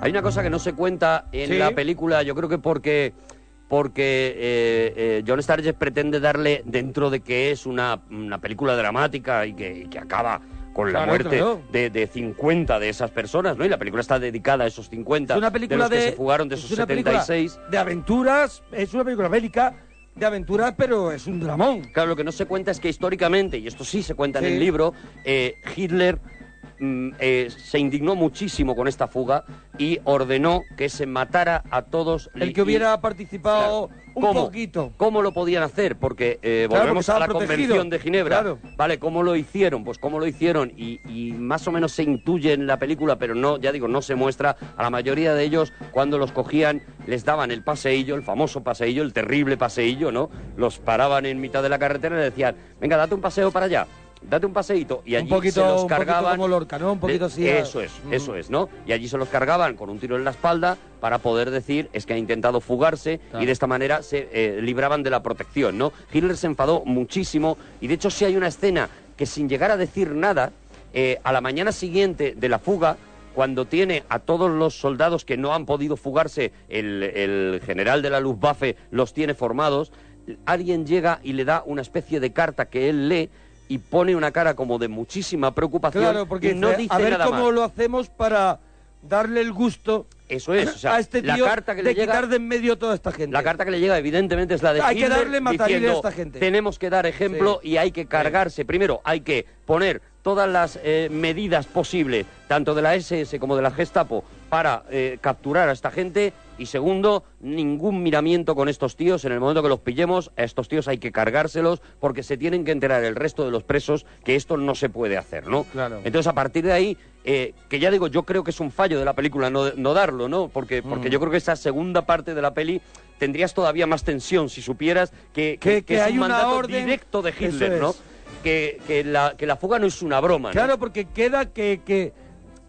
Speaker 5: Hay una cosa que no se cuenta en
Speaker 4: Sí.
Speaker 5: la película, yo creo que porque porque eh, eh, John Sturges pretende darle, dentro de que es una, una película dramática y que, y que acaba con la
Speaker 3: Claro,
Speaker 5: muerte
Speaker 3: claro.
Speaker 5: De, de 50 de esas personas, ¿no? Y la película está dedicada a esos 50
Speaker 3: Es una
Speaker 5: de
Speaker 3: película
Speaker 5: los
Speaker 3: de.
Speaker 5: que se fugaron de
Speaker 3: es
Speaker 5: esos
Speaker 3: una película
Speaker 5: 76.
Speaker 3: De aventuras, es una película bélica de aventuras, pero es un dramón.
Speaker 5: Claro, lo que no se cuenta es que históricamente, y esto sí se cuenta en
Speaker 3: Sí.
Speaker 5: el libro, eh, Hitler mm, eh, se indignó muchísimo con esta fuga y ordenó que se matara a todos
Speaker 3: El
Speaker 5: y-
Speaker 3: que hubiera
Speaker 5: y-
Speaker 3: participado
Speaker 5: Claro.
Speaker 3: un
Speaker 5: ¿Cómo?
Speaker 3: poquito.
Speaker 5: ¿Cómo lo podían hacer? Porque eh,
Speaker 3: Claro,
Speaker 5: volvemos
Speaker 3: porque
Speaker 5: a la
Speaker 3: estaba protegido.
Speaker 5: Convención de Ginebra.
Speaker 3: Claro.
Speaker 5: Vale, ¿cómo lo hicieron? Pues cómo lo hicieron y, y más o menos se intuye en la película, pero no, ya digo, no se muestra. A la mayoría de ellos, cuando los cogían, les daban el paseillo, el famoso paseillo, el terrible paseillo, ¿no? Los paraban en mitad de la carretera y les decían, venga, date un paseo para allá. Date un paseíto y allí
Speaker 3: un poquito,
Speaker 5: se los
Speaker 3: un poquito
Speaker 5: cargaban
Speaker 3: como Lorca, ¿no? Un poquito así.
Speaker 5: de-
Speaker 3: a-
Speaker 5: Eh,
Speaker 3: mm,
Speaker 5: Eso es, eso es, ¿no? Y allí se los cargaban con un tiro en la espalda para poder decir es que ha intentado fugarse y de esta manera se eh, libraban de la protección, ¿no? Hitler se enfadó muchísimo y de hecho sí hay una escena que sin llegar a decir nada, eh, a la mañana siguiente de la fuga, cuando tiene a todos los soldados que no han podido fugarse, el, el general de la Luftwaffe los tiene formados, alguien llega y le da una especie de carta que él lee y pone una cara como de muchísima preocupación
Speaker 3: Claro, porque
Speaker 5: y no
Speaker 3: dice,
Speaker 5: dice
Speaker 3: a ver
Speaker 5: nada
Speaker 3: cómo
Speaker 5: más.
Speaker 3: lo hacemos para darle el gusto
Speaker 5: Eso es, o sea,
Speaker 3: a este
Speaker 5: la
Speaker 3: tío
Speaker 5: carta que
Speaker 3: de
Speaker 5: le llega-
Speaker 3: quitar de en medio a toda esta gente.
Speaker 5: La carta que le llega, evidentemente, es la de
Speaker 3: Hay que
Speaker 5: Hitler
Speaker 3: darle matarile a
Speaker 5: diciendo,
Speaker 3: esta gente.
Speaker 5: Tenemos que dar ejemplo y hay que cargarse. Primero, hay que poner todas las eh, medidas posibles, tanto de la SS como de la Gestapo, para eh, capturar a esta gente. Y segundo, ningún miramiento con estos tíos. En el momento que los pillemos, a estos tíos hay que cargárselos porque se tienen que enterar el resto de los presos que esto no se puede hacer, ¿no?
Speaker 3: Claro.
Speaker 5: Entonces, a partir de ahí, eh, que ya digo, yo creo que es un fallo de la película no, no darlo, ¿no?
Speaker 3: Mm.
Speaker 5: Porque, porque yo creo que esa segunda parte de la peli tendrías todavía más tensión si supieras que,
Speaker 3: Que- que
Speaker 5: es
Speaker 3: hay
Speaker 5: un
Speaker 3: una
Speaker 5: mandato
Speaker 3: orden-
Speaker 5: directo de
Speaker 3: Eso
Speaker 5: Hitler,
Speaker 3: es.
Speaker 5: ¿no? Que, que la, que la fuga no es una broma, ¿no?
Speaker 3: Claro, porque queda que, que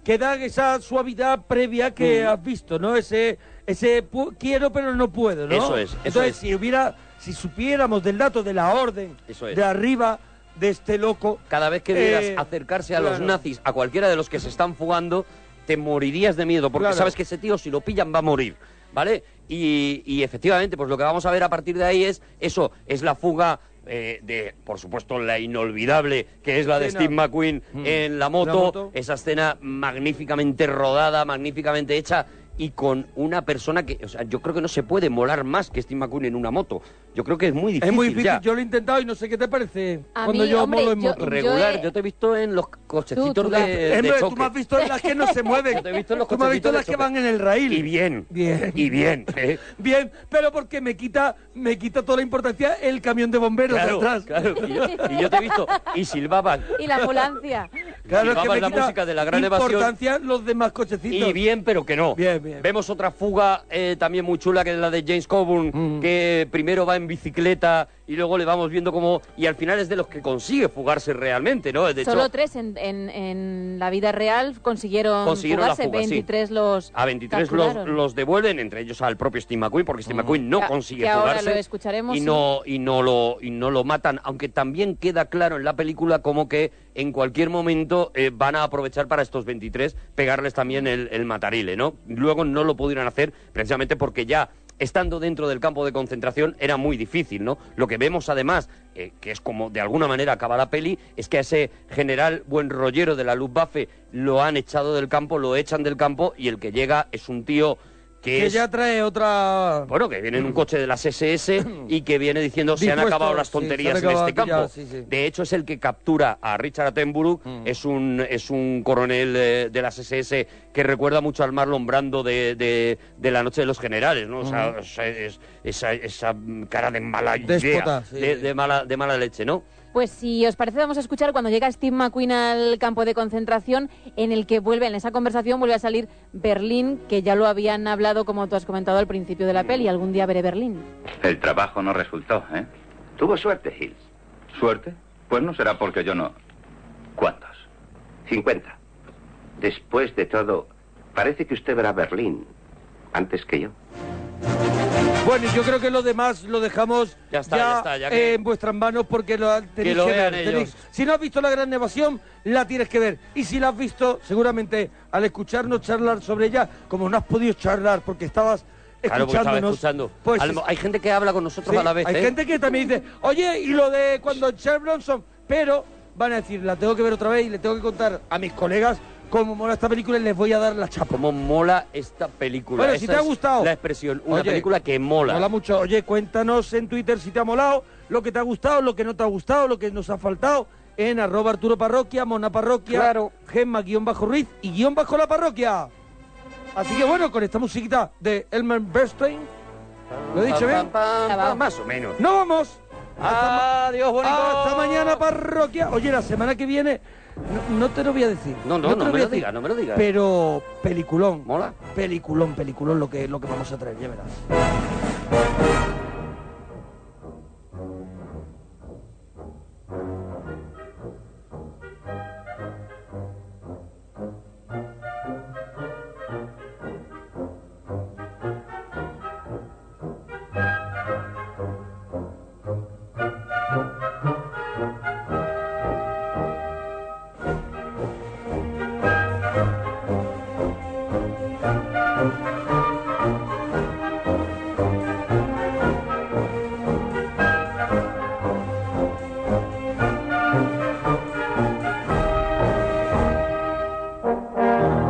Speaker 3: que dan esa suavidad previa que
Speaker 5: Mm.
Speaker 3: has visto, ¿no? Ese, ese pu- quiero pero no puedo, ¿no?
Speaker 5: Eso es, eso
Speaker 3: Entonces,
Speaker 5: es.
Speaker 3: si hubiera, si supiéramos del dato de la orden
Speaker 5: Eso es.
Speaker 3: de arriba de este loco,
Speaker 5: Cada vez que vieras
Speaker 3: Eh,
Speaker 5: acercarse a los
Speaker 3: claro.
Speaker 5: nazis, a cualquiera de los que se están fugando, te morirías de miedo, porque
Speaker 3: Claro.
Speaker 5: sabes que ese tío, si lo pillan, va a morir. ¿Vale? Y, y efectivamente, pues lo que vamos a ver a partir de ahí es eso, es la fuga eh, de, por supuesto, la inolvidable, que es la de
Speaker 28: Escena.
Speaker 5: Steve McQueen
Speaker 28: Mm.
Speaker 5: en
Speaker 28: La
Speaker 5: la moto,
Speaker 28: moto.
Speaker 5: esa escena magníficamente rodada, magníficamente hecha. Y con una persona que, o sea, yo creo que no se puede molar más que Steve McQueen en una moto. Yo creo que es muy difícil.
Speaker 3: es muy difícil.
Speaker 5: ya.
Speaker 3: Yo lo he intentado y no sé qué te parece
Speaker 6: A
Speaker 3: cuando
Speaker 6: mí,
Speaker 3: yo
Speaker 6: hombre,
Speaker 3: molo en
Speaker 6: yo-
Speaker 3: moto.
Speaker 5: Regular, yo, te he visto en los cochecitos
Speaker 3: Tú- tú
Speaker 5: de,
Speaker 3: la-
Speaker 5: de
Speaker 3: Hombre, tú
Speaker 5: choque.
Speaker 3: me has visto en las que no se mueven.
Speaker 5: (laughs) Yo te he visto en los
Speaker 3: Tú me has visto
Speaker 5: cochecitos de
Speaker 3: las que
Speaker 5: choque.
Speaker 3: van en el raíl.
Speaker 5: Y bien.
Speaker 3: Bien.
Speaker 5: Y bien. ¿eh?
Speaker 3: (laughs) Bien, pero porque me quita, me quita toda la importancia el camión de bomberos
Speaker 5: Claro,
Speaker 3: de atrás.
Speaker 5: claro. Y yo, y yo te he visto.
Speaker 3: (laughs)
Speaker 5: Y silbaban.
Speaker 6: Y la ambulancia.
Speaker 3: Claro,
Speaker 5: silbaban
Speaker 3: que me
Speaker 5: la
Speaker 3: quita
Speaker 5: música de la gran evasión.
Speaker 3: importancia los demás cochecitos.
Speaker 5: Y bien, pero que no. Vemos otra fuga eh, también muy chula, que es la de James Coburn,
Speaker 3: Mm.
Speaker 5: que primero va en bicicleta y luego le vamos viendo cómo... Y al final es de los que consigue fugarse realmente, ¿no? De hecho,
Speaker 6: Solo tres en, en- en la vida real consiguieron,
Speaker 5: Consiguieron la
Speaker 6: fugarse,
Speaker 5: fuga, sí.
Speaker 6: 23 los
Speaker 5: A 23 los,
Speaker 6: capturaron.
Speaker 5: los devuelven, entre ellos al propio Steve McQueen, porque Steve McQueen no
Speaker 6: Ah. Que-
Speaker 5: consigue
Speaker 6: que ahora
Speaker 5: fugarse
Speaker 6: lo escucharemos,
Speaker 5: y
Speaker 6: sí.
Speaker 5: no y no lo y no lo matan, aunque también queda claro en la película como que en cualquier momento eh, van a aprovechar para estos 23 pegarles también el, el matarile, ¿no? Luego no lo pudieron hacer precisamente porque ya estando dentro del campo de concentración era muy difícil, ¿no? Lo que vemos además, eh, que es como de alguna manera acaba la peli, es que a ese general buen rollero de la Luftwaffe lo han echado del campo, lo echan del campo y el que llega es un tío que,
Speaker 3: que
Speaker 5: es
Speaker 3: ya trae otra.
Speaker 5: bueno, que viene en un coche de las SS y que viene diciendo se han
Speaker 3: Dispuesto,
Speaker 5: acabado las
Speaker 3: sí, se han
Speaker 5: tonterías
Speaker 3: acabado
Speaker 5: en este campo.
Speaker 3: ya, sí, sí. Mm.
Speaker 5: De hecho, es el que captura a Richard Attenborough, es, un, es un coronel eh, de las SS que recuerda mucho al Marlon Brando de, de- de la noche de los generales, ¿no? O sea,
Speaker 3: Mm.
Speaker 28: Ujú.
Speaker 5: o sea, es- esa, esa cara de mala idea,
Speaker 28: Déspota, sí,
Speaker 5: de, de mala, de mala leche, ¿no?
Speaker 6: Pues si os parece vamos a escuchar cuando llega Steve McQueen al campo de concentración en el que vuelve, en esa conversación vuelve a salir Berlín, que ya lo habían hablado como tú has comentado al principio de la peli, algún día veré Berlín.
Speaker 4: El trabajo no resultó, ¿eh? Tuvo suerte, Hills. ¿Suerte? Pues no será porque yo no.
Speaker 29: ¿Cuántos? 50. Después de todo, parece que usted verá Berlín antes que yo.
Speaker 3: Bueno, y yo creo que lo demás lo dejamos ya,
Speaker 29: está, ya está, ya que-
Speaker 3: eh, en vuestras manos porque lo han- tenéis
Speaker 29: Que lo
Speaker 3: ver.
Speaker 29: vean ellos.
Speaker 3: tenéis- si no has visto la gran evasión, la tienes que ver. Y si la has visto, seguramente al escucharnos charlar sobre ella, como no has podido charlar porque estabas
Speaker 5: Claro, porque estaba
Speaker 3: escuchándonos. pues
Speaker 5: escuchando. A lo mo- hay gente que habla con nosotros
Speaker 3: Sí,
Speaker 5: a la vez,
Speaker 3: Hay
Speaker 5: ¿eh?
Speaker 3: gente que también dice, oye, y lo de cuando Charles Bronson, pero van a decir, la tengo que ver otra vez y le tengo que contar a mis colegas cómo mola esta película y les voy a dar la chapa.
Speaker 5: Cómo mola esta película.
Speaker 3: Bueno, si
Speaker 5: Esa
Speaker 3: te ha
Speaker 5: es
Speaker 3: gustado.
Speaker 5: La expresión, una
Speaker 3: Oye,
Speaker 5: película que mola.
Speaker 3: Mola mucho. Oye, cuéntanos en Twitter si te ha molado, lo que te ha gustado, lo que no te ha gustado, lo que nos ha faltado. En arroba Arturo Parroquia, Mona Parroquia, Gemma guión bajo Ruiz y guión bajo la parroquia. Así que bueno, con esta musiquita de Elmer Bernstein, ¿lo he dicho bien?
Speaker 5: Más o menos.
Speaker 3: ¡No vamos!
Speaker 5: Adiós, bonito.
Speaker 3: Hasta mañana, parroquia. Oye, la semana que viene, no, no te lo voy a decir.
Speaker 5: No, no,
Speaker 3: te
Speaker 5: no me
Speaker 3: voy a
Speaker 5: lo
Speaker 3: decir,
Speaker 5: digas, no me lo digas.
Speaker 3: Pero peliculón.
Speaker 5: ¿Mola?
Speaker 3: Peliculón, peliculón lo que, lo que vamos a traer, ya verás.